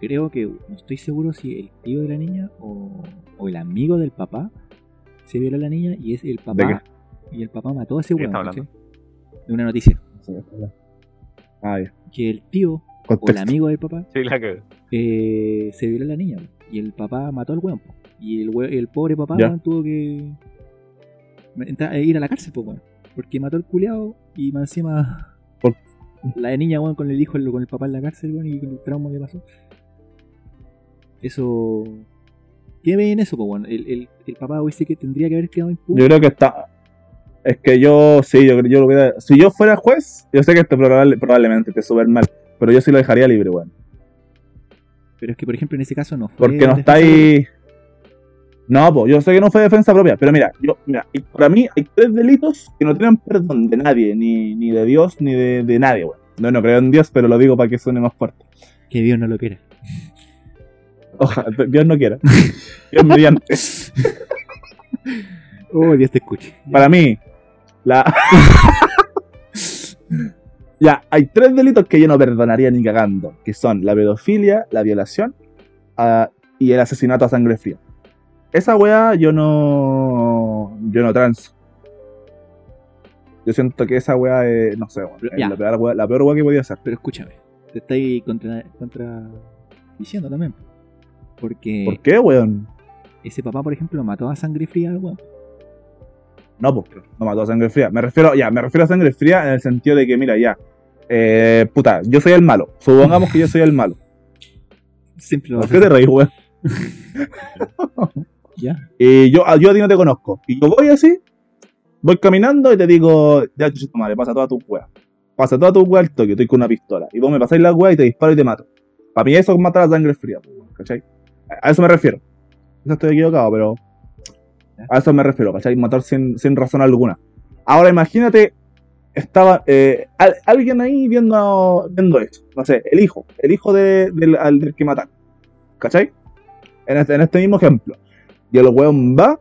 [SPEAKER 1] creo que. No estoy seguro si el tío de la niña o, o el amigo del papá se violó a la niña y es el papá. Y el papá mató a ese
[SPEAKER 2] ¿De qué
[SPEAKER 1] weón.
[SPEAKER 2] está
[SPEAKER 1] ¿cachai? De una noticia.
[SPEAKER 3] Ah, ya.
[SPEAKER 1] Que el tío o el
[SPEAKER 3] Contexto.
[SPEAKER 1] amigo del papá
[SPEAKER 2] [LAUGHS] sí, la que.
[SPEAKER 1] eh, se violó a la niña. po, Y el papá mató al weón. po. Y el, we- el pobre papá
[SPEAKER 3] Ya.
[SPEAKER 1] weón, tuvo que. entra- ir a la cárcel, po, weón. Porque mató al culeado y más encima.
[SPEAKER 3] [LAUGHS] Por-
[SPEAKER 1] La niña, weón, con el hijo, con el papá en la cárcel, weón, y con el trauma que pasó. Eso. ¿Qué ve en eso, po, weón? El, el, el papá dice que tendría que haber quedado impune.
[SPEAKER 3] Yo creo que está. Es que yo, sí, yo, yo lo hubiera. Si yo fuera juez, yo sé que esto probable- probablemente te súper mal. Pero yo sí lo dejaría libre, weón.
[SPEAKER 1] Pero es que, por ejemplo, en ese caso no fue.
[SPEAKER 3] Porque no
[SPEAKER 1] defensa
[SPEAKER 3] está
[SPEAKER 1] propia.
[SPEAKER 3] ahí. No, pues yo sé que no fue defensa propia. Pero mira, yo, mira,
[SPEAKER 1] Ah.
[SPEAKER 3] y para mí hay tres delitos que no tienen perdón de nadie, ni, ni de Dios, ni de, de nadie, weón. No, no creo en Dios, pero lo digo para que suene más fuerte.
[SPEAKER 1] Que Dios no lo quiera.
[SPEAKER 3] Ojalá, Dios
[SPEAKER 1] [LAUGHS]
[SPEAKER 3] no quiera. Dios mediante.
[SPEAKER 1] Oh, Dios te escuche.
[SPEAKER 3] Para mí, la. [LAUGHS] ya, hay tres delitos que yo no perdonaría ni cagando: que son la pedofilia, la violación ah, y el asesinato a sangre fría. Esa weá yo no. Yo no transo. Yo siento que esa weá es. No sé, weón, es
[SPEAKER 1] Ya.
[SPEAKER 3] la peor weá, la peor weá que podía hacer.
[SPEAKER 1] Pero escúchame, te estáis contra, contra diciendo también. Porque
[SPEAKER 3] ¿Por qué, weón?
[SPEAKER 1] ese papá, por ejemplo, mató a sangre fría al weón.
[SPEAKER 3] No, pues, no mató a sangre fría. Me refiero, ya, me refiero a sangre fría en el sentido de que, mira, ya. eh, puta, yo soy el malo. Supongamos que yo soy el malo.
[SPEAKER 1] Siempre lo
[SPEAKER 3] ¿Por qué te reís, weón?
[SPEAKER 1] ¿Ya?
[SPEAKER 3] Y yo, ah, yo a ti no te conozco. Y yo voy así, voy caminando y te digo, ya chucha tu madre, pasa toda tu wea. Pasa toda tu wea al toque, estoy con una pistola. Y vos me pasáis la wea y te disparo y te mato. Para mí eso es matar a sangre fría, pues, weón, ¿cachai? A a eso me refiero. Quizás estoy equivocado, pero. A eso me refiero, ¿cachai? Matar sin, sin razón alguna. Ahora imagínate, estaba eh, al- alguien ahí viendo, viendo esto. No sé, el hijo. El hijo de- del, al- del que mataron. ¿Cachai? En este- en este mismo ejemplo. Y el weón va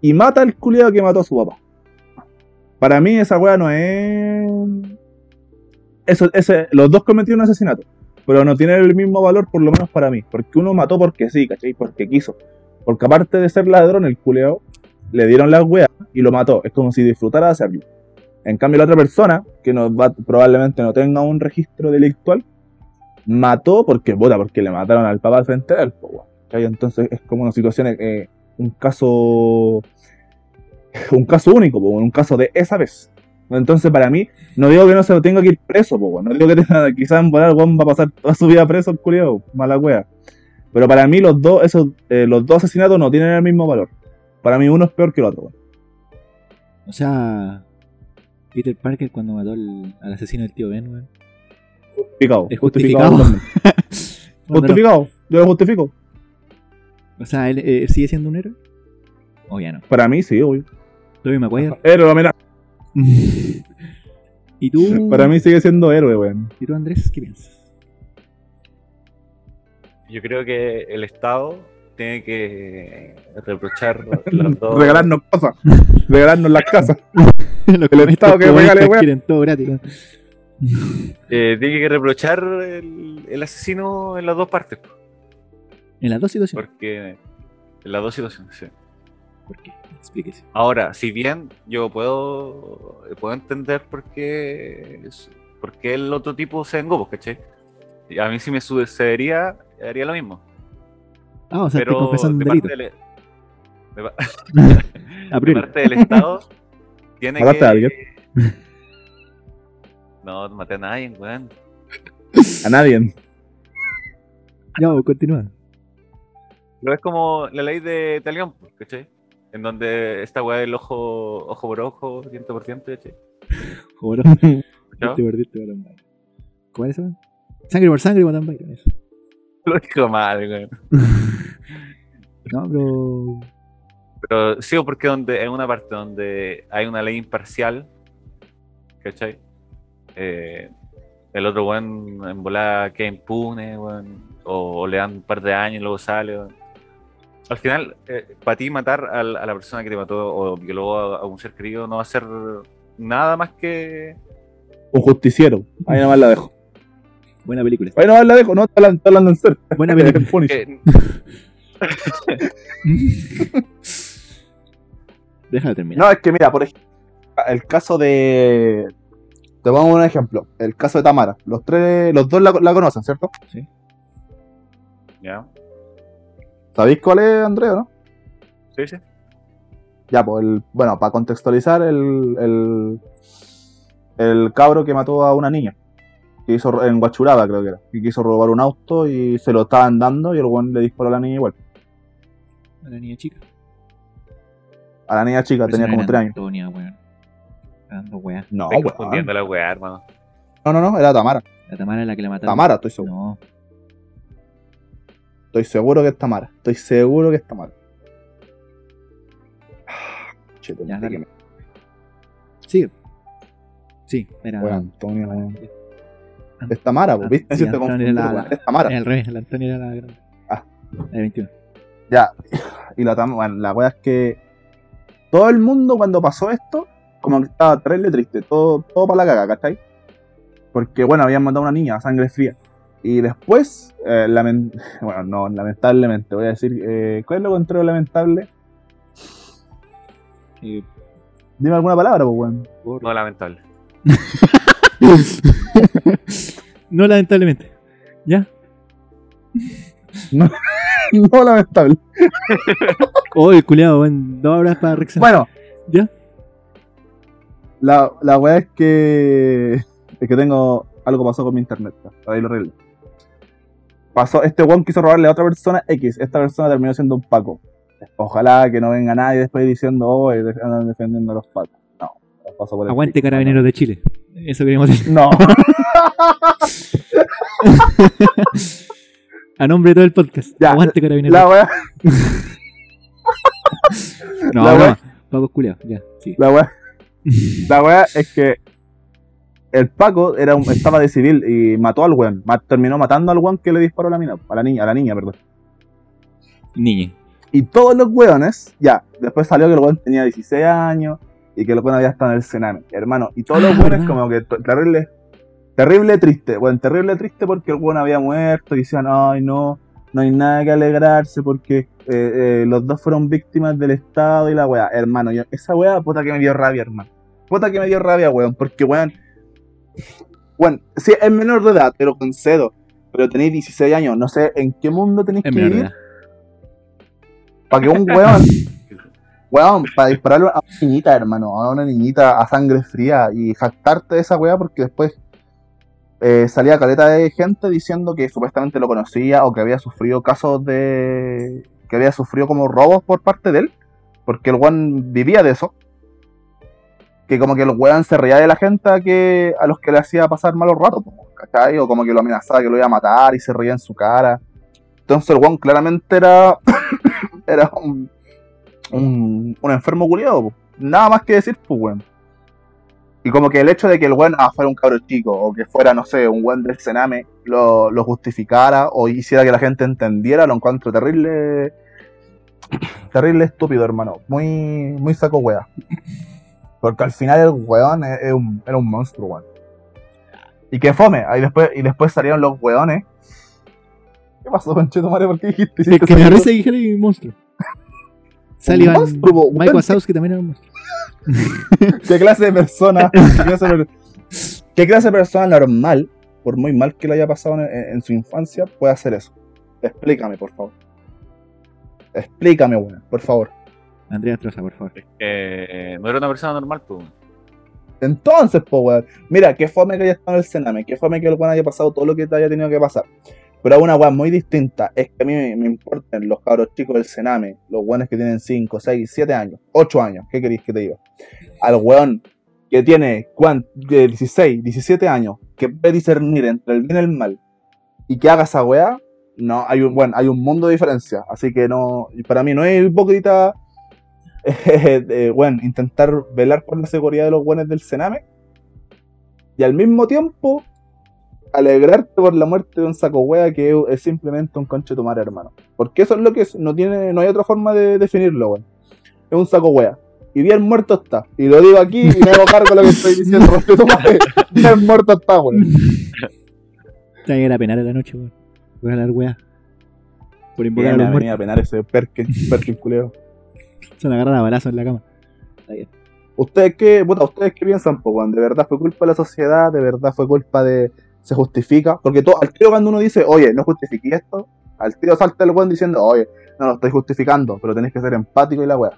[SPEAKER 3] y mata al culiado que mató a su papá. Para mí esa weá no es... Eso, ese, los dos cometieron un asesinato, pero no tienen el mismo valor por lo menos para mí. Porque uno mató porque sí, ¿cachai? Porque quiso. Porque aparte de ser ladrón, el culiado le dieron la weá y lo mató. Es como si disfrutara de hacerlo. En cambio la otra persona, que no va, probablemente no tenga un registro delictual, mató porque, puta, porque le mataron al papá al frente de él, po, weón. ¿cachai? Entonces es como una situación, eh, un caso, un caso único, po, un caso de esa vez. Entonces para mí, no digo que no se lo tenga que ir preso, po, weón. no digo que tenga- [LAUGHS] quizás en volar el weón va a pasar toda su vida preso, culiado, mala wea. Pero para mí los dos, esos, eh, los dos asesinatos no tienen el mismo valor. Para mí uno es peor que el otro. weón.
[SPEAKER 1] O sea, Peter Parker cuando mató al, al asesino del tío Ben, weón.
[SPEAKER 3] Justificado.
[SPEAKER 1] Es justificado. [LAUGHS]
[SPEAKER 3] totalmente. [LAUGHS]
[SPEAKER 1] Cuando lo-
[SPEAKER 3] Justificado, yo lo justifico.
[SPEAKER 1] o sea, él eh, sigue siendo un héroe. O ya no.
[SPEAKER 3] Para mí sí, obvio.
[SPEAKER 1] Toby Maguire.
[SPEAKER 3] Héroe, mira,
[SPEAKER 1] [LAUGHS] ¿Y tú?
[SPEAKER 3] Para mí sigue siendo héroe, weón.
[SPEAKER 1] ¿Y tú,
[SPEAKER 3] [LAUGHS]
[SPEAKER 1] Andrés? ¿Qué piensas?
[SPEAKER 2] Yo creo que el Estado tiene que reprochar
[SPEAKER 1] [LAUGHS]
[SPEAKER 2] los dos.
[SPEAKER 3] Regalarnos cosas, regalarnos las casas.
[SPEAKER 1] Los
[SPEAKER 3] El Estado que regale,
[SPEAKER 1] comunistas
[SPEAKER 3] weón.
[SPEAKER 1] quieren todo gratis. weón.
[SPEAKER 2] Eh, tiene que reprochar el, el asesino en las dos partes,
[SPEAKER 1] En las dos situaciones.
[SPEAKER 2] porque en las dos situaciones, sí.
[SPEAKER 1] ¿Por qué? Explíquese.
[SPEAKER 2] Ahora, si bien yo puedo, puedo entender por qué, por qué el otro tipo se vengó, pues, ¿cachai? Y A mí si me sucedería, haría lo mismo.
[SPEAKER 1] Ah, o sea, te
[SPEAKER 2] pero
[SPEAKER 1] confesan un
[SPEAKER 2] de
[SPEAKER 1] delito.
[SPEAKER 2] parte, del, de pa-
[SPEAKER 1] A
[SPEAKER 2] de
[SPEAKER 1] priori.
[SPEAKER 2] parte del
[SPEAKER 1] [LAUGHS]
[SPEAKER 2] Estado, tiene
[SPEAKER 3] ¿Mataste
[SPEAKER 2] que...
[SPEAKER 3] a alguien?
[SPEAKER 2] No, no maté a nadie, weón.
[SPEAKER 3] A [LAUGHS] nadie.
[SPEAKER 1] Ya, weón, continúa.
[SPEAKER 2] Pero es como la ley de Talión, pues, ¿cachai? En donde esta weá del ojo, ojo por ojo, ciento por ciento, ¿cachai?
[SPEAKER 3] [LAUGHS]
[SPEAKER 1] Joder,
[SPEAKER 2] ¿Cachai?
[SPEAKER 1] te perdiste, weón. ¿Cuál es esa? Sangre por sangre, Guatán Byron, eso.
[SPEAKER 2] Lo dijo mal, weón.
[SPEAKER 1] No, pero.
[SPEAKER 2] Pero sí, porque donde, en una parte donde hay una ley imparcial, ¿cachai? Eh, el otro weón en volada queda impune, weón, o, o le dan un par de años y luego sale. weón. Al final, para ti matar al- a, la persona que te mató o violó a, a un ser querido no va a ser nada más que...
[SPEAKER 3] Un justiciero. Ahí nomás la dejo.
[SPEAKER 1] Buena película.
[SPEAKER 3] Ahí nomás la dejo. No, está hablando, está hablando en [LAUGHS] serio.
[SPEAKER 1] Buena película.
[SPEAKER 3] En Punisher.
[SPEAKER 2] que-
[SPEAKER 1] Déjalo terminar.
[SPEAKER 3] No, es que mira, por ejemplo, el caso de. Te pongo un ejemplo. El caso de Tamara. Los tres, los dos la, la conocen, ¿cierto?
[SPEAKER 2] ¿Ya?
[SPEAKER 3] ¿Sabéis cuál es, Andrea, no?
[SPEAKER 2] ¿Sí, sí?
[SPEAKER 3] Ah, Ya, pues, el- bueno, para contextualizar, el, el, el cabro que mató a una niña, que hizo ro- en Guachuraba, creo que era, y quiso robar un auto y se lo estaban dando y el weón le disparó a la niña igual.
[SPEAKER 1] A la niña chica.
[SPEAKER 3] A la niña chica,
[SPEAKER 1] Pero
[SPEAKER 3] tenía
[SPEAKER 1] si Pues no era pues,
[SPEAKER 3] como 3 años.
[SPEAKER 1] Antonia, weón. Está dando weá.
[SPEAKER 3] No,
[SPEAKER 2] Estoy
[SPEAKER 3] weón.
[SPEAKER 2] confundiendo la weá, hermano.
[SPEAKER 3] no, no, no, era Tamara.
[SPEAKER 1] La Tamara es la que la mataron.
[SPEAKER 3] Tamara, estoy seguro.
[SPEAKER 1] No.
[SPEAKER 3] Estoy seguro que es Tamara. Estoy seguro que es Tamara. [SIGHS] Che,
[SPEAKER 1] Ya,
[SPEAKER 3] que
[SPEAKER 1] dale.
[SPEAKER 3] me
[SPEAKER 1] Sí. Sí, era.
[SPEAKER 3] weón, Antonia, weón.
[SPEAKER 1] Ant-
[SPEAKER 3] Es Tamara, pues,
[SPEAKER 1] Ant-
[SPEAKER 3] ¿viste?
[SPEAKER 1] Ah. sí,
[SPEAKER 3] Si te
[SPEAKER 1] Antonia
[SPEAKER 3] confundes,
[SPEAKER 1] era la-
[SPEAKER 3] weón, Es Tamara.
[SPEAKER 1] Era al revés, la Antonia era la grande.
[SPEAKER 3] Ah.
[SPEAKER 1] La de
[SPEAKER 3] [LAUGHS]
[SPEAKER 1] 21.
[SPEAKER 3] Ya, y la, tam- bueno, la wea es que todo el mundo cuando pasó esto, como que estaba terrible triste, todo, todo para la caga, ¿cachai? Porque, bueno, habían matado a una niña a sangre fría. Y después, eh, lamen- [LAUGHS] bueno, no, lamentablemente, voy a decir, eh, ¿cuál es lo contrario de lamentable?
[SPEAKER 1] Eh,
[SPEAKER 3] Dime alguna palabra, pues, weón. [LAUGHS]
[SPEAKER 1] por-
[SPEAKER 2] No, lamentable.
[SPEAKER 1] no, lamentablemente. ¿Ya?
[SPEAKER 3] No lamentable.
[SPEAKER 1] Oh, el culiado, weón. Dos horas para [LAUGHS] Rex.
[SPEAKER 3] Bueno,
[SPEAKER 1] ¿Ya?
[SPEAKER 3] la, la wea es que. Es que tengo. Algo pasó con mi internet, ahí lo arreglo. Pasó, este weón quiso robarle a otra persona X. Esta persona terminó siendo un Paco. Ojalá que no venga nadie después diciendo, oh, andan defendiendo a los Pacos. No, los paso por el
[SPEAKER 1] Aguante
[SPEAKER 3] pico.
[SPEAKER 1] carabineros de Chile. Eso queremos decir. [LAUGHS]
[SPEAKER 3] No,
[SPEAKER 1] A nombre de todo el podcast.
[SPEAKER 3] Ya,
[SPEAKER 1] Aguante carabineros.
[SPEAKER 3] la wea,
[SPEAKER 1] no,
[SPEAKER 3] la
[SPEAKER 1] no.
[SPEAKER 3] wea-
[SPEAKER 1] Paco culiado, ya. Sí.
[SPEAKER 3] la
[SPEAKER 1] [LAUGHS]
[SPEAKER 3] wea, la wea es que el Paco era un- estaba de civil y mató al weón. Ma- terminó matando al weón que le disparó a la mina, a la niña, a la niña, perdón.
[SPEAKER 1] Niñe.
[SPEAKER 3] Y todos los weones, ya, después salió que el weón tenía 16 años y que el weón había estado en el Sename, hermano. Y todos
[SPEAKER 1] Ah,
[SPEAKER 3] los weones
[SPEAKER 1] verdad.
[SPEAKER 3] como que to- terrible, terrible triste, weón, terrible triste porque el weón había muerto y decían, ay no, no hay nada que alegrarse porque eh, eh, los dos fueron víctimas del Estado y la weá. Hermano, yo- esa weá puta que me dio rabia, hermano. Puta que me dio rabia, weón, porque weón, weón, si es menor de edad, te lo concedo. Pero tenéis 16 años, no sé en qué mundo tenéis que
[SPEAKER 1] Es menor de
[SPEAKER 3] vivir
[SPEAKER 1] edad.
[SPEAKER 3] para que un weón, weón, para dispararle a una niñita, hermano, a una niñita a sangre fría y jactarte de esa weá porque después eh, salía caleta de gente diciendo que supuestamente lo conocía o que había sufrido casos de. que había sufrido como robos por parte de él, porque el weón vivía de eso. Que como que el weón se reía de la gente a, que, a los que le hacía pasar malos ratos, po, ¿cachai? O como que lo amenazaba que lo iba a matar y se reía en su cara. Entonces el weón claramente era era un, un, un enfermo culiado, po. nada más que decir, pues, weón. Y como que el hecho de que el weón ah, fuera un cabro chico, o que fuera, no sé, un weón del Sename, lo, lo justificara o hiciera que la gente entendiera, lo encuentro terrible, Terrible estúpido, hermano. Muy, muy saco wea. Porque al final el weón e- e un- era un monstruo, weón. Y que fome. Ahí después, y después salieron los weones. ¿Qué pasó, Conchetumare? ¿Por qué dijiste?
[SPEAKER 1] Es
[SPEAKER 3] hiciste
[SPEAKER 1] que me
[SPEAKER 3] esa-
[SPEAKER 1] parece que dijeron que un monstruo. Sullivan,
[SPEAKER 3] monstruo, weón.
[SPEAKER 1] Mike Wazowski también era un monstruo.
[SPEAKER 3] [LAUGHS] ¿Qué clase de persona? ¿Qué clase de, per- qué clase de persona normal, por muy mal que le haya pasado en, en- en su infancia, puede hacer eso? Explícame, por favor. Explícame, weón, por favor.
[SPEAKER 1] Andrea Troza, por favor.
[SPEAKER 2] Eh, no era una persona normal, pues.
[SPEAKER 3] Entonces, po, weón. Mira, qué fome que haya estado en el Sename, qué fome que el weón haya pasado todo lo que te haya tenido que pasar. Pero una weón muy distinta es que a mí me, me importan los cabros chicos del Sename, los weones que tienen 5, 6, 7 años, 8 años, ¿qué queréis que te diga? Al weón que tiene ¿cuán? de 16, 17 años, que puede discernir entre el bien y el mal, y que haga esa weá, no, hay un, bueno, hay un mundo de diferencia. Así que no, para mí no es hipócrita. [LAUGHS] eh, eh, weón, intentar velar por la seguridad de los weones del Sename y al mismo tiempo alegrarte por la muerte de un saco wea que es simplemente un conche tu madre, hermano. Porque eso es lo que es, no tiene, no hay otra forma de definirlo, weón. Es un saco wea. Y bien muerto está. Y lo digo aquí y me hago cargo de lo que estoy diciendo, [LAUGHS] conche tu madre. Bien muerto está, weón.
[SPEAKER 1] Está ahí a la penal de la noche, weón. Voy a hablar weá. Por invocar
[SPEAKER 3] Venía,
[SPEAKER 1] a los
[SPEAKER 3] venía
[SPEAKER 1] muertos.
[SPEAKER 3] a penar ese Perkin, Perkin culeo.
[SPEAKER 1] Se van a agarrar a balazos en la cama.
[SPEAKER 3] ¿Ustedes qué, puta, ¿ustedes qué piensan, po, weón? ¿De verdad fue culpa de la sociedad? ¿De verdad fue culpa de... se justifica? Porque todo, al tiro cuando uno dice, oye, no justifiqué esto, al tiro salta el weón diciendo, oye, no lo estoy justificando, pero tenés que ser empático y la weá.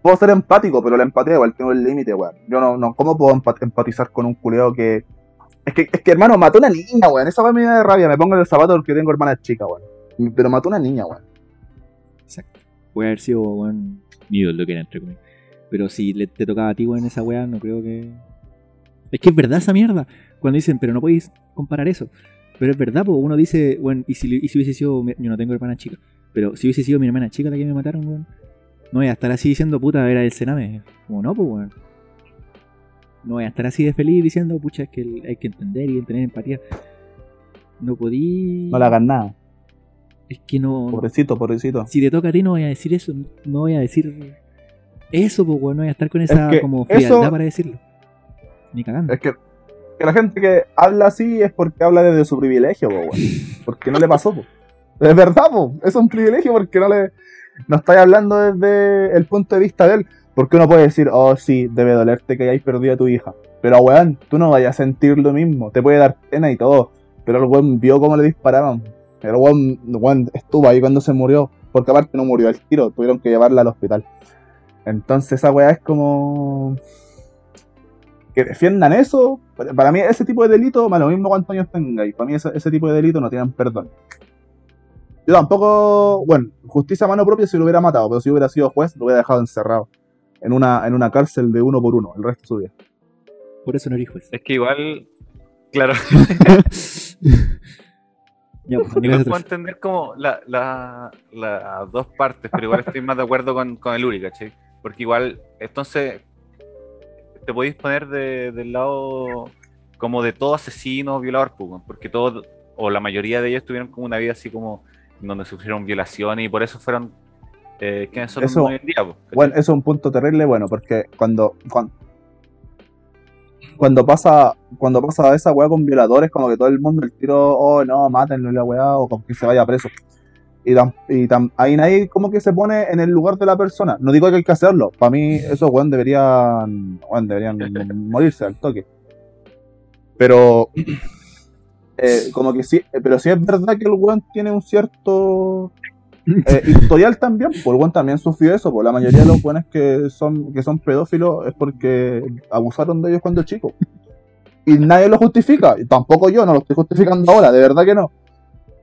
[SPEAKER 3] Puedo ser empático, pero la empatía igual tiene un límite, weón. Yo no, no, ¿cómo puedo empa- empatizar con un culeo que... Es que, es que hermano, mató una niña, weón. Esa weá me da de rabia, me pongo en el zapato porque tengo hermana chica, weón. Pero mató una niña, weón.
[SPEAKER 1] Exacto. Puede haber sido, weón, mi ídolo que era, entre comillas. Pero si le, te tocaba a ti, weón, esa weá, no creo que. Es que es verdad esa mierda. Cuando dicen, pero no podéis comparar eso. Pero es verdad, pues uno dice, weón, y si, le- y si hubiese sido. mi- Yo no tengo hermana chica. Pero si hubiese sido mi hermana chica la que me mataron, weón. No voy a estar así diciendo, puta, era el cename. Como no, pues, weón. No voy a estar así de feliz diciendo, pucha, es que el- hay que entender y tener empatía. No podí.
[SPEAKER 3] No le hagan nada.
[SPEAKER 1] Es que no.
[SPEAKER 3] Pobrecito, pobrecito.
[SPEAKER 1] Si te toca a ti, no voy a decir eso. No voy a decir eso, pues, weón. No voy a estar con esa
[SPEAKER 3] que
[SPEAKER 1] como frialdad
[SPEAKER 3] eso-
[SPEAKER 1] para decirlo. Ni cagando.
[SPEAKER 3] Es que, que la gente que habla así es porque habla desde su privilegio, po, weón. Porque no le pasó, po. Es verdad, po. Es un privilegio porque no le. No estáis hablando desde el punto de vista de él. Porque uno puede decir, oh, sí, debe dolerte que hayáis perdido a tu hija. Pero, weón, tú no vayas a sentir lo mismo. Te puede dar pena y todo. Pero el weón vio cómo le disparaban. El weón, weón estuvo ahí cuando se murió. Porque aparte no murió al tiro, tuvieron que llevarla al hospital. Entonces esa weá es como que defiendan eso, para para mí ese tipo de delito, más lo mismo cuántos años tengáis, para mí ese, ese tipo de delito no tienen perdón. Yo tampoco, bueno, justicia a mano propia si lo hubiera matado, pero si hubiera sido juez lo hubiera dejado encerrado en una, en una cárcel de uno por uno el resto de su vida.
[SPEAKER 1] Por eso no eres
[SPEAKER 3] [LAUGHS]
[SPEAKER 1] juez.
[SPEAKER 2] Es que igual, claro,
[SPEAKER 1] ya, pues,
[SPEAKER 2] yo
[SPEAKER 1] Andrés
[SPEAKER 2] puedo
[SPEAKER 1] Atroz.
[SPEAKER 2] entender como la- la- las dos partes, pero igual estoy más de acuerdo con, con el Uri, ¿cachai? Porque igual, entonces, te podéis poner de- del lado como de todo asesino o violador, pues, weón, porque todos, o la mayoría de ellos tuvieron como una vida así como donde sufrieron violaciones y por eso fueron eh, quienes son
[SPEAKER 3] Eso-
[SPEAKER 2] hoy en día, pues, ¿cachai?
[SPEAKER 3] Bueno, eso es un punto terrible, bueno, porque cuando cuan- cuando, pasa cuando pasa esa weá con violadores, como que todo el mundo el tiro, oh no, mátenlo y la weá, o como que se vaya preso. Y, tam- y tam- ahí nadie como que se pone en el lugar de la persona. No digo que hay que hacerlo, para mí esos weón deberían, weón, deberían [LAUGHS] morirse al toque. Pero eh, como que sí, eh, pero sí es verdad que el weón tiene un cierto eh, historial también, pues el weón también sufrió eso, pues la mayoría de los weones que son, que son pedófilos es porque abusaron de ellos cuando chicos. Y nadie lo justifica, y tampoco yo, no lo estoy justificando ahora, de verdad que no.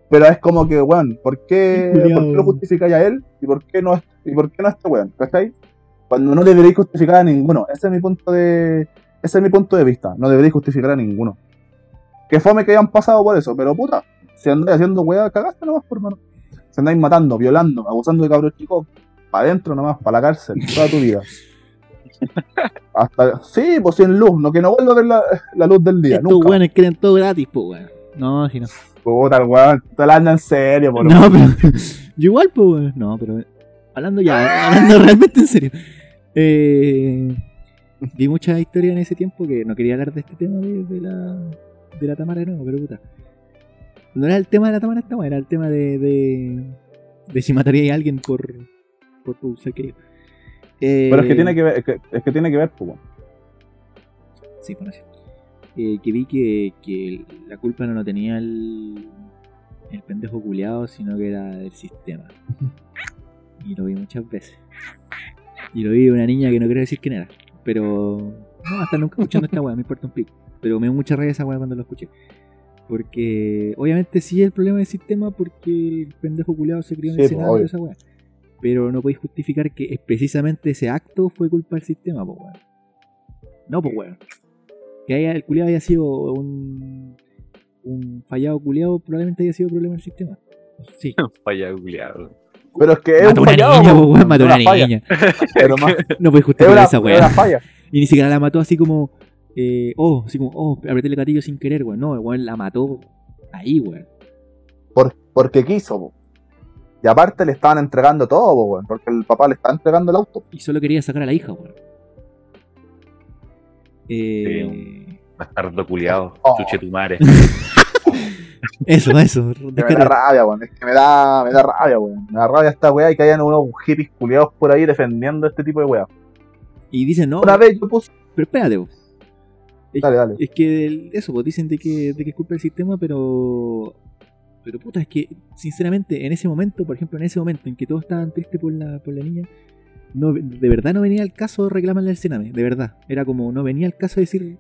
[SPEAKER 3] Pero es como que, weón, ¿por qué,
[SPEAKER 1] Culeado.
[SPEAKER 3] ¿por qué lo justificáis a él y por qué no, a- y por qué no a este weón? ¿Cachai? Cuando no deberéis justificar a ninguno, ese es mi punto de. Ese es mi punto de vista, no deberéis justificar a ninguno. Que fome que hayan pasado por eso, pero puta, si andáis haciendo weá, cagaste nomás, por hermano. Si andáis matando, violando, abusando de cabros chicos, para adentro nomás, para la cárcel, toda tu
[SPEAKER 1] [LAUGHS]
[SPEAKER 3] vida. Hasta, sí, pues sin luz, no que no vuelva a ver la, la luz del día,
[SPEAKER 1] Estos
[SPEAKER 3] nunca.
[SPEAKER 1] weones quieren todo gratis, pues, weón. No, si no.
[SPEAKER 3] Puta, el weón, te la anda en serio, por [LAUGHS]
[SPEAKER 1] No, pero. Yo igual, pues, weón. No, pero. hablando ya, hablando realmente en serio. Eh, vi muchas historias en ese tiempo que no quería hablar de este tema de, de la, de la Tamara de nuevo, pero puta. No era el tema de la Tamara esta weá, era el tema de, de, de si mataría a alguien por, por tu ser querido. Eh,
[SPEAKER 3] Pero es que tiene que ver, es que, es que tiene que ver, pues, weón.
[SPEAKER 1] Sí, por eso. Eh, que vi que, que la culpa no lo tenía el, el pendejo culeado, sino que era del sistema. Y lo vi muchas veces. Y lo vi de una niña que no quiero decir quién era. Pero. No, hasta nunca escuchando esta weá, me importa un pico. Pero me dio mucha rabia esa weá cuando lo escuché. Porque, obviamente, sí es el problema del sistema porque el pendejo culeado se crió en
[SPEAKER 3] Sí,
[SPEAKER 1] el
[SPEAKER 3] pues,
[SPEAKER 1] Senado y
[SPEAKER 3] obvio.
[SPEAKER 1] esa weá. Pero no podéis justificar que es precisamente ese acto fue culpa del sistema, pues weón. No, pues weón. Que haya, el culeado haya sido un, un fallado culeado, probablemente haya sido problema del sistema. Sí.
[SPEAKER 2] Falla googleado.
[SPEAKER 3] Pero es que es
[SPEAKER 1] mató
[SPEAKER 3] un
[SPEAKER 1] una niña,
[SPEAKER 3] fallado,
[SPEAKER 1] pues
[SPEAKER 3] po,
[SPEAKER 1] weón, mató
[SPEAKER 3] es
[SPEAKER 1] una
[SPEAKER 3] falla,
[SPEAKER 1] niña. [LAUGHS]
[SPEAKER 3] pero más-
[SPEAKER 1] No podéis
[SPEAKER 3] es
[SPEAKER 1] justificar
[SPEAKER 3] una-
[SPEAKER 1] esa
[SPEAKER 3] es
[SPEAKER 1] weá.
[SPEAKER 3] una falla.
[SPEAKER 1] Y ni siquiera la mató así como, eh, oh, así como, oh, apreté el gatillo sin querer, weón. No, el weón la mató ahí, weón.
[SPEAKER 3] Por- porque quiso, po. Y aparte le estaban entregando todo, po, weón, porque el papá le estaba entregando el auto.
[SPEAKER 1] Y solo quería sacar a la hija, weón. Eh,
[SPEAKER 2] Bastardo culiado.
[SPEAKER 3] [LAUGHS] Oh.
[SPEAKER 2] Chuchetumare.
[SPEAKER 1] eso, eso.
[SPEAKER 3] Que me da
[SPEAKER 1] descarga.
[SPEAKER 3] rabia, weón. Es que me da, me da rabia, weón. Me da rabia esta weá y que hayan unos hippies culiados por ahí defendiendo este tipo de weá.
[SPEAKER 1] Y dicen, no,
[SPEAKER 3] Una vez yo puse.
[SPEAKER 1] pero espérate, weón. Es,
[SPEAKER 3] Dale, dale.
[SPEAKER 1] es que el- eso, pues dicen de que, de que es culpa del sistema, pero. Pero puta, es que, sinceramente, en ese momento, por ejemplo, en ese momento en que todos estaban tristes por la, por la niña, no, de verdad no venía el caso reclamarle al Sename, de verdad. Era como, no venía el caso decir,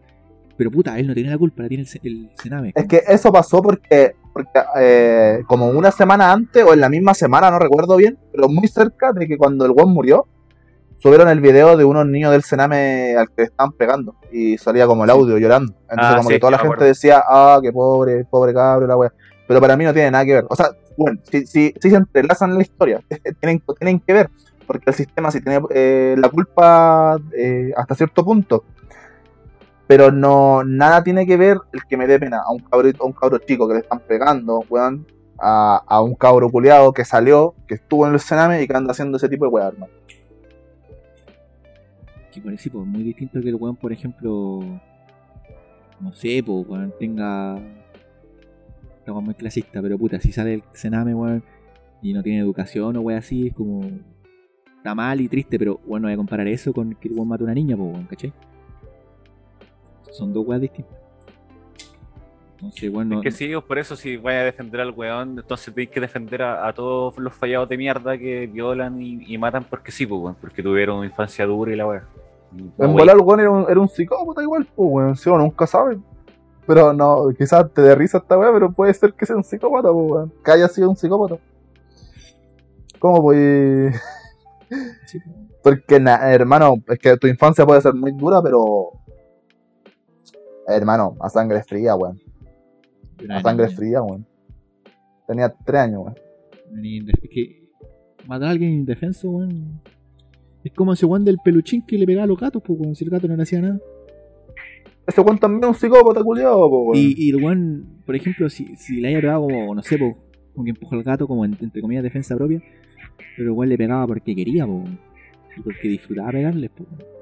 [SPEAKER 1] pero puta, él no tiene la culpa, la tiene el, Se- el Sename.
[SPEAKER 3] Es que eso pasó porque, porque eh, como una semana antes, o en la misma semana, no recuerdo bien, pero muy cerca de que cuando el weón murió, subieron el video de unos niños del Sename al que le estaban pegando. Y salía como el audio llorando. Entonces
[SPEAKER 2] Ah,
[SPEAKER 3] como
[SPEAKER 2] sí,
[SPEAKER 3] que toda la
[SPEAKER 2] me
[SPEAKER 3] gente
[SPEAKER 2] acuerdo.
[SPEAKER 3] decía, ah, qué pobre, pobre cabro, la wea. Pero para mí no tiene nada que ver. O sea, bueno, si, si, si se entrelazan en la historia, [LAUGHS] tienen, tienen que ver. Porque el sistema sí tiene eh, la culpa eh, hasta cierto punto pero no nada tiene que ver el que me dé pena a un cabro, a un cabro chico que le están pegando, weón, a, a un cabro culiado que salió, que estuvo en el cename y que anda haciendo ese tipo de weón, hermano.
[SPEAKER 1] Que por sí, pues, muy distinto que el weón, por ejemplo, no sé, pues, weón, tenga. Estamos muy clasista, pero puta, si sale el Sename, weón, y no tiene educación o weón así, es como. Está mal y triste, pero bueno, voy a comparar eso con que el weón mata a una niña, pues, weón, ¿cachai? Son dos weas distintas. Entonces, bueno,
[SPEAKER 2] Es que sí, pues, por eso si vaya a defender al weón, entonces tenés que defender a, a todos los fallados de mierda que violan y, y matan porque sí, pues, weón, porque tuvieron una infancia dura y la weá.
[SPEAKER 3] En
[SPEAKER 2] Weón,
[SPEAKER 3] volar, weón, era un, era un psicópata igual, pues, weón, si uno nunca sabe. Pero no, quizás te dé risa esta weá, pero puede ser que sea un psicópata, pues, weón. Que haya sido un psicópata. ¿Cómo, pues?
[SPEAKER 1] sí, pues,
[SPEAKER 3] [LAUGHS] Porque, na- hermano, es que tu infancia puede ser muy dura, pero... Hermano, a sangre fría, weón.
[SPEAKER 1] de una
[SPEAKER 3] A sangre
[SPEAKER 1] niña.
[SPEAKER 3] fría, weón. Tenía tres años, weón.
[SPEAKER 1] Ni inde- es que matar a alguien indefenso, weón. Es como ese weón del peluchín que le pegaba a los gatos, pues, weón. Si el gato no le hacía nada.
[SPEAKER 3] Ese weón también es un psicópata culiado, po, weón.
[SPEAKER 1] Y, y el weón, por ejemplo, si, si le haya pegado como, no sé, po, como que empujó al gato, como en- entre comillas, defensa propia. Pero el weón le pegaba porque quería, po, weón. Y porque disfrutaba pegarles, po. weón.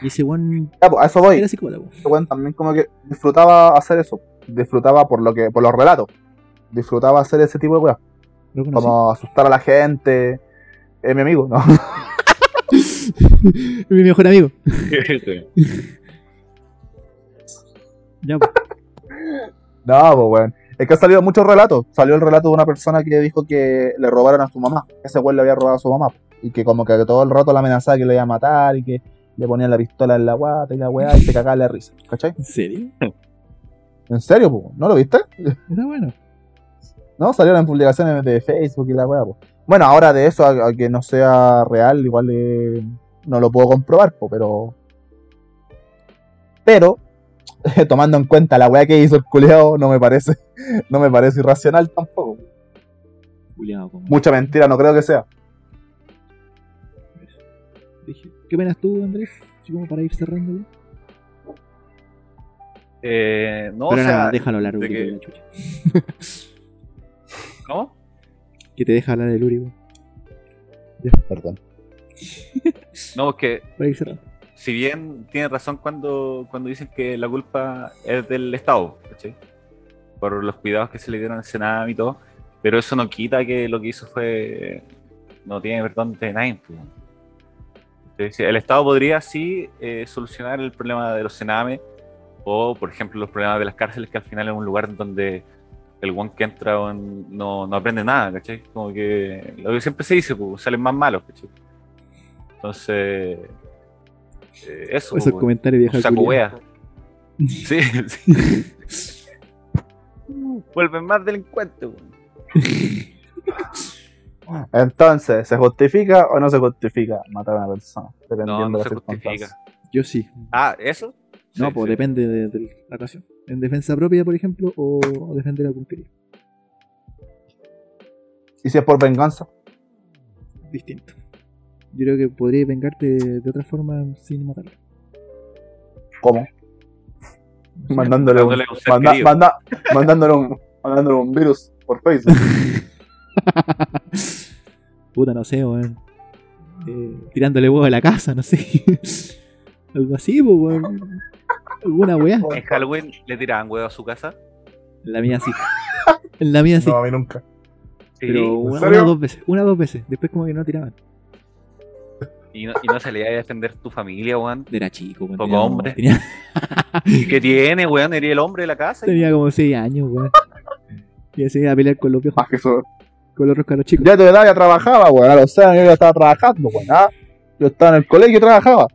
[SPEAKER 1] Y ese weón
[SPEAKER 3] Ya, po, a eso voy.
[SPEAKER 1] era
[SPEAKER 3] Ese
[SPEAKER 1] psicópata, po.
[SPEAKER 3] weón también como que disfrutaba hacer eso. Disfrutaba por lo que, por los relatos. Disfrutaba hacer ese tipo de weón.
[SPEAKER 1] Lo conocí.
[SPEAKER 3] Como asustar a la gente. Es mi amigo, ¿no? [LAUGHS]
[SPEAKER 1] Mi mejor amigo. [LAUGHS]
[SPEAKER 2] sí.
[SPEAKER 1] Ya, po.
[SPEAKER 3] No, pues weón. Es que ha salido muchos relatos. Salió el relato de una persona que dijo que le robaron a su mamá. Ese weón le había robado a su mamá. Y que como que todo el rato la amenazaba que le iba a matar y que le ponían la pistola en la guata y la weá y se cagaba la risa. ¿Cachai?
[SPEAKER 1] ¿En serio?
[SPEAKER 3] ¿En serio, po? ¿No lo viste?
[SPEAKER 1] Está bueno.
[SPEAKER 3] ¿No? Salieron en publicaciones de Facebook y la weá, po. Bueno, ahora de eso a, a que no sea real, igual eh, no lo puedo comprobar, po, pero. Pero, [LAUGHS] tomando en cuenta la weá que hizo el culeado, no me parece. [LAUGHS] No me parece irracional tampoco.
[SPEAKER 1] Culeado, como
[SPEAKER 3] Mucha mentira, no creo que sea.
[SPEAKER 1] dije. ¿Qué opinas tú, Andrés? Así como para ir cerrando ya.
[SPEAKER 2] Eh, no,
[SPEAKER 1] Pero
[SPEAKER 2] o sea,
[SPEAKER 1] nada, déjalo hablar,
[SPEAKER 2] de
[SPEAKER 1] Uri,
[SPEAKER 2] que-
[SPEAKER 1] por la chucha.
[SPEAKER 2] ¿cómo?
[SPEAKER 1] Que te deja hablar el Uri, weón.
[SPEAKER 3] Ya, perdón.
[SPEAKER 2] No, porque
[SPEAKER 1] Para ir cerrando.
[SPEAKER 2] si bien tiene razón cuando, cuando dicen que la culpa es del Estado, ¿cachai? Por los cuidados que se le dieron al Senado y todo, pero eso no quita que lo que hizo fue. No tiene perdón de nadie. pues. Entonces, El Estado podría sí eh, solucionar el problema de los Sename o, por ejemplo, los problemas de las cárceles, que al final es un lugar donde el one que entra weón, no, no aprende nada, ¿cachai? Como que lo que siempre se dice, pues, salen más malos, ¿cachai? Entonces, eh, eso.
[SPEAKER 1] Esos
[SPEAKER 2] weón.
[SPEAKER 1] comentarios
[SPEAKER 2] Un
[SPEAKER 1] vieja
[SPEAKER 2] saco
[SPEAKER 1] culia.
[SPEAKER 2] wea. Sí, sí. Vuelven más delincuentes, weón.
[SPEAKER 3] Entonces, ¿se justifica o no se justifica matar a una persona? Dependiendo
[SPEAKER 2] No,
[SPEAKER 3] de
[SPEAKER 2] no
[SPEAKER 3] las
[SPEAKER 2] se
[SPEAKER 3] circunstancias.
[SPEAKER 2] justifica.
[SPEAKER 1] [LAUGHS] Yo sí.
[SPEAKER 2] Ah, ¿eso?
[SPEAKER 1] No,
[SPEAKER 2] Sí,
[SPEAKER 1] pues
[SPEAKER 2] sí.
[SPEAKER 1] depende de, de la ocasión. En defensa propia, por ejemplo, o, o defender a Cumpería.
[SPEAKER 3] ¿Y si es por venganza?
[SPEAKER 1] Distinto. Yo creo que podría vengarte de, de otra forma sin matarlo.
[SPEAKER 2] [LAUGHS]
[SPEAKER 3] ¿Cómo? Mandándole un,
[SPEAKER 2] Dándole un ser
[SPEAKER 3] manda-
[SPEAKER 2] querido.
[SPEAKER 3] manda- mandándole, un, mandándole un virus por Facebook.
[SPEAKER 1] Puta, no sé, weón. Eh, tirándole huevo a la casa, no sé. [LAUGHS] Algo así, pues, weón. Alguna weá.
[SPEAKER 2] En Halloween le tiraban huevo a su casa.
[SPEAKER 1] En la mía sí. En la mía sí.
[SPEAKER 4] No, a mí nunca.
[SPEAKER 2] Sí,
[SPEAKER 1] pero una,
[SPEAKER 4] serio?
[SPEAKER 1] una o dos veces. Una o dos veces. Después como que no tiraban.
[SPEAKER 2] y, no, y no salía a defender tu familia, weón.
[SPEAKER 1] Era chico, weón.
[SPEAKER 2] Poco
[SPEAKER 1] tenía como-
[SPEAKER 2] hombre.
[SPEAKER 1] Tenía, [LAUGHS]
[SPEAKER 2] ¿Y ¿Qué tiene, weón? Era el hombre de la casa. y-
[SPEAKER 1] tenía como 6 años, weón. Y así a pelear con los viejos,
[SPEAKER 3] Más que eso.
[SPEAKER 1] con los roscaros chicos.
[SPEAKER 3] Ya de edad ya trabajaba, weón. A los 6 años ya estaba trabajando, weón. Ah, Yo estaba en el colegio y trabajaba.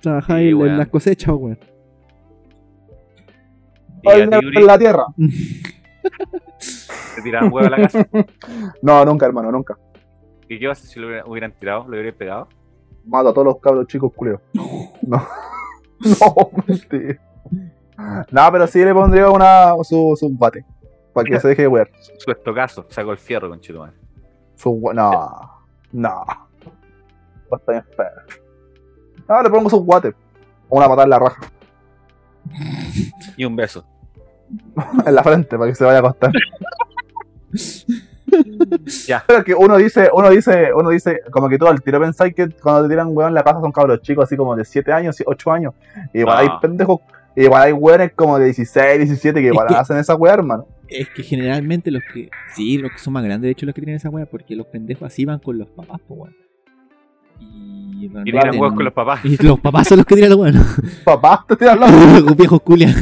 [SPEAKER 1] Trabajaba
[SPEAKER 2] Sí,
[SPEAKER 1] en- en,
[SPEAKER 2] weón.
[SPEAKER 1] las cosechas, weón.
[SPEAKER 2] Y
[SPEAKER 3] Hoy
[SPEAKER 2] a
[SPEAKER 3] en
[SPEAKER 2] ti, Uri,
[SPEAKER 3] la tierra.
[SPEAKER 2] te tiraban huevo a la casa.
[SPEAKER 3] No, nunca, hermano, nunca.
[SPEAKER 2] ¿Y qué pasa si lo hubieran, hubieran tirado? ¿Lo hubieran pegado?
[SPEAKER 3] Mato a todos los cabros chicos
[SPEAKER 2] [LAUGHS]
[SPEAKER 3] culeos. No. [LAUGHS] no, mentira. No, pero sí le pondría una, su, su bate. Para que se deje de wear.
[SPEAKER 2] Su estocazo. Sacó el fierro, con Chitumán.
[SPEAKER 3] Su gua- No. No. Está bien feo. No, le pongo sus guates. Una patada en la raja.
[SPEAKER 2] Y un beso.
[SPEAKER 3] En la frente para que se vaya a acostar.
[SPEAKER 2] Ya.
[SPEAKER 3] Pero es que uno dice, uno dice, uno dice, como que todo al tiro pensáis que cuando te tiran weón en la casa son cabros chicos, así como de 7 años, 8 años. Y igual
[SPEAKER 2] No.
[SPEAKER 3] hay pendejos, igual hay weones como de 16, 17 que igual
[SPEAKER 1] que-
[SPEAKER 3] hacen esa weá, hermano.
[SPEAKER 1] Es que generalmente los que. Sí, los que son más grandes, de hecho, los que tienen esa weá, porque los pendejos así van con los papás, pues, weón. Y,
[SPEAKER 2] Y
[SPEAKER 1] realmente
[SPEAKER 2] tiran huevos con
[SPEAKER 1] no- [LAUGHS]
[SPEAKER 2] los papás.
[SPEAKER 1] y los papás son los que tiran la weá, ¿no?
[SPEAKER 3] Papá, te tiran los
[SPEAKER 1] [LAUGHS] Con viejos culias.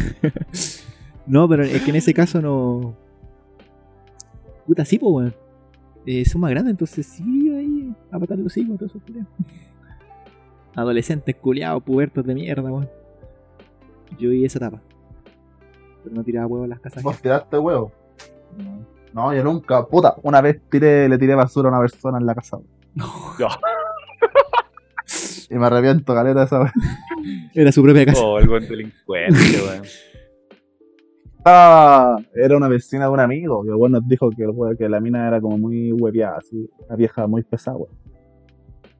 [SPEAKER 1] no, pero es que en ese caso no. Puta, sí, pues, weón. Eh, son más grandes, entonces sí, ahí. A patar los hijos, todos esos culiados. [LAUGHS] Adolescentes culiados, pubertos de mierda, weón. Yo vi esa etapa. Pero no tiraba huevos a las
[SPEAKER 2] [LAUGHS]
[SPEAKER 1] casas.
[SPEAKER 3] Vos tiraste huevo.
[SPEAKER 1] No.
[SPEAKER 3] No, yo nunca, puta, una vez tiré, le tiré basura a una persona en la casa.
[SPEAKER 2] No.
[SPEAKER 3] y me arrepiento, caleta, de esa vez.
[SPEAKER 1] Era su propia casa.
[SPEAKER 2] Oh, el buen delincuente, weón.
[SPEAKER 3] Ah, era una vecina de un amigo. Y el weón nos dijo que, el weón- que la mina era como muy hueviada, así, una vieja muy pesada, weón.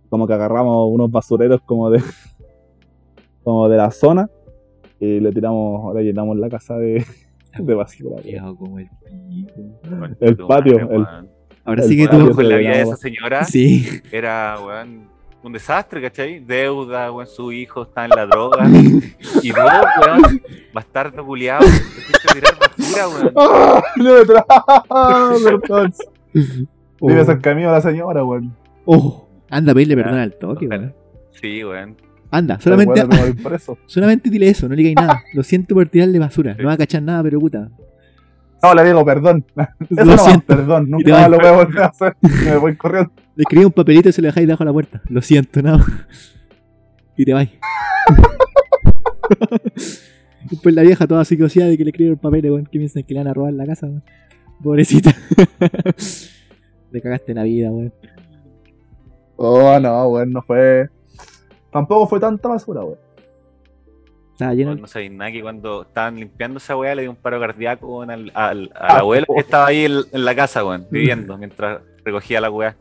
[SPEAKER 3] Como que agarramos unos basureros como de. [LAUGHS] como de la zona. Y le tiramos, le llenamos la casa de, [LAUGHS] de basura, weón.
[SPEAKER 1] Viejo como el pico.
[SPEAKER 3] El patio, el-
[SPEAKER 1] Ahora
[SPEAKER 3] El
[SPEAKER 1] sí que
[SPEAKER 3] patio.
[SPEAKER 1] tú.
[SPEAKER 2] Con la vida de
[SPEAKER 3] Agua.
[SPEAKER 2] esa señora
[SPEAKER 1] Sí.
[SPEAKER 2] era, weón, un desastre, ¿cachai? Deuda, weón, su hijo está en la
[SPEAKER 1] [LAUGHS]
[SPEAKER 2] droga. Y vos, weón, bastardo culiado, te fuiste a tirar basura, weón.
[SPEAKER 3] ¡Ah! [LAUGHS] ¡No me tra- [LAUGHS] Perdón.
[SPEAKER 1] [LAUGHS] Oh,
[SPEAKER 3] Vive cerca mío la señora, weón.
[SPEAKER 1] oh, anda, pedirle perdón al toque,
[SPEAKER 2] Ah, Ojalá.
[SPEAKER 1] weón.
[SPEAKER 2] Sí, weón.
[SPEAKER 1] Anda, solamente,
[SPEAKER 3] Pero, weón, me voy preso.
[SPEAKER 1] solamente dile eso, no le digáis
[SPEAKER 3] [LAUGHS]
[SPEAKER 1] nada. Lo siento por tirarle basura, no va a cachar nada, pero puta.
[SPEAKER 3] No, le digo, perdón. Eso
[SPEAKER 1] [LAUGHS] Lo
[SPEAKER 3] no va,
[SPEAKER 1] siento.
[SPEAKER 3] perdón,
[SPEAKER 1] te
[SPEAKER 3] nunca más
[SPEAKER 1] vas.
[SPEAKER 3] lo voy a volver a hacer. Me voy corriendo.
[SPEAKER 1] Le escribí un papelito y se lo dejáis debajo de la puerta. Lo siento, nada. más. [LAUGHS] Y te vais. [LAUGHS] Después la vieja toda psicosidad de que le escribe el papel, weón, que piensan que le van a robar la casa, weón. Pobrecita. [LAUGHS] Le cagaste la vida, weón.
[SPEAKER 3] Oh, no, weón, no fue. Tampoco fue tanta basura, [LAUGHS] weón.
[SPEAKER 1] Estaba lleno.
[SPEAKER 2] Weón, No sabéis nada que cuando estaban limpiando esa weá le dio un paro cardíaco weón, al, al, al abuelo que estaba ahí en, en la casa, weón, viviendo mientras recogía la weá.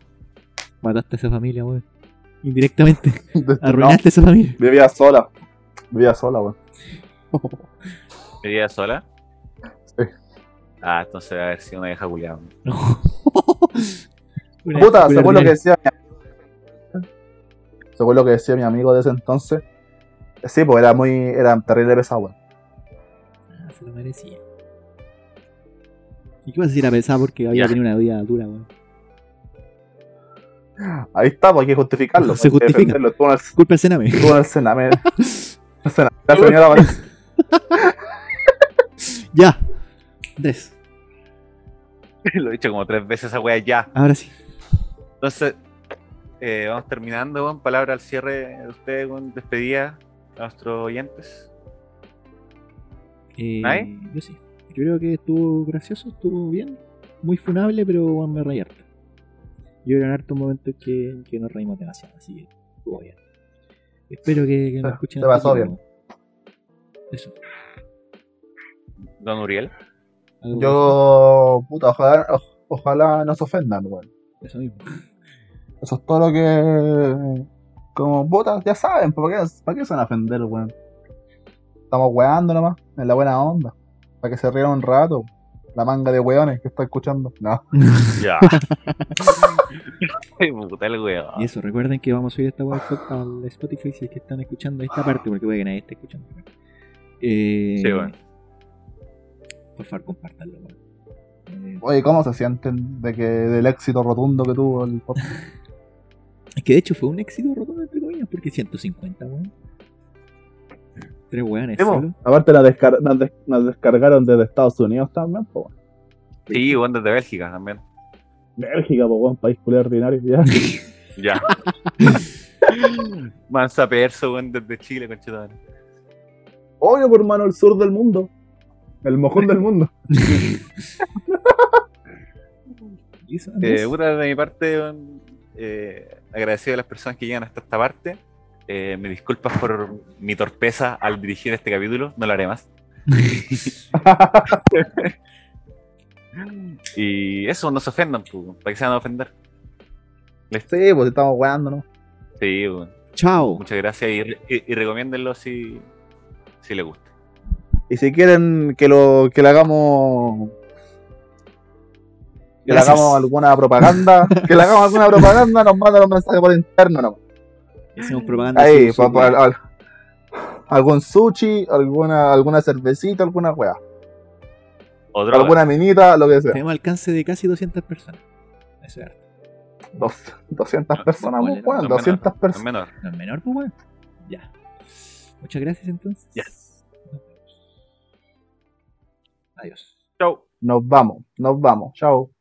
[SPEAKER 1] Mataste a esa familia, weón.
[SPEAKER 3] [LAUGHS]
[SPEAKER 1] Indirectamente.
[SPEAKER 3] No,
[SPEAKER 1] Arruinaste a esa familia.
[SPEAKER 3] [LAUGHS]
[SPEAKER 1] [LAUGHS]
[SPEAKER 3] vivía sola. Vivía sola, weón.
[SPEAKER 2] ¿Vivía sola?
[SPEAKER 3] Sí.
[SPEAKER 2] Ah, entonces debe haber sido una vieja culiada.
[SPEAKER 1] Una
[SPEAKER 3] Puta,
[SPEAKER 1] película
[SPEAKER 3] según lo que
[SPEAKER 1] ordinaria.
[SPEAKER 3] decía mi amigo según lo que decía mi amigo de ese entonces, sí, pues era muy, era terrible pesado, weón.
[SPEAKER 1] Ah, se lo merecía. ¿Y qué vas a decir a pesar porque había
[SPEAKER 2] Ya.
[SPEAKER 1] tenido una vida dura, weón?
[SPEAKER 3] Ahí está, pues hay que justificarlo.
[SPEAKER 1] Se
[SPEAKER 3] hay que
[SPEAKER 1] justifica.
[SPEAKER 3] defenderlo. Estuvo en el,
[SPEAKER 1] Culpa del Sename. [LAUGHS]
[SPEAKER 3] estuvo en el Sename. En el Sename. La señora Valencia.
[SPEAKER 1] ya. Andrés,
[SPEAKER 2] [LAUGHS] Lo he dicho como tres veces esa wea ya.
[SPEAKER 1] ahora sí.
[SPEAKER 2] Entonces, eh, vamos terminando, weón. Palabra al cierre de ustedes, weón. Despedida a nuestros oyentes.
[SPEAKER 1] Eh,
[SPEAKER 2] ¿Nadie?
[SPEAKER 1] yo sí. Yo creo que estuvo gracioso, estuvo bien. Muy funable, pero weón, me reí harto. Yo era en hartos momentos que, que nos reímos demasiado, así que estuvo bien. Espero que, que me
[SPEAKER 3] Ah,
[SPEAKER 1] escuchen.
[SPEAKER 3] te pasó
[SPEAKER 1] harto,
[SPEAKER 3] bien.
[SPEAKER 1] weón. Eso.
[SPEAKER 2] Don Uriel.
[SPEAKER 1] algo
[SPEAKER 3] Yo, puta, ojalá, o- ojalá no se ofendan, weón.
[SPEAKER 1] que- Eso mismo.
[SPEAKER 3] Eso es todo lo que. Como puta, ya saben, ¿para qué, para qué se van a ofender, weón? Estamos weando nomás, en la buena onda. Para que se rían un rato. La manga de weones que está escuchando. No.
[SPEAKER 2] [LAUGHS]
[SPEAKER 1] [LAUGHS]
[SPEAKER 2] Ya. Ay, Puta el weón.
[SPEAKER 1] Y eso, recuerden que vamos a subir esta web al Spotify si es que están escuchando esta parte, porque puede que nadie esté escuchando. Eh,
[SPEAKER 2] Ah. Sí, bueno.
[SPEAKER 1] Por favor, compártanlo. weón. Eh,
[SPEAKER 3] Oye, ¿cómo se sienten de que del éxito rotundo que tuvo el podcast?
[SPEAKER 1] es que de hecho fue un éxito rotundo, entre comillas, porque 150, weón. Tres weones solo.
[SPEAKER 3] Aparte nos, descar- nos des- nos descargaron desde Estados Unidos también, po, weón.
[SPEAKER 2] Sí, weón, desde Bélgica también.
[SPEAKER 3] Bélgica, po, weón, país culiado ordinario. [LAUGHS]
[SPEAKER 2] Ya.
[SPEAKER 3] Ya.
[SPEAKER 2] [LAUGHS] Mansa Perso, weón, desde Chile, conchetumare.
[SPEAKER 3] Obvio, por hermano, el sur del mundo. El mojón del mundo.
[SPEAKER 1] Y eso,
[SPEAKER 2] Eh,
[SPEAKER 1] Andrés.
[SPEAKER 2] puta, de mi parte, weón, eh, agradecido a las personas que llegan hasta esta parte. Eh, me disculpas por mi torpeza al dirigir este capítulo, no lo haré más. y eso, no se ofendan, pues, weón, para que se van a ofender.
[SPEAKER 3] Sí, pues estamos weando, ¿no?
[SPEAKER 2] Sí, weón.
[SPEAKER 1] [LAUGHS] Chao.
[SPEAKER 2] muchas gracias y, re- y- y recomiéndenlo si, si les gusta.
[SPEAKER 3] Y si quieren que lo, que le hagamos. Que le
[SPEAKER 1] Gracias.
[SPEAKER 3] hagamos alguna propaganda. que le hagamos alguna propaganda, nos mandan un mensaje por interno, ¿no?
[SPEAKER 1] Hacemos propaganda.
[SPEAKER 3] Ahí,
[SPEAKER 1] sin su-
[SPEAKER 3] pa- pa- al- algún sushi, alguna, alguna cervecita, alguna weá.
[SPEAKER 2] Otro,
[SPEAKER 3] Alguna minita, lo que sea.
[SPEAKER 1] Tenemos alcance de casi 200 personas. Eso es harto.
[SPEAKER 3] Dos- 200 personas,
[SPEAKER 1] Vale,
[SPEAKER 3] pues, weón,
[SPEAKER 2] no es menor,
[SPEAKER 3] 200
[SPEAKER 2] no es
[SPEAKER 3] personas.
[SPEAKER 2] menor.
[SPEAKER 1] No es menor, pues, weón. Ya. Muchas gracias, entonces.
[SPEAKER 2] Ya.
[SPEAKER 1] Nos vemos. Adiós.
[SPEAKER 2] Chau.
[SPEAKER 3] Nos vamos, nos vamos. Chao.